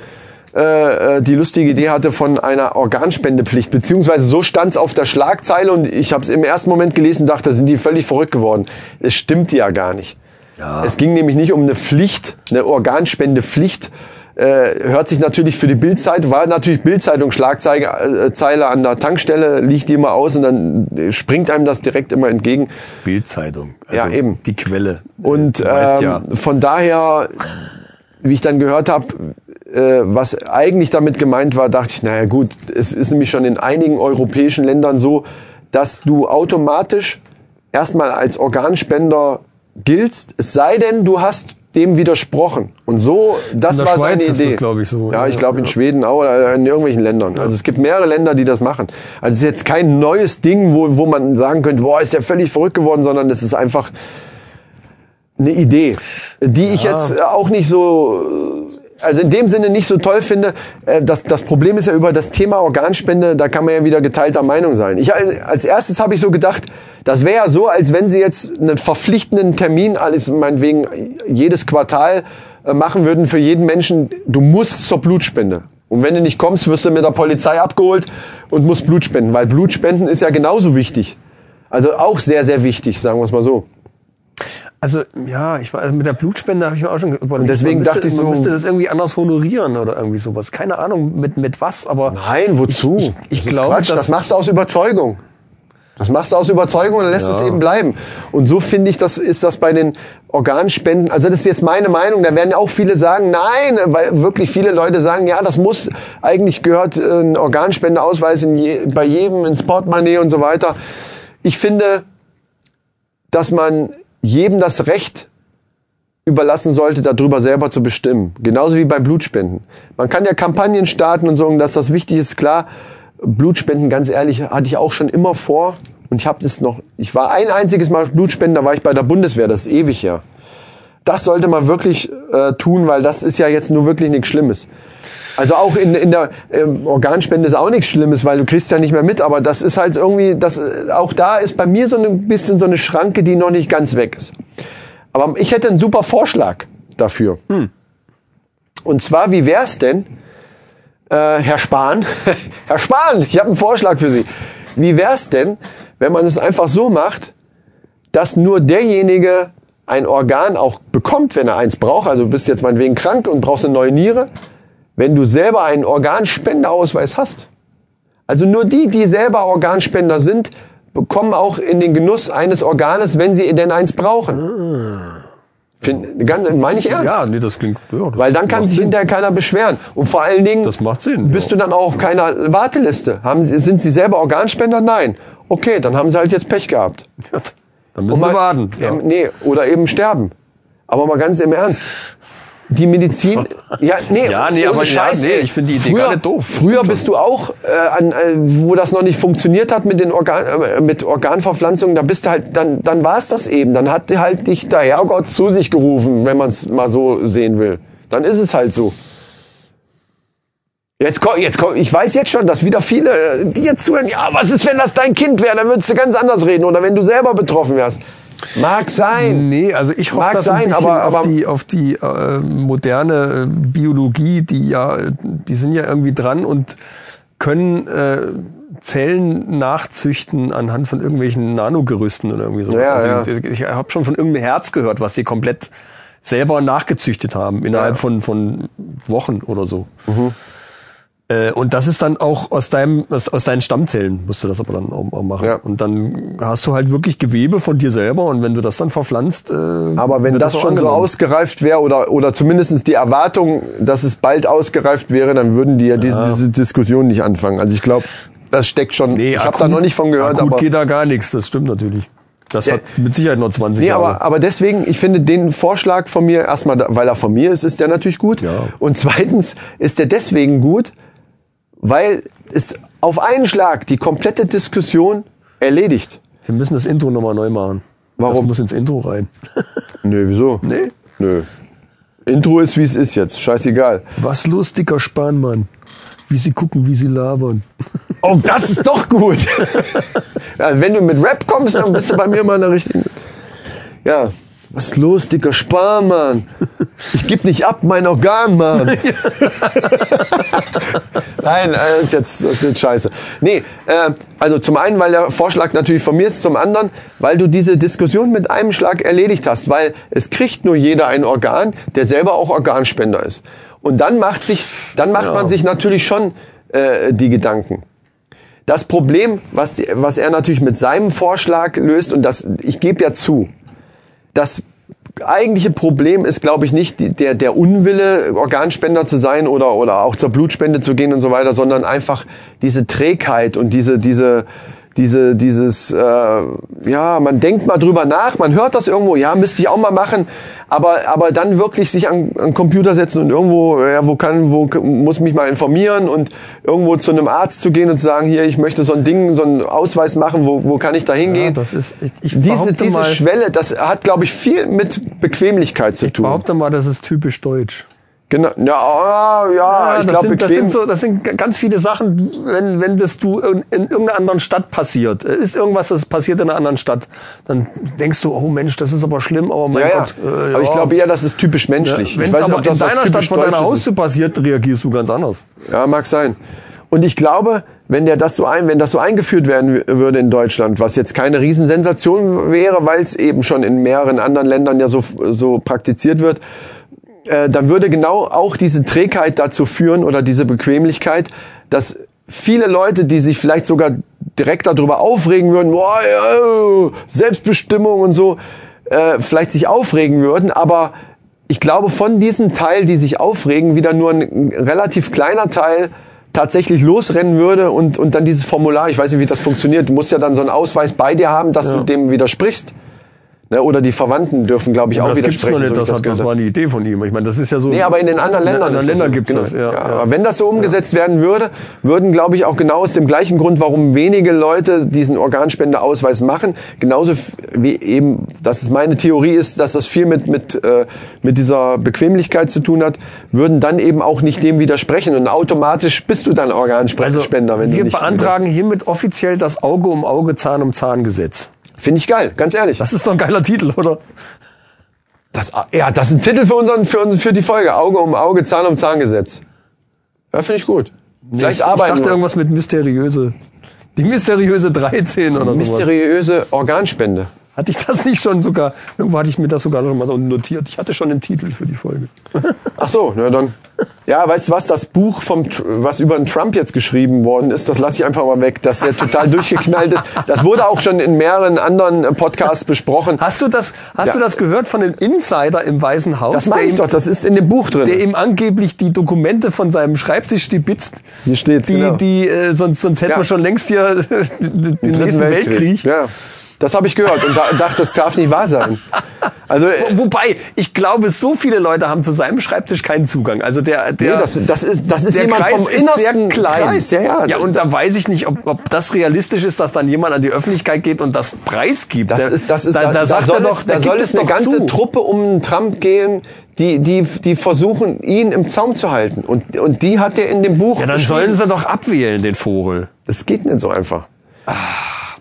A: äh, äh, die lustige Idee hatte von einer Organspendepflicht, beziehungsweise so stand es auf der Schlagzeile und ich habe es im ersten Moment gelesen und dachte, sind die völlig verrückt geworden. Es stimmt ja gar nicht. Es ging nämlich nicht um eine Pflicht, eine Organspendepflicht. Äh, hört sich natürlich für die Bildzeitung, war natürlich Bildzeitung Schlagzeile äh, Zeile an der Tankstelle, liegt die immer aus und dann äh, springt einem das direkt immer entgegen.
E: Bildzeitung. Also
A: Ja, eben.
E: Die Quelle.
A: Und
E: Du weißt
A: ähm,
E: ja.
A: von daher, wie ich dann gehört habe, äh, was eigentlich damit gemeint war, dachte ich, naja gut, es ist nämlich schon in einigen europäischen Ländern so, dass du automatisch erstmal als Organspender giltst, es sei denn, du hast dem widersprochen. Und so, das
E: der
A: war
E: Schweiz
A: seine
E: ist
A: Idee.
E: das, glaub ich, so,
A: Ja,
E: ja,
A: ich glaube in
E: ja.
A: Schweden auch oder in irgendwelchen Ländern. Also es gibt mehrere Länder, die das machen. Also es ist jetzt kein neues Ding, wo, wo man sagen könnte, boah, ist ja völlig verrückt geworden, sondern es ist einfach eine Idee, die ich jetzt äh, auch nicht so, äh, also in dem Sinne nicht so toll finde. Äh, Das, das Problem ist ja über das Thema Organspende, da kann man ja wieder geteilter Meinung sein. Ich, äh, als erstes habe ich so gedacht, das wäre ja so, als wenn sie jetzt einen verpflichtenden Termin, alles meinetwegen jedes Quartal äh, machen würden für jeden Menschen, du musst zur Blutspende. Und wenn du nicht kommst, wirst du mit der Polizei abgeholt und musst Blut spenden, weil Blutspenden ist ja genauso wichtig. Also auch sehr, sehr wichtig, sagen wir es mal so.
E: Also ja, ich war, also mit der Blutspende habe ich mir auch schon überlegt.
A: deswegen
E: man müsste,
A: dachte ich so-
E: man müsste das irgendwie anders honorieren oder irgendwie sowas. Keine Ahnung mit mit was, aber
A: Nein, wozu?
E: Ich, ich, ich
A: Das ist
E: glaube,
A: Quatsch. das
E: dass
A: machst du aus Überzeugung. Das machst du aus Überzeugung und lässt es eben bleiben. Und so finde ich, das ist das bei den Organspenden. Also das ist jetzt meine Meinung. Da werden auch viele sagen, nein, weil wirklich viele Leute sagen, ja, das muss eigentlich gehört äh, ein Organspendeausweis in je, bei jedem ins Portemonnaie und so weiter. Ich finde, dass man jedem das Recht überlassen sollte, darüber selber zu bestimmen. Genauso wie bei Blutspenden. Man kann ja Kampagnen starten und sagen, dass das wichtig ist, klar. Blutspenden, ganz ehrlich, hatte ich auch schon immer vor. Und ich habe das noch, ich war ein einziges Mal Blutspenden, da war ich bei der Bundeswehr, das ist ewig her. Das sollte man wirklich äh, tun, weil das ist ja jetzt nur wirklich nichts Schlimmes. Also auch in, in der ähm, Organspende ist auch nichts Schlimmes, weil du kriegst ja nicht mehr mit, aber das ist halt irgendwie, das, äh, auch da ist bei mir so ein bisschen so eine Schranke, die noch nicht ganz weg ist. Aber ich hätte einen super Vorschlag dafür. Und zwar, wie wär's denn, äh, Herr Spahn, Herr Spahn, ich habe einen Vorschlag für Sie. Wie wär's denn, wenn man es einfach so macht, dass nur derjenige ein Organ auch bekommt, wenn er eins braucht, also du bist jetzt meinetwegen krank und brauchst eine neue Niere, wenn du selber einen Organspendeausweis hast. Also nur die, die selber Organspender sind, bekommen auch in den Genuss eines Organes, wenn sie denn eins brauchen. Find, ganz, meine ich ernst.
E: ja, nee, das klingt ja, das
A: Weil dann kann
E: macht
A: sich
E: Sinn.
A: hinterher keiner beschweren. Und vor allen Dingen
E: Das macht Sinn,
A: bist
E: ja.
A: du dann auch auf keiner Warteliste. Haben sie, sind sie selber Organspender? Nein. Okay, dann haben sie halt jetzt Pech gehabt.
E: Ja, Dann müssen wir
A: mal-
E: warten.
A: Ähm, Nee, oder eben sterben. Aber mal ganz im Ernst. Die Medizin, ja, nee,
E: Ja, nee,
A: ohne
E: aber ja, nee,
A: ey.
E: ich finde die Idee
A: früher,
E: gar nicht doof.
A: Früher bist du auch, äh, an, äh, wo das noch nicht funktioniert hat mit den Organ, äh, mit Organverpflanzungen, da bist du halt, dann, dann war es das eben. Dann hat halt dich der Herrgott zu sich gerufen, wenn man es mal so sehen will. Dann ist es halt so. Jetzt komm, jetzt komm, ich weiß jetzt schon, dass wieder viele, äh, die jetzt zuhören, ja, was ist, wenn das dein Kind wäre? Dann würdest du ganz anders reden oder wenn du selber betroffen wärst. Mag sein.
E: Nee, also ich hoffe,
A: Mag
E: dass
A: sein,
E: ein bisschen
A: aber- aber-
E: auf die, auf die äh, moderne äh, Biologie, die ja, äh, die sind ja irgendwie dran und können äh, Zellen nachzüchten anhand von irgendwelchen Nanogerüsten oder irgendwie sowas.
A: Ja,
E: also ich ich habe schon von irgendeinem Herz gehört, was die komplett selber nachgezüchtet haben innerhalb von, von Wochen oder so. Äh, Und das ist dann auch aus deinem, aus, aus deinen Stammzellen musst du das aber dann auch, auch machen.
A: Ja.
E: Und dann hast du halt wirklich Gewebe von dir selber und wenn du das dann verpflanzt, äh,
A: Aber wenn
E: wird
A: das,
E: auch
A: schon so
E: angenommen.
A: ausgereift wäre oder, oder zumindest die Erwartung, dass es bald ausgereift wäre, dann würden die ja, Diese, diese Diskussion nicht anfangen. Also ich glaube, das steckt schon.
E: nee, ah,
A: ich habe
E: akut-
A: da noch nicht von gehört,
E: Akut
A: aber.
E: geht da gar nichts, das stimmt natürlich. Das
A: Ja.
E: hat mit Sicherheit noch 20
A: Nee,
E: Jahre.
A: aber, aber deswegen, ich finde den Vorschlag von mir, erstmal, da- weil er von mir ist, ist der natürlich gut.
E: Ja.
A: Und zweitens ist der deswegen gut, weil es auf einen Schlag die komplette Diskussion erledigt.
E: Wir müssen das Intro nochmal neu machen.
A: Warum?
E: Das muss ins Intro rein.
A: Nö, wieso?
E: Nee.
A: Nö. Intro ist, wie es ist jetzt. Scheißegal.
E: Was los, dicker Spanmann? Wie sie gucken, wie sie labern.
A: Oh, das ist doch gut. ja, wenn du mit Rap kommst, dann bist du bei mir mal in der richtigen. Ja, Was ist los, dicker Sparmann? Ich geb nicht ab, mein Organ, Mann. Nein, äh, das ist jetzt, das ist jetzt scheiße. Nee, äh, also zum einen, weil der Vorschlag natürlich von mir ist, zum anderen, weil du diese Diskussion mit einem Schlag erledigt hast, weil es kriegt nur jeder ein Organ, der selber auch Organspender ist. Und dann macht sich, dann macht man sich natürlich schon äh, die Gedanken. Das Problem, was, die, was er natürlich mit seinem Vorschlag löst, und das, ich gebe ja zu, das eigentliche Problem ist, glaube ich, nicht die- der, der Unwille, Organspender zu sein oder, oder auch zur Blutspende zu gehen und so weiter, sondern einfach diese Trägheit und diese, diese, diese, dieses, äh, ja, man denkt mal drüber nach, man hört das irgendwo, ja, müsste ich auch mal machen, aber, aber dann wirklich sich an, an den Computer setzen und irgendwo, ja, wo kann, wo k- muss mich mal informieren und irgendwo zu einem Arzt zu gehen und zu sagen, hier, ich möchte so ein Ding, so einen Ausweis machen, wo, wo kann ich da hingehen?
E: Ja, das ist, ich, ich
A: Diese,
E: behaupte
A: diese
E: mal,
A: Schwelle, das hat, glaube ich, viel mit Bequemlichkeit zu tun.
E: behaupte mal, das ist typisch deutsch.
A: Genau. Ja, ja,
E: Ja,
A: Ah, ich
E: das,
A: glaube,
E: sind, das,
A: bequem.
E: sind so, das sind g- ganz viele Sachen, wenn, wenn das du in, in irgendeiner anderen Stadt passiert, äh, ist irgendwas, das passiert in einer anderen Stadt, dann denkst du, oh Mensch, das ist aber schlimm, aber mein
A: ja, ja.
E: Gott. äh,
A: Aber ich
E: ja.
A: glaube eher, das ist typisch
E: Ja,
A: menschlich.
E: Wenn
A: ich
E: es
A: weiß nicht,
E: aber
A: ob das
E: in
A: was
E: deiner Stadt
A: typisch
E: von deiner
A: Deutsches
E: Haustür passiert, reagierst du ganz anders.
A: ist. Ja, mag sein. Und ich glaube, wenn der das so ein, wenn das so eingeführt werden w- würde in Deutschland, was jetzt keine Riesensensation wäre, weil es eben schon in mehreren anderen Ländern ja so, so praktiziert wird, äh, dann würde genau auch diese Trägheit dazu führen oder diese Bequemlichkeit, dass viele Leute, die sich vielleicht sogar direkt darüber aufregen würden, boah, ja, Selbstbestimmung und so, äh, vielleicht sich aufregen würden, aber ich glaube, von diesem Teil, die sich aufregen, wieder nur ein, ein relativ kleiner Teil tatsächlich losrennen würde und, und dann dieses Formular, ich weiß nicht, wie das funktioniert, du musst ja dann so einen Ausweis bei dir haben, dass du dem widersprichst. Ne, oder die Verwandten dürfen, glaube ich, auch
E: das gibt's
A: widersprechen.
E: noch nicht,
A: so wie ich
E: das, hat,
A: gehört
E: das
A: habe.
E: war eine Idee von ihm. Ich meine, das ist ja so.
A: Nee, aber in den anderen Ländern,
E: In
A: ist genau
E: anderen Ländern gibt es
A: so.
E: das, ja. ja.
A: Aber wenn das so umgesetzt werden würde, würden, glaube ich, auch genau aus dem gleichen Grund, warum wenige Leute diesen Organspendeausweis machen, genauso f- wie eben, dass es meine Theorie ist, dass das viel mit, mit, äh, mit dieser Bequemlichkeit zu tun hat, würden dann eben auch nicht dem widersprechen. Und automatisch bist du dann Organspender, wenn
E: Also, wir
A: du nicht...
E: beantragen hiermit offiziell das Auge um Auge, Zahn um Zahn Gesetz.
A: Finde ich geil, ganz ehrlich.
E: Das ist doch ein geiler Titel, oder?
A: Das, ja, das ist ein Titel für, unseren, für, uns, für die Folge. Auge um Auge, Zahn um Zahn Gesetz. Ja, finde ich gut. Vielleicht
E: ich, ich
A: arbeiten
E: dachte
A: wir.
E: irgendwas mit mysteriöse. Die mysteriöse 13 oder sowas.
A: Mysteriöse Organspende.
E: Hatte ich das nicht schon sogar? Irgendwo hatte ich mir das sogar noch mal notiert. Ich hatte schon den Titel für die Folge.
A: Ach so, na dann. Ja, weißt du was, das Buch, vom, Tr- was über den Trump jetzt geschrieben worden ist, das lasse ich einfach mal weg, dass der total durchgeknallt ist. Das wurde auch schon in mehreren anderen äh, Podcasts besprochen.
E: Hast du das, hast
A: Ja.
E: du das gehört von dem Insider im Weißen Haus?
A: Das meine
E: der
A: ich
E: ihm-
A: doch, das ist in dem Buch
E: der
A: drin.
E: ihm angeblich die Dokumente von seinem Schreibtisch stibitzt.
A: Hier steht's,
E: Die,
A: genau.
E: die, äh, sonst, sonst hätten
A: Ja.
E: wir schon längst hier äh, den nächsten Weltkrieg.
A: Ja, das habe ich gehört und da, dachte, das darf nicht wahr sein. Also, äh,
E: Wo- Wobei, ich glaube, so viele Leute haben zu seinem Schreibtisch keinen Zugang. Also der, der,
A: nee, das, das ist, das ist
E: der
A: jemand
E: Kreis
A: vom
E: ist
A: innersten
E: sehr klein.
A: Kreis. Ja, ja.
E: ja, und da weiß ich nicht, ob, ob das realistisch ist, dass dann jemand an die Öffentlichkeit geht und das preisgibt.
A: Das
E: Der-
A: ist, das ist,
E: da, da, sagt
A: soll,
E: er
A: doch,
E: das,
A: da
E: gibt
A: soll es eine
E: doch
A: ganze
E: zu.
A: Truppe um den Trump gehen, die, die, die versuchen, ihn im Zaum zu halten. Und, und die hat er in dem Buch.
E: Ja, dann
A: beschrieben.
E: sollen sie doch abwählen, den Vogel.
A: das geht nicht so einfach.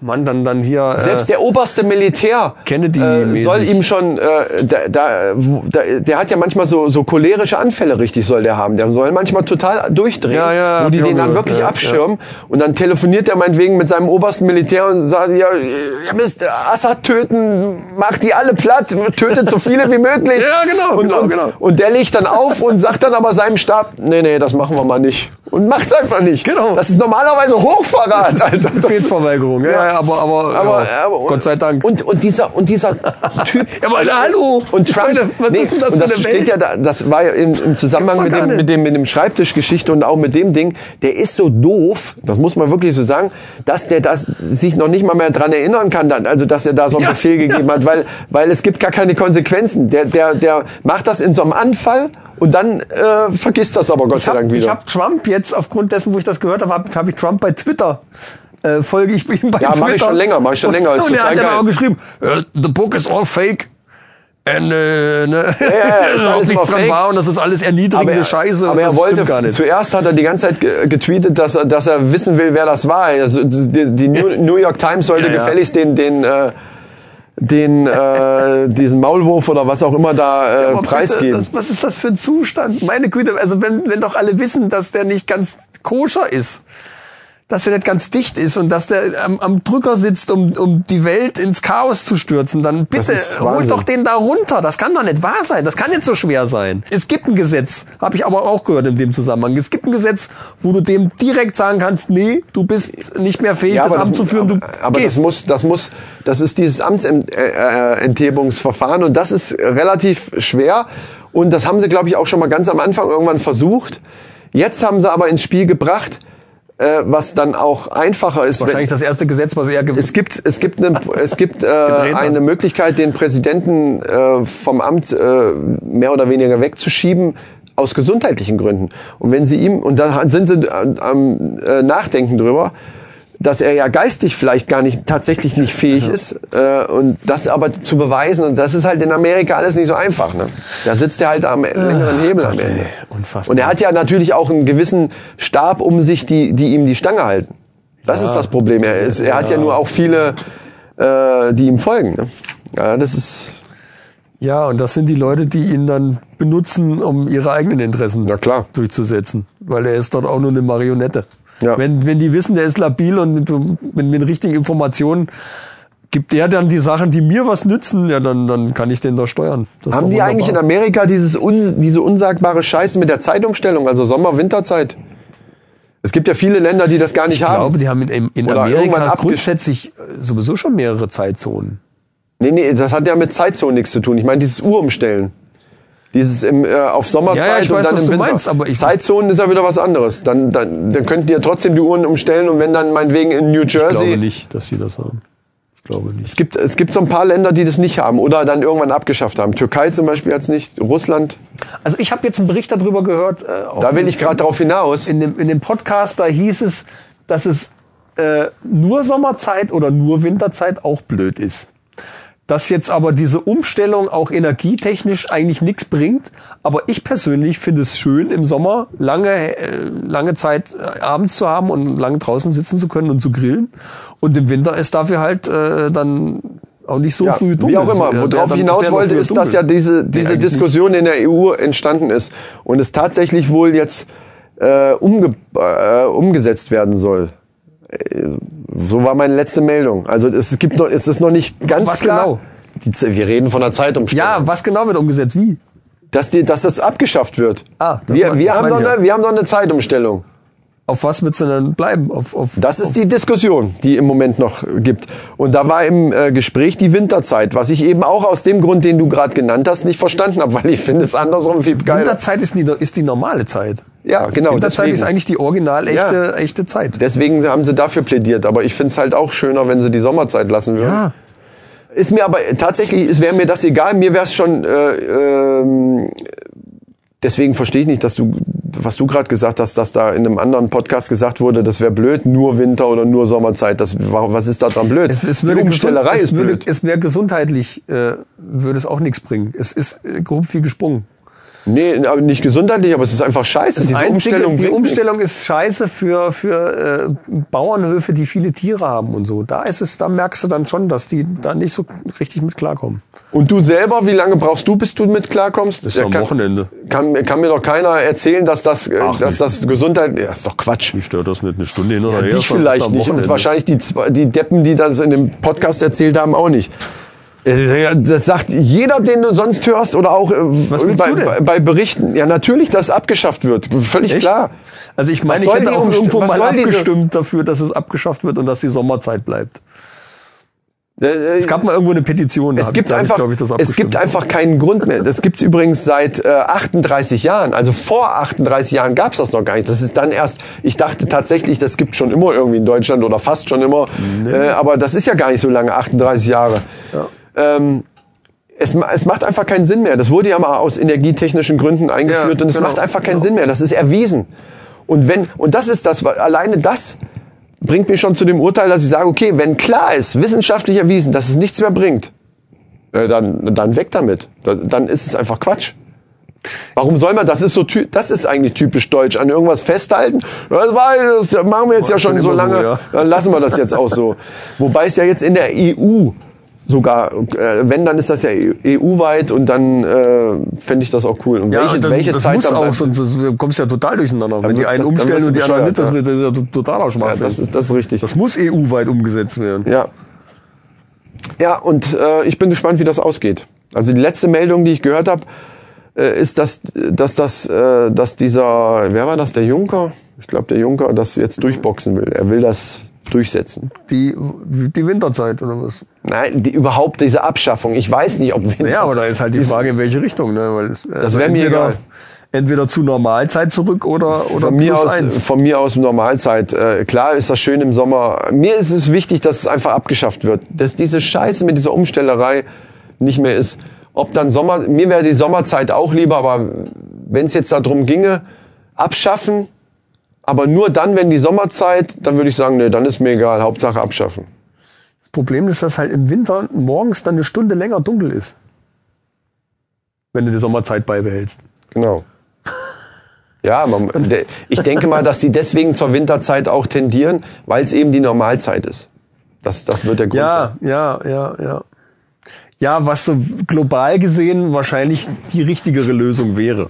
E: Mann, dann, dann hier.
A: Selbst der oberste Militär
E: Kennedy
A: äh,
E: Äh, mäßig.
A: soll ihm schon, äh, da, da, wo- da, der hat ja manchmal so, so cholerische Anfälle, richtig soll der haben. Der soll manchmal total durchdrehen,
E: Ja, ja,
A: wo die
E: hab ich
A: den
E: auch
A: dann
E: gehört,
A: wirklich
E: ja,
A: abschirmen. Und dann telefoniert er meinetwegen mit seinem obersten Militär und sagt, ja, ihr müsst Assad töten, macht die alle platt, tötet so viele wie möglich.
E: Ja, genau,
A: und,
E: genau,
A: und,
E: genau.
A: und der legt dann auf und sagt dann aber seinem Stab, nee, nee, das machen wir mal nicht. Und macht's einfach nicht.
E: Genau.
A: Das ist normalerweise Hochverrat, Alter. Das-
E: Befehlsverweigerung, ja, ja, aber, aber,
A: aber,
E: ja,
A: aber-
E: Gott sei Dank.
A: Und, und dieser, und dieser Typ. Also,
E: Ja, aber hallo!
A: Und Trump.
E: Leute, was ist denn das
A: und
E: für
A: das
E: eine
A: steht
E: Welt?
A: ja da, das war ja im, im Zusammenhang mit
E: Gibt's doch
A: dem,
E: gar
A: mit dem, mit dem Schreibtischgeschichte und auch mit dem Ding. Der ist so doof, das muss man wirklich so sagen, dass der das sich noch nicht mal mehr dran erinnern kann, dann, also, dass er da so einen
E: Ja,
A: Befehl gegeben
E: ja.
A: hat, weil, weil es gibt gar keine Konsequenzen. Der, der, der macht das in so einem Anfall und dann, äh, vergisst das aber Gott
E: ich
A: sei Dank
E: habe
A: wieder.
E: hab Trump jetzt, aufgrund dessen, wo ich das gehört habe, habe hab ich Trump bei Twitter. Äh, folge ich ihm bei
A: Ja,
E: Twitter.
A: mach ich schon länger, mach ich schon länger, ist
E: Und, und er
A: total
E: hat ja
A: geil.
E: dann auch geschrieben, äh, the book is all fake. And, äh, ne, ja,
A: ja, ist alles
E: überhaupt
A: immer
E: nichts dran
A: fake.
E: war und das ist alles erniedrigende Scheiße. und
A: Aber er
E: das
A: wollte
E: stimmt gar nicht.
A: zuerst hat er die ganze Zeit ge- getweetet, dass er, dass er wissen will, wer das war. Also die, die New, New York Times sollte
E: Ja, ja.
A: gefälligst den den äh, den äh, diesen Maulwurf oder was auch immer da äh,
E: Aber bitte,
A: preisgeben.
E: Das, was ist das für ein Zustand? Meine Güte, also wenn, wenn doch alle wissen, dass der nicht ganz koscher ist, dass der nicht ganz dicht ist und dass der am, am Drücker sitzt, um, um die Welt ins Chaos zu stürzen, dann bitte
A: ist
E: hol
A: Wahnsinn.
E: doch den da runter. Das kann doch nicht wahr sein. Das kann nicht so schwer sein. Es gibt ein Gesetz, habe ich aber auch gehört in dem Zusammenhang. Es gibt ein Gesetz, wo du dem direkt sagen kannst, nee, du bist nicht mehr fähig, das
A: aber
E: Amt zu führen. Du
A: aber, aber das
E: gehst.
A: muss, das muss, das ist dieses Amtsenthebungsverfahren und das ist relativ schwer und das haben sie, glaube ich, auch schon mal ganz am Anfang irgendwann versucht. Jetzt haben sie aber ins Spiel gebracht, äh, was dann auch einfacher ist. wenn-
E: Wahrscheinlich das erste Gesetz, was er
A: es gibt, es gibt, eine, es gibt äh, eine Möglichkeit, den Präsidenten äh, vom Amt äh, mehr oder weniger wegzuschieben aus gesundheitlichen Gründen. Und wenn sie ihm und da sind sie äh, am äh, Nachdenken drüber, dass er ja geistig vielleicht gar nicht tatsächlich nicht fähig ist äh, und das aber zu beweisen und das ist halt in Amerika alles nicht so einfach. Ne? Da sitzt er halt am längeren Hebel am Ende.
E: unfassbar.
A: Und er hat ja natürlich auch einen gewissen Stab um sich, die, die ihm die Stange halten. Das ist das Problem. Er, ist, er hat ja nur auch viele, äh, die ihm folgen. Ne? Ja, das ist
E: Ja, und das sind die Leute, die ihn dann benutzen, um ihre eigenen Interessen
A: Ja, klar.
E: durchzusetzen. Weil er ist dort auch nur eine Marionette.
A: Ja.
E: Wenn, wenn die wissen, der ist labil und mit, mit, mit richtigen Informationen gibt er dann die Sachen, die mir was nützen, ja, dann, dann kann ich den da steuern. Das ist
A: haben
E: doch
A: die eigentlich in
E: wunderbar.
A: Amerika dieses un, diese unsagbare Scheiße mit der Zeitumstellung, also Sommer-Winterzeit? Es gibt ja viele Länder, die das gar nicht
E: Ich
A: haben.
E: glaube, die haben in, in
A: Oder irgendwann
E: Amerika
A: abgesch-
E: grundsätzlich äh, sowieso schon mehrere Zeitzonen.
A: Nee, nee, das hat ja mit Zeitzonen nichts zu tun. Ich meine, dieses Uhrumstellen. Dieses im, äh, auf Sommerzeit
E: Ja, ja, ich
A: und
E: weiß,
A: dann
E: was
A: im
E: du
A: Winter.
E: meinst, aber ich-
A: Zeitzonen ist ja wieder was anderes. Dann, dann, dann könnten die ja trotzdem die Uhren umstellen und wenn dann meinetwegen in New
E: Ich glaube
A: Jersey.
E: nicht, dass die das haben. Ich glaube nicht.
A: Es gibt, es gibt so ein paar Länder, die das nicht haben oder dann irgendwann abgeschafft haben. Türkei zum Beispiel hat's nicht, Russland.
E: Also ich habe jetzt einen Bericht darüber gehört. Äh, auch
A: Da will ich gerade drauf hinaus.
E: in dem, in dem Podcast, da hieß es, dass es äh, nur Sommerzeit oder nur Winterzeit auch blöd ist. Dass jetzt aber diese Umstellung auch energietechnisch eigentlich nichts bringt. Aber ich persönlich finde es schön, im Sommer lange, äh, lange Zeit äh, abends zu haben und lange draußen sitzen zu können und zu grillen. Und im Winter ist dafür halt äh, dann auch nicht so
A: Ja,
E: früh dunkel.
A: wie auch immer,
E: Es wär-
A: worauf
E: wär dann-
A: ich
E: es
A: hinaus
E: wär noch
A: wollte,
E: früher
A: ist, dass
E: dunkel.
A: ja diese,
E: Nee,
A: diese
E: eigentlich nicht.
A: Diskussion in der EU entstanden ist und es tatsächlich wohl jetzt äh, umge äh, umgesetzt werden soll. Äh, So war meine letzte Meldung. Also es gibt noch, es ist noch nicht ganz
E: Was
A: klar.
E: genau?
A: Die, Z- wir reden von der Zeitumstellung.
E: Ja, was genau wird umgesetzt? Wie?
A: Dass, die, dass das abgeschafft wird.
E: Ah, das
A: wir,
E: mein-
A: wir,
E: das
A: haben
E: meine
A: doch
E: ich ja.
A: eine, wir haben doch eine Zeitumstellung.
E: Auf was wird's denn dann bleiben? Auf, auf,
A: Das ist die Diskussion, die im Moment noch gibt. Und da war im äh, Gespräch die Winterzeit, was ich eben auch aus dem Grund, den du gerade genannt hast, nicht verstanden habe, weil ich finde es andersrum viel geiler.
E: Winterzeit ist die, ist die normale Zeit.
A: ja, genau.
E: Winterzeit
A: deswegen,
E: ist eigentlich die original echte,
A: Ja.
E: echte Zeit.
A: deswegen haben sie dafür plädiert. Aber ich finde es halt auch schöner, wenn sie die Sommerzeit lassen würden. Ist mir aber tatsächlich, es wäre mir das egal. Mir wäre es schon. Äh, ähm, deswegen verstehe ich nicht, dass du, was du gerade gesagt hast, dass da in einem anderen Podcast gesagt wurde, das wäre blöd, nur Winter oder nur Sommerzeit. Das, wa- was ist da dran blöd?
E: Es, es
A: Die
E: würde
A: Umstellerei
E: gesund-
A: ist
E: es würde,
A: blöd.
E: Es wäre gesundheitlich, äh, würde es auch nichts bringen. Es ist äh, grob viel gesprungen.
A: Nee, aber nicht gesundheitlich, aber es ist einfach scheiße.
E: Das
A: Diese
E: Einzige,
A: Umstellung
E: die
A: bringt
E: Umstellung ist scheiße für, für äh, Bauernhöfe, die viele Tiere haben und so. Da ist es, da merkst du dann schon, dass die da nicht so richtig mit klarkommen.
A: nichts. Und du selber, wie lange brauchst du, bis du mit klarkommst?
E: ist am Wochenende.
A: Kann, kann mir doch keiner erzählen, dass das, äh,
E: Ach,
A: dass
E: nicht.
A: das Gesundheit, ja, ist doch Quatsch.
E: Stört das nicht eine Stunde hin oder
A: Ja, dich vielleicht nicht und wahrscheinlich die, zwei- die Deppen, die das in dem Podcast erzählt haben, auch nicht. Äh, Das sagt jeder, den du sonst hörst oder auch äh,
E: Was willst
A: bei,
E: du denn?
A: bei- bei Berichten. Ja, natürlich, dass abgeschafft wird. Völlig
E: Echt?
A: klar.
E: Also ich
A: Was
E: meine, ich
A: soll
E: hätte
A: die
E: auch
A: Umst-
E: irgendwo
A: was
E: mal
A: soll diese-
E: abgestimmt dafür, dass es abgeschafft wird und dass die Sommerzeit bleibt.
A: Es
E: Es gab mal irgendwo eine Petition. da
A: Äh, Es
E: hab
A: gibt,
E: ich, da hab ich,
A: einfach,
E: glaub ich, das
A: es gibt
E: abgestimmt.
A: einfach keinen Grund mehr. Das gibt's übrigens seit äh, 38 Jahren. Also vor 38 Jahren gab's das noch gar nicht. Das ist dann erst, ich dachte tatsächlich, das gibt schon immer irgendwie in Deutschland oder fast schon immer. Äh, aber das ist ja gar nicht so lange, 38 Jahre. Ähm, es, ma- es macht einfach keinen Sinn mehr. Das wurde ja mal aus energietechnischen Gründen eingeführt
E: Ja,
A: und es
E: genau,
A: macht einfach keinen
E: genau.
A: Sinn mehr. Das ist erwiesen. Und wenn, und das ist das, weil alleine das bringt mich schon zu dem Urteil, dass ich sage, okay, wenn klar ist, wissenschaftlich erwiesen, dass es nichts mehr bringt, äh, dann, dann weg damit. Da- Dann ist es einfach Quatsch. Warum soll man, das ist so, ty- das ist eigentlich typisch deutsch, an irgendwas festhalten. Das, war, das machen wir jetzt ja
E: War schon
A: schon so
E: immer so,
A: lange,
E: ja.
A: dann lassen wir das jetzt auch so. Wobei es ja jetzt in der EU E sogar, äh, wenn, dann ist das ja EU-weit und dann äh, fände ich das auch cool. Und welche,
E: und dann,
A: welche
E: das
A: Zeit
E: muss
A: dann
E: auch,
A: bleibt-
E: sonst du kommst ja total durcheinander. Wenn
A: wird
E: die
A: das-
E: einen
A: dann
E: umstellen
A: wirst du
E: und die anderen nicht, das,
A: bescheuert,
E: wird, das ist ja to- totaler
A: ja,
E: Schwachsinn.
A: das, ist, das ist richtig.
E: das muss EU-weit umgesetzt werden.
A: Ja. Ja, und äh, ich bin gespannt, wie das ausgeht. Also die letzte Meldung, die ich gehört habe, äh, ist, dass, dass, das, äh, dass dieser, wer war das, der Juncker? Ich glaube, der Juncker das jetzt durchboxen will. Er will das durchsetzen.
E: Die, die Winterzeit oder was?
A: Nein, die, überhaupt diese Abschaffung. Ich weiß nicht, ob Winter...
E: Ja, aber da ist halt die Frage, in welche Richtung. Ne? Weil, also
A: wär mir
E: entweder-
A: egal.
E: Entweder zu Normalzeit zurück oder, oder
A: von mir
E: plus
A: aus,
E: eins.
A: von mir aus Normalzeit. Äh, klar ist das schön im Sommer. Mir ist es wichtig, dass es einfach abgeschafft wird, dass diese Scheiße mit dieser Umstellerei nicht mehr ist. Ob dann Sommer, mir wäre die Sommerzeit auch lieber, aber wenn es jetzt darum ginge, abschaffen, aber nur dann, wenn die Sommerzeit, dann würde ich sagen, nee, dann ist mir egal, Hauptsache abschaffen.
E: Das Problem ist, dass halt im Winter morgens dann eine Stunde länger dunkel ist. Wenn du die Sommerzeit beibehältst.
A: Genau. Ja, man, de- ich denke mal, dass die deswegen zur Winterzeit auch tendieren, weil es eben die Normalzeit ist. Das, das wird der Grund sein.
E: Ja, ja, ja, ja. Ja, was so global gesehen wahrscheinlich die richtigere Lösung wäre.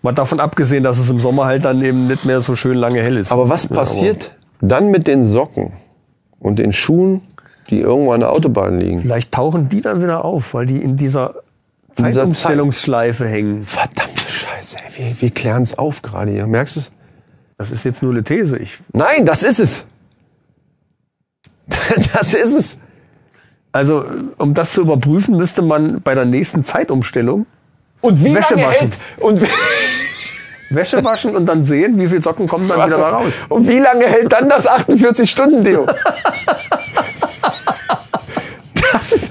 E: Mal davon abgesehen, dass es im Sommer halt dann eben nicht mehr so schön lange hell ist.
A: Aber was
E: Ja,
A: passiert dann mit den Socken und den Schuhen, die irgendwo an der Autobahn liegen?
E: Vielleicht tauchen die dann wieder auf, weil die in dieser
A: dieser Zeit-
E: Zeitumstellungsschleife hängen.
A: Verdammte Scheiße, ey, wir, wir klären es auf gerade hier. Merkst du es?
E: Das ist jetzt nur eine These. Ich,
A: Nein, das ist es. Das ist es.
E: also, um das zu überprüfen, müsste man bei der nächsten Zeitumstellung
A: Und wie
E: Wäsche
A: lange
E: waschen.
A: hält und wie,
E: Wäsche waschen und dann sehen, wie viel Socken kommen dann wieder da raus.
A: und wie lange hält dann das 48 Stunden Deo? Das ist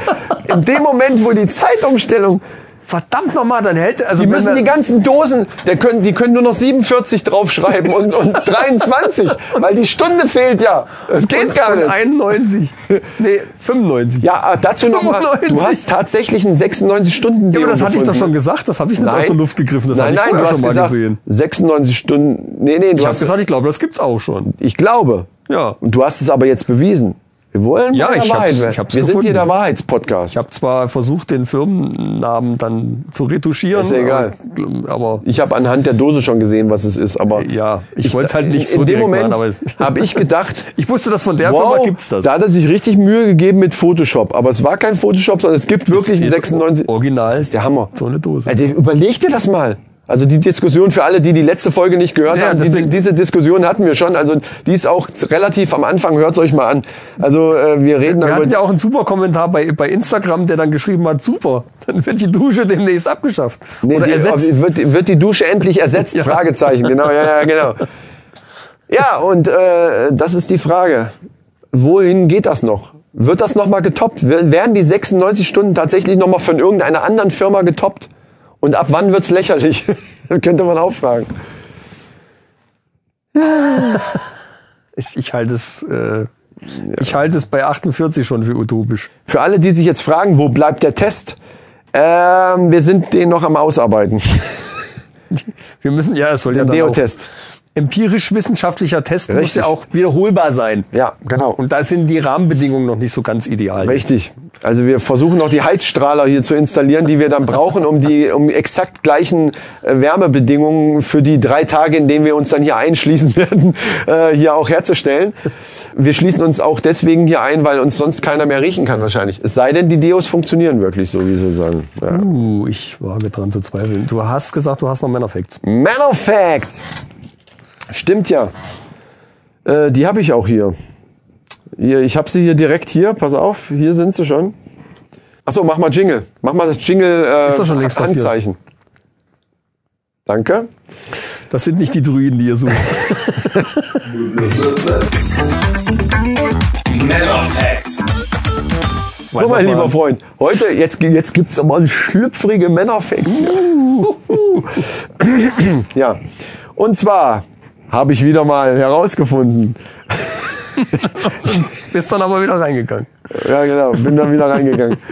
A: in dem Moment, wo die Zeitumstellung
E: Verdammt nochmal, dann hält, also
A: Die
E: wenn
A: müssen
E: wir-
A: die ganzen Dosen, der können, die können nur noch 47 draufschreiben und, und 23, weil die Stunde fehlt ja. Das geht gar
E: und
A: nicht.
E: 91. Nee, 95.
A: Ja, ah, dazu nochmal.
E: 95.
A: Du hast tatsächlich einen 96 stunden
E: Ja, aber das hatte ich doch schon gesagt, das habe ich nicht aus der Luft gegriffen, das
A: nein,
E: hatte ich
A: nein,
E: vorher
A: du hast
E: schon mal
A: gesagt,
E: gesehen.
A: 96 Stunden. Nee, nee, du
E: Ich habe
A: hast
E: gesagt, ich glaube, das gibt's auch schon.
A: ich glaube.
E: Ja.
A: Und du hast es aber jetzt bewiesen. Wir wollen
E: Ja,
A: bei der
E: ich hab's-
A: Wahrheit werden.
E: ich hab's
A: Wir sind
E: gefunden.
A: hier der Wahrheitspodcast.
E: Ich habe zwar versucht, den Firmennamen dann zu retuschieren,
A: Ist ja egal.
E: aber
A: Ich habe anhand der Dose schon gesehen, was es ist, aber
E: Ja, ich wollt's halt nicht so
A: In dem
E: direkt
A: Moment
E: machen, aber-
A: habe ich gedacht,
E: ich wusste, dass von der Firma gibt's das.
A: Da hat er sich richtig Mühe gegeben mit Photoshop. Aber es war kein Photoshop, sondern es gibt wirklich einen
E: ist
A: 96.
E: original.
A: Das ist der Hammer.
E: So eine Dose.
A: Also, überleg dir das mal. Also die Diskussion für alle, die die letzte Folge nicht gehört
E: Ja,
A: haben, diese,
E: deswegen-
A: diese Diskussion hatten wir schon. Also die ist auch relativ am Anfang, hört euch mal an. Also äh, wir reden
E: Wir
A: darüber.
E: hatten ja auch einen super Kommentar bei, bei Instagram, der dann geschrieben hat, super, dann wird die Dusche demnächst abgeschafft.
A: Nee,
E: Oder
A: die,
E: ersetzt.
A: ob- Wird, wird die Dusche endlich ersetzt?
E: Ja.
A: Fragezeichen, genau, ja, ja, genau. Ja, und äh, das ist die Frage. Wohin geht das noch? Wird das nochmal getoppt? Wer- Werden die 96 Stunden tatsächlich nochmal von irgendeiner anderen Firma getoppt? Und ab wann wird's lächerlich? Das könnte man auch fragen.
E: Ich, ich halte es, äh, ich halte es bei 48 schon für utopisch.
A: Für alle, die sich jetzt fragen, wo bleibt der Test? Ähm, wir sind den noch am Ausarbeiten.
E: Wir müssen, ja, es soll ja
A: Der
E: dann
A: Neo-Test.
E: auch empirisch-wissenschaftlicher Test muss
A: Richtig.
E: ja auch wiederholbar sein.
A: Ja, genau.
E: Und da sind die Rahmenbedingungen noch nicht so ganz ideal.
A: Richtig. Also wir versuchen noch die Heizstrahler hier zu installieren, die wir dann brauchen, um die um die exakt gleichen äh, Wärmebedingungen für die drei Tage, in denen wir uns dann hier einschließen werden, äh, hier auch herzustellen. Wir schließen uns auch deswegen hier ein, weil uns sonst keiner mehr riechen kann wahrscheinlich. Es sei denn, die Deos funktionieren wirklich, so wie sie sagen. Ja.
E: Uh, ich wage dran zu zweifeln. Du hast gesagt, du hast noch Männerfacts.
A: Man of Fact. Stimmt ja. Äh, die habe ich auch hier. hier ich habe sie hier direkt hier. Pass auf, hier sind sie schon. Achso, mach mal Jingle. Mach mal das Jingle äh,
E: Ist doch schon längst passiert.
A: Anzeichen. Danke.
E: Das sind nicht die Druiden, die ihr sucht.
A: So, mein lieber Freund, heute, jetzt, jetzt gibt's aber einen schlüpfrige Männerfacts.
E: Uh.
A: ja. Und zwar habe ich wieder mal herausgefunden,
E: Bist dann aber wieder reingegangen.
A: Ja, genau. Bin dann wieder reingegangen.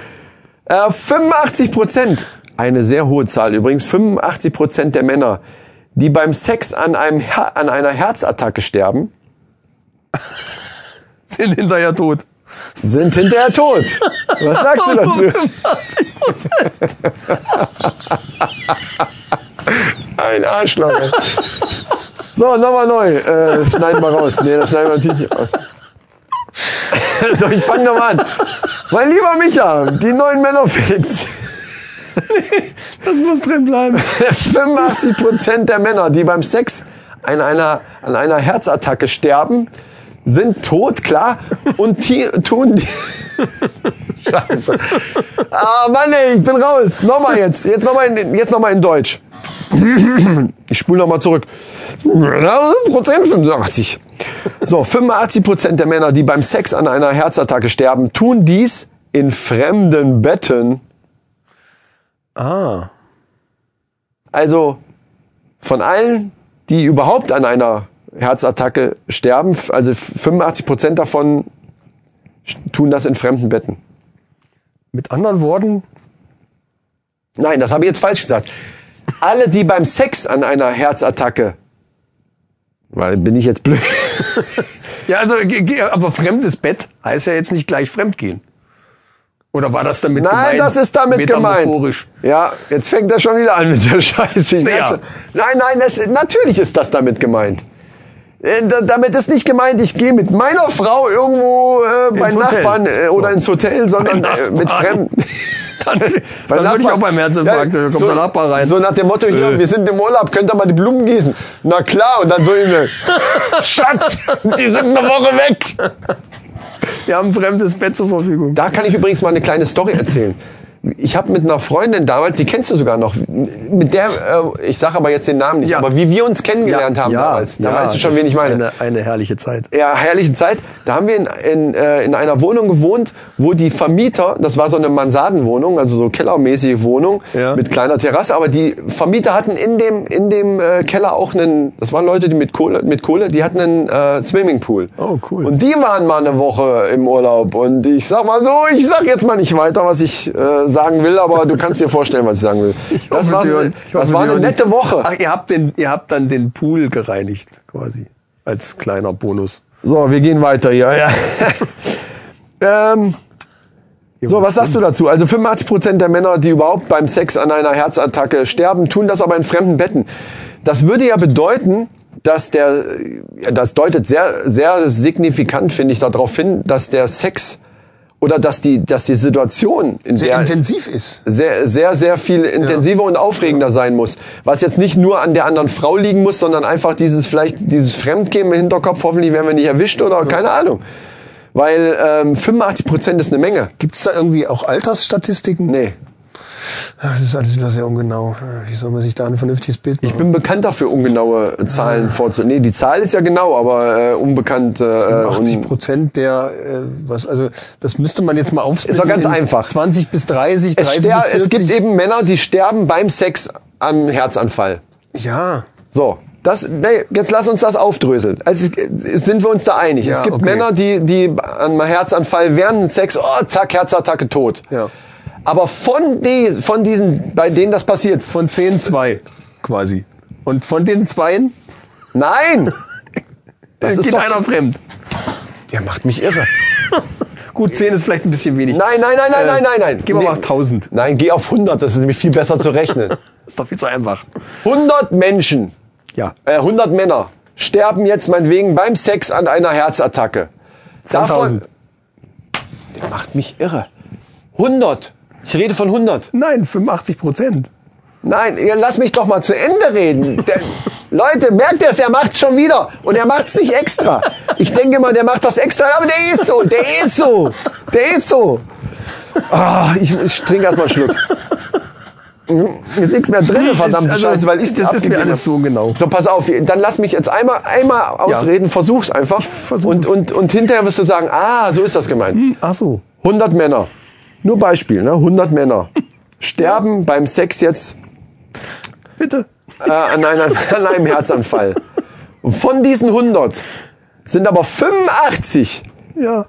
A: Äh, 85 Prozent. Eine sehr hohe Zahl. Übrigens 85 Prozent der Männer, die beim Sex an, einem Her an einer Herzattacke sterben,
E: Sind hinterher tot.
A: sind hinterher tot. Was sagst du dazu?
E: 85 Prozent.
A: Ein Arschloch. ey. So, nochmal neu. Äh, schneiden wir raus. Nee, das schneiden wir natürlich nicht raus. so, ich fange nochmal an. Mein lieber Micha, die neuen Männerfans.
E: Das muss drin bleiben.
A: 85% der Männer, die beim Sex an einer, an einer Herzattacke sterben, sind tot, klar, und ti- tun die... Scheiße. Ah, Mann, ey, ich bin raus. Nochmal jetzt. Jetzt nochmal in, jetzt noch mal in Deutsch. Ich spule nochmal zurück. Prozent 85. So, 85 Prozent der Männer, die beim Sex an einer Herzattacke sterben, tun dies in fremden Betten.
E: Ah.
A: Also von allen, die überhaupt an einer Herzattacke sterben, f- also f- 85 Prozent davon sch- tun das in fremden Betten.
E: Mit anderen Worten,
A: Nein, das habe ich jetzt falsch gesagt. Alle, die beim Sex an einer Herzattacke, weil bin ich jetzt blöd.
E: Ja, also, ge- ge- aber fremdes Bett heißt ja jetzt nicht gleich fremdgehen. Oder war das damit
A: Nein,
E: gemeint?
A: das ist damit gemeint.
E: Metaphorisch.
A: Ja, jetzt fängt er schon wieder an mit der Scheiße. Ich merk
E: Ja.
A: schon. Nein, nein, das, natürlich ist das damit gemeint. Äh, da- Damit ist nicht gemeint, ich gehe mit meiner Frau irgendwo äh, bei
E: Ins Hotel.
A: Nachbarn äh, oder
E: So.
A: ins Hotel, sondern
E: Bei
A: äh, mit
E: Nachbarn.
A: Fremden.
E: Dann, dann
A: Bei
E: würde ich
A: Nachbarn-
E: auch beim Herzinfarkt, da kommt
A: so,
E: der Nachbar rein.
A: So nach dem Motto, hier,
E: Äh.
A: wir sind im Urlaub, könnt ihr mal die Blumen gießen? Na klar, und dann so E-Mail. Schatz, die sind eine Woche weg.
E: Wir haben ein fremdes Bett zur Verfügung.
A: Da kann ich übrigens mal eine kleine Story erzählen. Ich habe mit einer Freundin damals, die kennst du sogar noch, mit der, äh, ich sage aber jetzt den Namen nicht,
E: Ja.
A: aber wie wir uns kennengelernt haben damals, da weißt du schon, wen ich meine.
E: Eine, eine herrliche Zeit.
A: ja, herrlichen Zeit. Da haben wir in, in, äh, in einer Wohnung gewohnt, wo die Vermieter, das war so eine Mansardenwohnung, also so kellermäßige Wohnung
E: Ja.
A: mit kleiner Terrasse, aber die Vermieter hatten in dem, in dem äh, Keller auch einen, das waren Leute, die mit Kohle, mit Kohle die hatten einen äh, Swimmingpool.
E: Oh, cool.
A: Und die waren mal eine Woche im Urlaub. Und ich sag mal so, ich sag jetzt mal nicht weiter, was ich äh, sagen will, aber du kannst dir vorstellen, was ich sagen will. das
E: hoffe,
A: war,
E: wir
A: so-
E: hören- ich
A: das
E: hoffe,
A: war
E: wir
A: eine
E: hören
A: nette
E: nicht-
A: Woche.
E: Ach, ihr habt, den, ihr habt dann den Pool gereinigt, quasi. Als kleiner Bonus.
A: So, wir gehen weiter hier. Ja. ähm, so, was sagst du dazu? Also 85% der Männer, die überhaupt beim Sex an einer Herzattacke sterben, tun das aber in fremden Betten. Das würde ja bedeuten, dass der, ja, das deutet sehr, sehr signifikant, finde ich, darauf hin, dass der Sex oder dass die, dass die Situation, in
B: Sehr
A: der
B: intensiv ist.
A: sehr, sehr, sehr viel intensiver und aufregender sein muss. Was jetzt nicht nur an der anderen Frau liegen muss, sondern einfach dieses vielleicht dieses Fremdgehen im Hinterkopf, hoffentlich werden wir nicht erwischt oder keine Ahnung. Weil ähm, 85 Prozent ist eine Menge.
B: Gibt's da irgendwie auch Altersstatistiken?
A: Nee.
B: Ach, das ist alles wieder sehr ungenau. Wie soll man sich da ein vernünftiges Bild
A: Ich
B: machen?
A: bin bekannt dafür, ungenaue Zahlen vorzunehmen. Nee, die Zahl ist ja genau, aber äh, unbekannt. Äh, un-
B: 80 Prozent der, äh, was, also das müsste man jetzt mal aufsplitten.
A: Ist doch ganz
B: in
A: einfach.
B: 20 bis 30, 30
A: es,
B: bis
A: ster-
B: 40.
A: es gibt eben Männer, die sterben beim Sex am Herzanfall.
B: ja,
A: So, das, nee, jetzt lass uns das aufdröseln. Also es- sind wir uns da einig.
B: Ja,
A: es gibt
B: okay.
A: Männer, die, die an einem Herzanfall während dem Sex, oh, zack, Herzattacke tot.
B: Ja.
A: Aber von, die, von diesen, bei denen das passiert,
B: von 10 zwei quasi. Und von den Zweien
A: nein!
B: Äh,
A: Das ist
E: geht
A: doch,
E: einer fremd.
A: der macht mich irre.
E: Gut, 10 ist vielleicht ein bisschen wenig.
A: Nein, nein, nein, nein,
E: Äh,
A: nein, nein, nein.
E: Gehen wir mal auf 1000.
A: Nein, geh auf 100, das ist nämlich viel besser zu rechnen.
E: Ist doch viel zu einfach.
A: 100 Menschen,
E: Ja.
A: äh, 100 Männer sterben jetzt meinetwegen beim Sex an einer Herzattacke.
B: von 1000.
A: Der macht mich irre. 100. Ich rede von 100.
E: Nein, 85 Prozent.
A: Nein, ihr lasst mich doch mal zu Ende reden. Der, Leute, merkt ihr es, er macht's schon wieder. Und er macht's nicht extra. Ich denke mal, der macht das extra, aber der ist so, der ist so, der ist so. Ah, ich, ich trinke erstmal einen Schluck. Mhm. Ist nichts mehr drin, verdammte
E: also,
A: Scheiße, weil ich
E: das ist mir alles so genau.
A: So, pass auf, dann lass mich jetzt einmal, einmal ausreden, versuch's einfach.
E: versuch's. Hm.
A: Und, und, und hinterher wirst du sagen, ah, so ist das gemeint.
E: Ach so.
A: 100 Männer, nur Beispiel, ne? 100 Männer sterben beim Sex jetzt
E: Bitte.
A: äh, an, einer, an einem Herzanfall. Und von diesen 100 sind aber 85
E: Ja.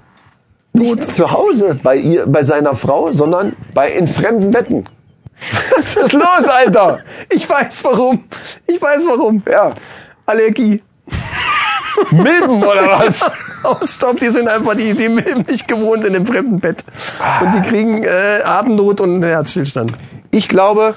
A: nicht zu Hause bei, ihr, bei seiner Frau, sondern bei in fremden Betten. Was ist los, Alter?
E: Ich weiß warum. Ich weiß warum.
A: Ja.
E: Allergie. Milben oder was? Ausstaubt, Oh, die sind einfach die, die Milben nicht gewohnt in dem fremden Bett. Und die kriegen äh, Atemnot und Herzstillstand.
A: Ich glaube,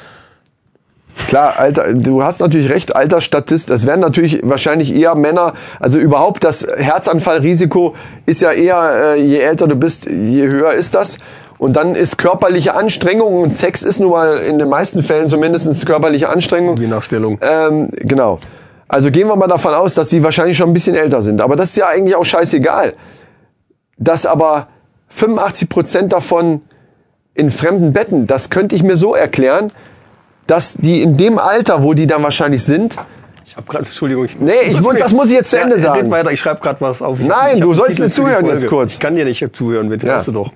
A: klar, Alter, du hast natürlich recht, Altersstatist, das werden natürlich wahrscheinlich eher Männer, also überhaupt das Herzanfallrisiko ist ja eher, äh, je älter du bist, je höher ist das. Und dann ist körperliche Anstrengung und Sex ist nun mal in den meisten Fällen zumindest körperliche Anstrengung.
E: Je nach Stellung.
A: Ähm, genau. Also gehen wir mal davon aus, dass die wahrscheinlich schon ein bisschen älter sind. Aber das ist ja eigentlich auch scheißegal. Dass aber 85% davon in fremden Betten, das könnte ich mir so erklären, dass die in dem Alter, wo die dann wahrscheinlich sind,
E: Ich habe gerade, Entschuldigung. Ich,
A: Nee, ich muss- das muss ich jetzt zu Ende
E: red
A: sagen.
E: weiter, ich schreibe gerade was auf. Ich
A: Nein,
E: hab- ich hab
A: du
E: den
A: sollst
E: Titel
A: mir
E: für die
A: zuhören
E: Folge.
A: jetzt kurz.
E: Ich kann dir nicht zuhören, bitte.
A: Ja.
E: Weißt du doch.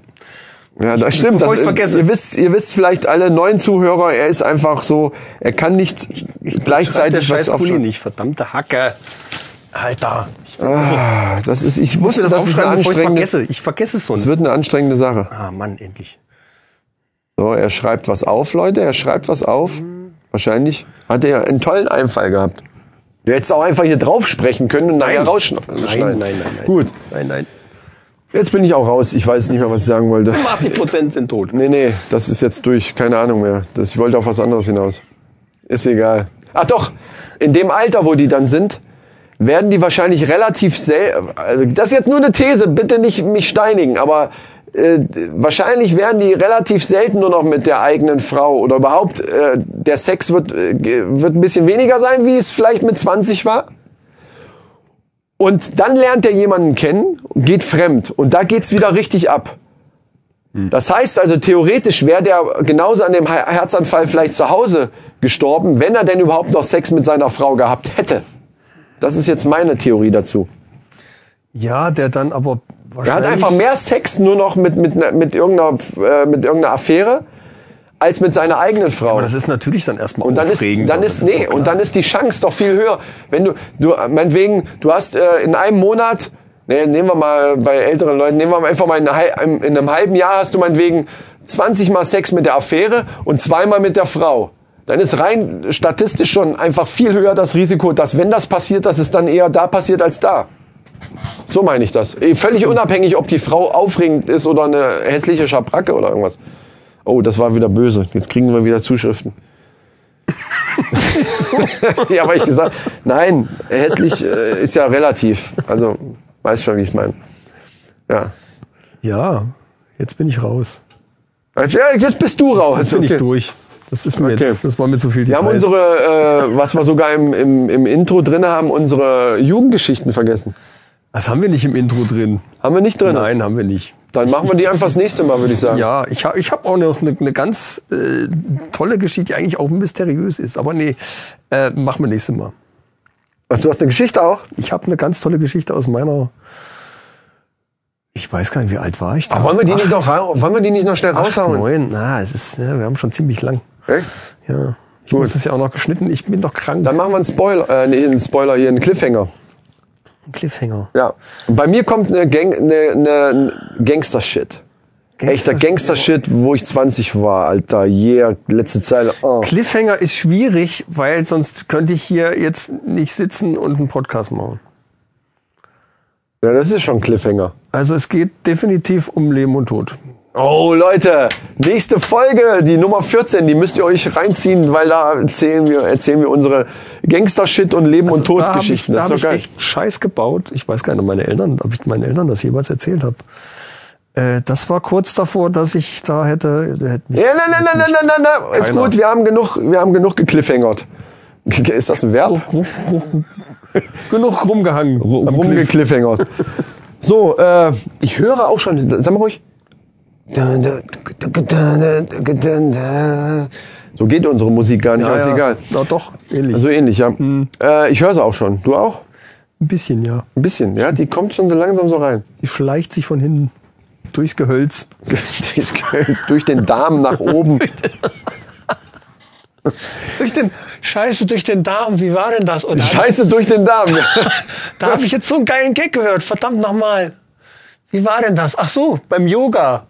A: Ja, das stimmt.
E: Bevor
A: das,
E: ich's vergesse.
A: Ihr wisst, ihr wisst vielleicht alle neuen Zuhörer, er ist einfach so, er kann nicht
E: Schreib der
A: gleichzeitig
E: scheiß
A: auf.
E: Kuli nicht, verdammte Hacke. Alter. Ich
A: Ah, das ist, ich
E: muss
A: wusste,
E: mir das
A: das, ist eine
E: aufschreiben, bevor ich
A: anstrengende,
E: vergesse. Ich vergesse es
A: es
E: sonst.
A: wird eine anstrengende Sache.
E: Ah, Mann, endlich.
A: So, er schreibt was auf, Leute, er schreibt was auf. Wahrscheinlich hat er einen tollen Einfall gehabt. Du hättest auch einfach hier drauf sprechen können und nachher rausschneiden. Gut,
E: Nein, nein.
A: jetzt bin ich auch raus. Ich weiß nicht mehr, was ich sagen wollte.
E: 80% sind tot.
A: Nee, nee, das ist jetzt durch. Keine Ahnung mehr. Das, ich wollte auf was anderes hinaus. Ist egal. Ach doch, in dem Alter, wo die dann sind, werden die wahrscheinlich relativ sel also Das ist jetzt nur eine These, bitte nicht mich steinigen, aber äh, wahrscheinlich werden die relativ selten nur noch mit der eigenen Frau oder überhaupt äh, der Sex wird, äh, ge- wird ein bisschen weniger sein, wie es vielleicht mit 20 war. Und dann lernt er jemanden kennen, geht fremd und da geht's wieder richtig ab. Das heißt also, theoretisch wäre der genauso an dem Her- Herzanfall vielleicht zu Hause gestorben, wenn er denn überhaupt noch Sex mit seiner Frau gehabt hätte. Das ist jetzt meine Theorie dazu.
E: Ja, der dann aber wahrscheinlich.
A: Er hat einfach mehr Sex nur noch mit, mit, ne- mit, irgendeiner, äh, mit irgendeiner Affäre als mit seiner eigenen Frau.
E: Aber das ist natürlich dann erstmal
A: Und dann ist,
E: aufregend.
A: dann
E: aber
A: ist,
E: das
A: nee,
E: doch
A: und
E: klar.
A: dann ist die Chance doch viel höher. Wenn du, du, meinetwegen, du hast äh, in einem Monat, nee, nehmen wir mal bei älteren Leuten, nehmen wir mal einfach mal in, hal- in einem halben Jahr hast du meinetwegen 20 Mal Sex mit der Affäre und zweimal mit der Frau. Dann ist rein statistisch schon einfach viel höher das Risiko, dass wenn das passiert, dass es dann eher da passiert als da. So meine ich das. Eh, Völlig unabhängig, ob die Frau aufregend ist oder eine hässliche Schabracke oder irgendwas. Oh, das war wieder böse. Jetzt kriegen wir wieder Zuschriften. ja, aber ich gesagt, nein, hässlich äh, ist ja relativ. Also, weiß schon, wie ich es meine. Ja.
E: Ja, jetzt bin ich raus.
A: Also, ja, Jetzt bist du raus.
E: Jetzt bin ich
A: Okay.
E: durch. Das ist mir
A: Okay.
E: jetzt, das war mir zu viel
A: Wir haben
E: Details.
A: unsere, äh, was wir sogar im, im, im Intro drin haben, unsere Jugendgeschichten vergessen.
E: Das haben wir nicht im Intro drin.
A: Haben wir nicht drin?
E: Nein, haben wir nicht.
A: Genau. Dann machen wir die einfach das nächste Mal, würde ich sagen.
E: Ja, ich habe ich hab auch noch eine ne ganz äh, tolle Geschichte, die eigentlich auch mysteriös ist. Aber nee, äh, machen wir nächstes Mal.
A: Was, du hast eine Geschichte auch?
E: Ich habe eine ganz tolle Geschichte aus meiner. Ich weiß gar nicht, wie alt war ich da?
A: Ach, wollen, wir die
E: Acht,
A: nicht noch, wollen wir die nicht noch schnell
E: acht,
A: raushauen?
E: neun. Na, es ist, ja, wir haben schon ziemlich lang.
A: Echt?
E: Ja. Ich muss das ja auch noch geschnitten. Ich bin doch krank.
A: Dann machen wir einen Spoiler, äh, nee, einen Spoiler hier, einen Cliffhanger.
E: Cliffhanger.
A: Ja. Und bei mir kommt eine, Gang, eine, eine ein Gangster-Shit. Echter Gangster-Shit, wo ich 20 war, Alter. Yeah, letzte Zeile. Oh.
E: Cliffhanger ist schwierig, weil sonst könnte ich hier jetzt nicht sitzen und einen Podcast machen.
A: Ja, das ist schon ein Cliffhanger.
E: Also es geht definitiv um Leben und Tod.
A: Oh, Leute, nächste Folge, die Nummer 14, die müsst ihr euch reinziehen, weil da erzählen wir, erzählen wir unsere Gangster-Shit und Leben und
E: Also da habe ich,
A: Tod-Geschichten.
E: da
A: Das ist
E: hab ich
A: doch geil.
E: echt Scheiß gebaut. Ich weiß gar nicht, meine Eltern, ob ich meinen Eltern das jemals erzählt habe. Äh, das war kurz davor, dass ich da hätte. hätte mich-
A: Ja, nein, nein, nein, nein, nein, nein, nein. Ist
E: Keiner.
A: gut, wir haben genug, wir haben genug gekliffhängert. Ist das ein Verb?
E: Genug rumgehangen.
A: Ru-
E: am Cliff.
A: Rumgekliffhängert. So, äh, ich höre auch schon, sag mal ruhig. So geht unsere Musik gar nicht,
E: Ja,
A: aber ist
E: ja.
A: egal.
E: Na doch, ähnlich.
A: Also ähnlich, ja. Äh, ich höre sie auch schon. Du auch?
E: Ein bisschen, ja.
A: Ein bisschen, ja. Die kommt schon so langsam so rein.
E: Sie schleicht sich von hinten durchs Gehölz.
A: Durchs Gehölz, durch den Darm nach oben.
E: Durch den, scheiße, durch den Darm, wie war denn das? Und
A: Scheiße, durch den Darm.
E: Da habe ich jetzt so einen geilen Gag gehört. Verdammt nochmal. Wie war denn das? Ach so, beim Yoga.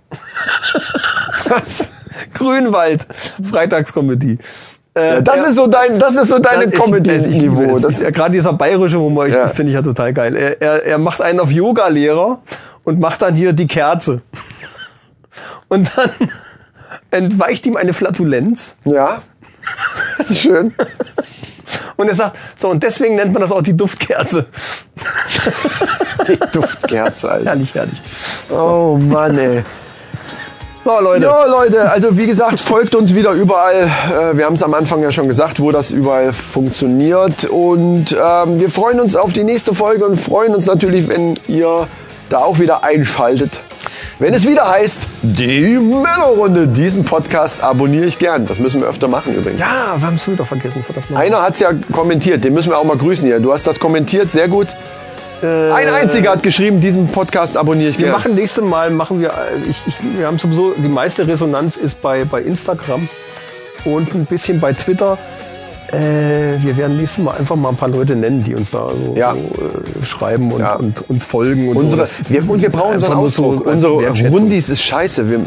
E: Was? Grünwald. Freitagskomödie. Äh,
A: Ja, das ist so dein, das ist so deine
E: Das- ich- das- ich liebe
A: Comedy-Niveau.
E: es.
A: Das-
E: Ja, Gerade dieser bayerische Humor, ich,
A: Ja.
E: finde ich ja total geil. Er, er, er macht einen auf Yoga-Lehrer und macht dann hier die Kerze. Und dann entweicht ihm eine Flatulenz
A: Ja. Das ist schön.
E: und er sagt, so und deswegen nennt man das auch die Duftkerze.
A: Die Duftkerze, Alter.
E: Herrlich, herrlich.
A: Oh Mann, ey.
E: So Leute,
A: Ja, Leute, also wie gesagt, folgt uns wieder überall. Äh, Wir haben es am Anfang ja schon gesagt, wo das überall funktioniert. Und ähm, wir freuen uns auf die nächste Folge und freuen uns natürlich, wenn ihr da auch wieder einschaltet. Wenn es wieder heißt, die Mello-Runde. Diesen Podcast abonniere ich gern. Das müssen wir öfter machen übrigens.
E: ja, wir haben es wieder vergessen. verdammt nochmal.
A: Einer hat es ja kommentiert, den müssen wir auch mal grüßen hier. Du hast das kommentiert, sehr gut. Ein einziger hat geschrieben, diesen Podcast abonniere ich
E: Äh. Wir
A: gern.
E: machen nächstes Mal machen wir, äh, ich, ich, wir haben sowieso die meiste Resonanz ist bei bei Instagram und ein bisschen bei Twitter. Äh, wir werden nächstes Mal einfach mal ein paar Leute nennen, die uns da so,
A: Ja.
E: so äh, schreiben und,
A: Ja.
E: und uns folgen und
A: Unsere,
E: so. Das-
A: wir, und wir brauchen
E: einfach
A: unseren
E: nur so
A: Ausdruck.
E: als
A: Unsere
E: Wertschätzung.
A: Rundis ist scheiße. Wir,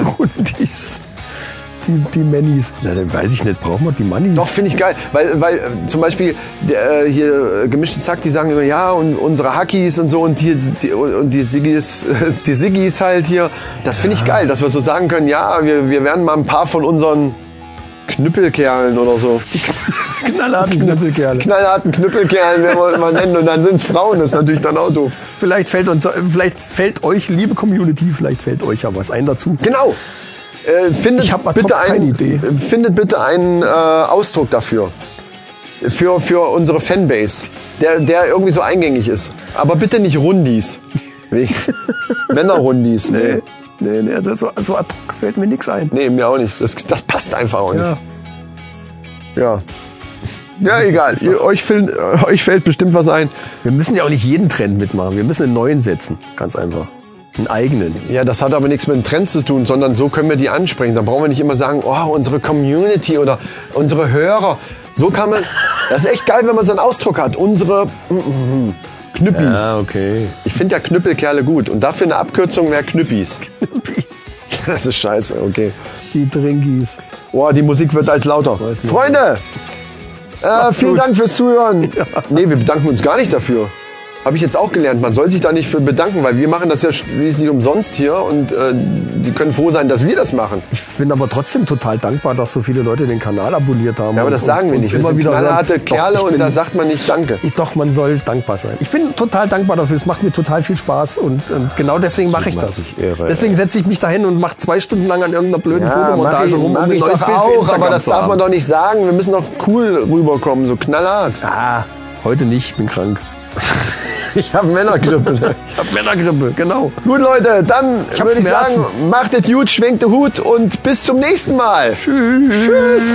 E: Rundis. Die, die Mannies. Na, dann weiß ich nicht, brauchen wir die Mannies?
A: doch, finde ich geil. Weil, weil äh, zum Beispiel der, äh, hier äh, gemischten Zack, die sagen immer, ja, und unsere Hackis und so und die, die, und die Siggis, äh, die Siggis halt hier. Das finde ich geil, dass wir so sagen können, ja, wir, wir werden mal ein paar von unseren Knüppelkerlen oder so.
E: die knallharten Knüppelkerle.
A: Knallharten Knüppelkerlen werden wir mal nennen und dann sind es Frauen, das ist natürlich dann auch doof.
E: Vielleicht fällt uns, vielleicht fällt euch, liebe Community, vielleicht fällt euch ja was ein dazu.
A: Genau. Äh, findet,
E: Ich hab mal
A: bitte
E: top keine
A: einen,
E: Idee.
A: äh, findet bitte einen äh, Ausdruck dafür. Für, für unsere Fanbase, der, der irgendwie so eingängig ist. Aber bitte nicht Rundis. Wegen- Männerrundis. Nee.
E: Nee, nee, also so, so ad hoc fällt mir nichts ein.
A: nee, mir auch nicht. Das, das passt einfach auch nicht.
E: Ja.
A: Ja, ja. egal. Ihr, euch, fällt, äh, euch fällt bestimmt was ein.
E: Wir müssen ja auch nicht jeden Trend mitmachen. Wir müssen einen neuen setzen. Ganz einfach. Einen eigenen.
A: Ja, das hat aber nichts mit dem Trend zu tun, sondern so können wir die ansprechen. Da brauchen wir nicht immer sagen, oh, unsere Community oder unsere Hörer. So kann man. Das ist echt geil, wenn man so einen Ausdruck hat. Unsere mm, mm, mm, Knüppis.
E: okay.
A: Ich finde ja Knüppelkerle gut. Und dafür eine Abkürzung wäre Knüppis. Das ist scheiße, okay.
E: Die Drinkies.
A: Oh, die Musik wird als lauter.
E: Weiß nicht.
A: Freunde! Äh, vielen
E: gut.
A: Dank fürs Zuhören. Nee, wir bedanken uns gar nicht dafür. Habe ich jetzt auch gelernt. Man soll sich da nicht für bedanken, weil wir machen das ja schließlich umsonst hier und äh, die können froh sein, dass wir das machen.
E: Ich bin aber trotzdem total dankbar, dass so viele Leute den Kanal abonniert haben.
A: Ja, aber
E: und-
A: das sagen
E: und
A: wir nicht.
E: uns
A: Wir
E: Immer
A: sind
E: wieder
A: knallharte
E: hören. Doch,
A: Kerle
E: ich
A: und
E: bin-
A: da sagt man nicht Danke.
E: Ich, doch, man soll dankbar sein. Ich bin total dankbar dafür. Es macht mir total viel Spaß und, und genau deswegen mache ich
A: mach
E: das.
A: dich irre,
E: deswegen setze ich mich dahin und mache zwei Stunden lang an irgendeiner blöden Fotomontage rum, um
A: mach ich
E: neues
A: doch
E: Bild für
A: auch,
E: Instagram
A: aber das
E: zu
A: darf
E: haben.
A: man doch nicht sagen. Wir müssen doch cool rüberkommen, so knallhart.
E: Ah, heute nicht. Ich bin krank.
A: Ich habe Männergrippe.
E: Ich habe Männergrippe. Genau.
A: Gut, Leute, dann
E: hab
A: würde ich
E: Schmerzen.
A: sagen, macht es gut, schwenkt den Hut und bis zum nächsten Mal. Tschüss. Tschüss.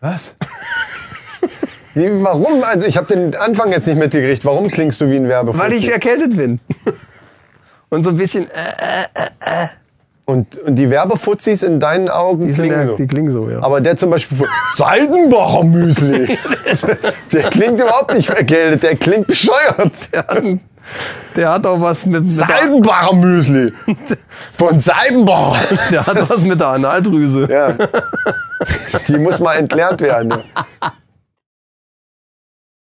A: Was? Wie, warum? Also ich habe den Anfang jetzt nicht mitgekriegt. Warum klingst du wie ein Werbefuzzi?
E: Weil ich erkältet bin. Und so ein bisschen, äh,
A: und, und die Werbefuzzis in deinen Augen
E: die, sind
A: klingen
E: ja,
A: so.
E: die klingen so, ja.
A: Aber der zum Beispiel von Seidenbacher Müsli. der klingt überhaupt nicht vergeltet, der klingt bescheuert.
E: der, hat, der hat auch was mit, mit der,
A: Seidenbacher Müsli. Von Seidenbacher.
E: der hat was mit der Analdrüse.
A: Ja. Die muss mal entlernt werden.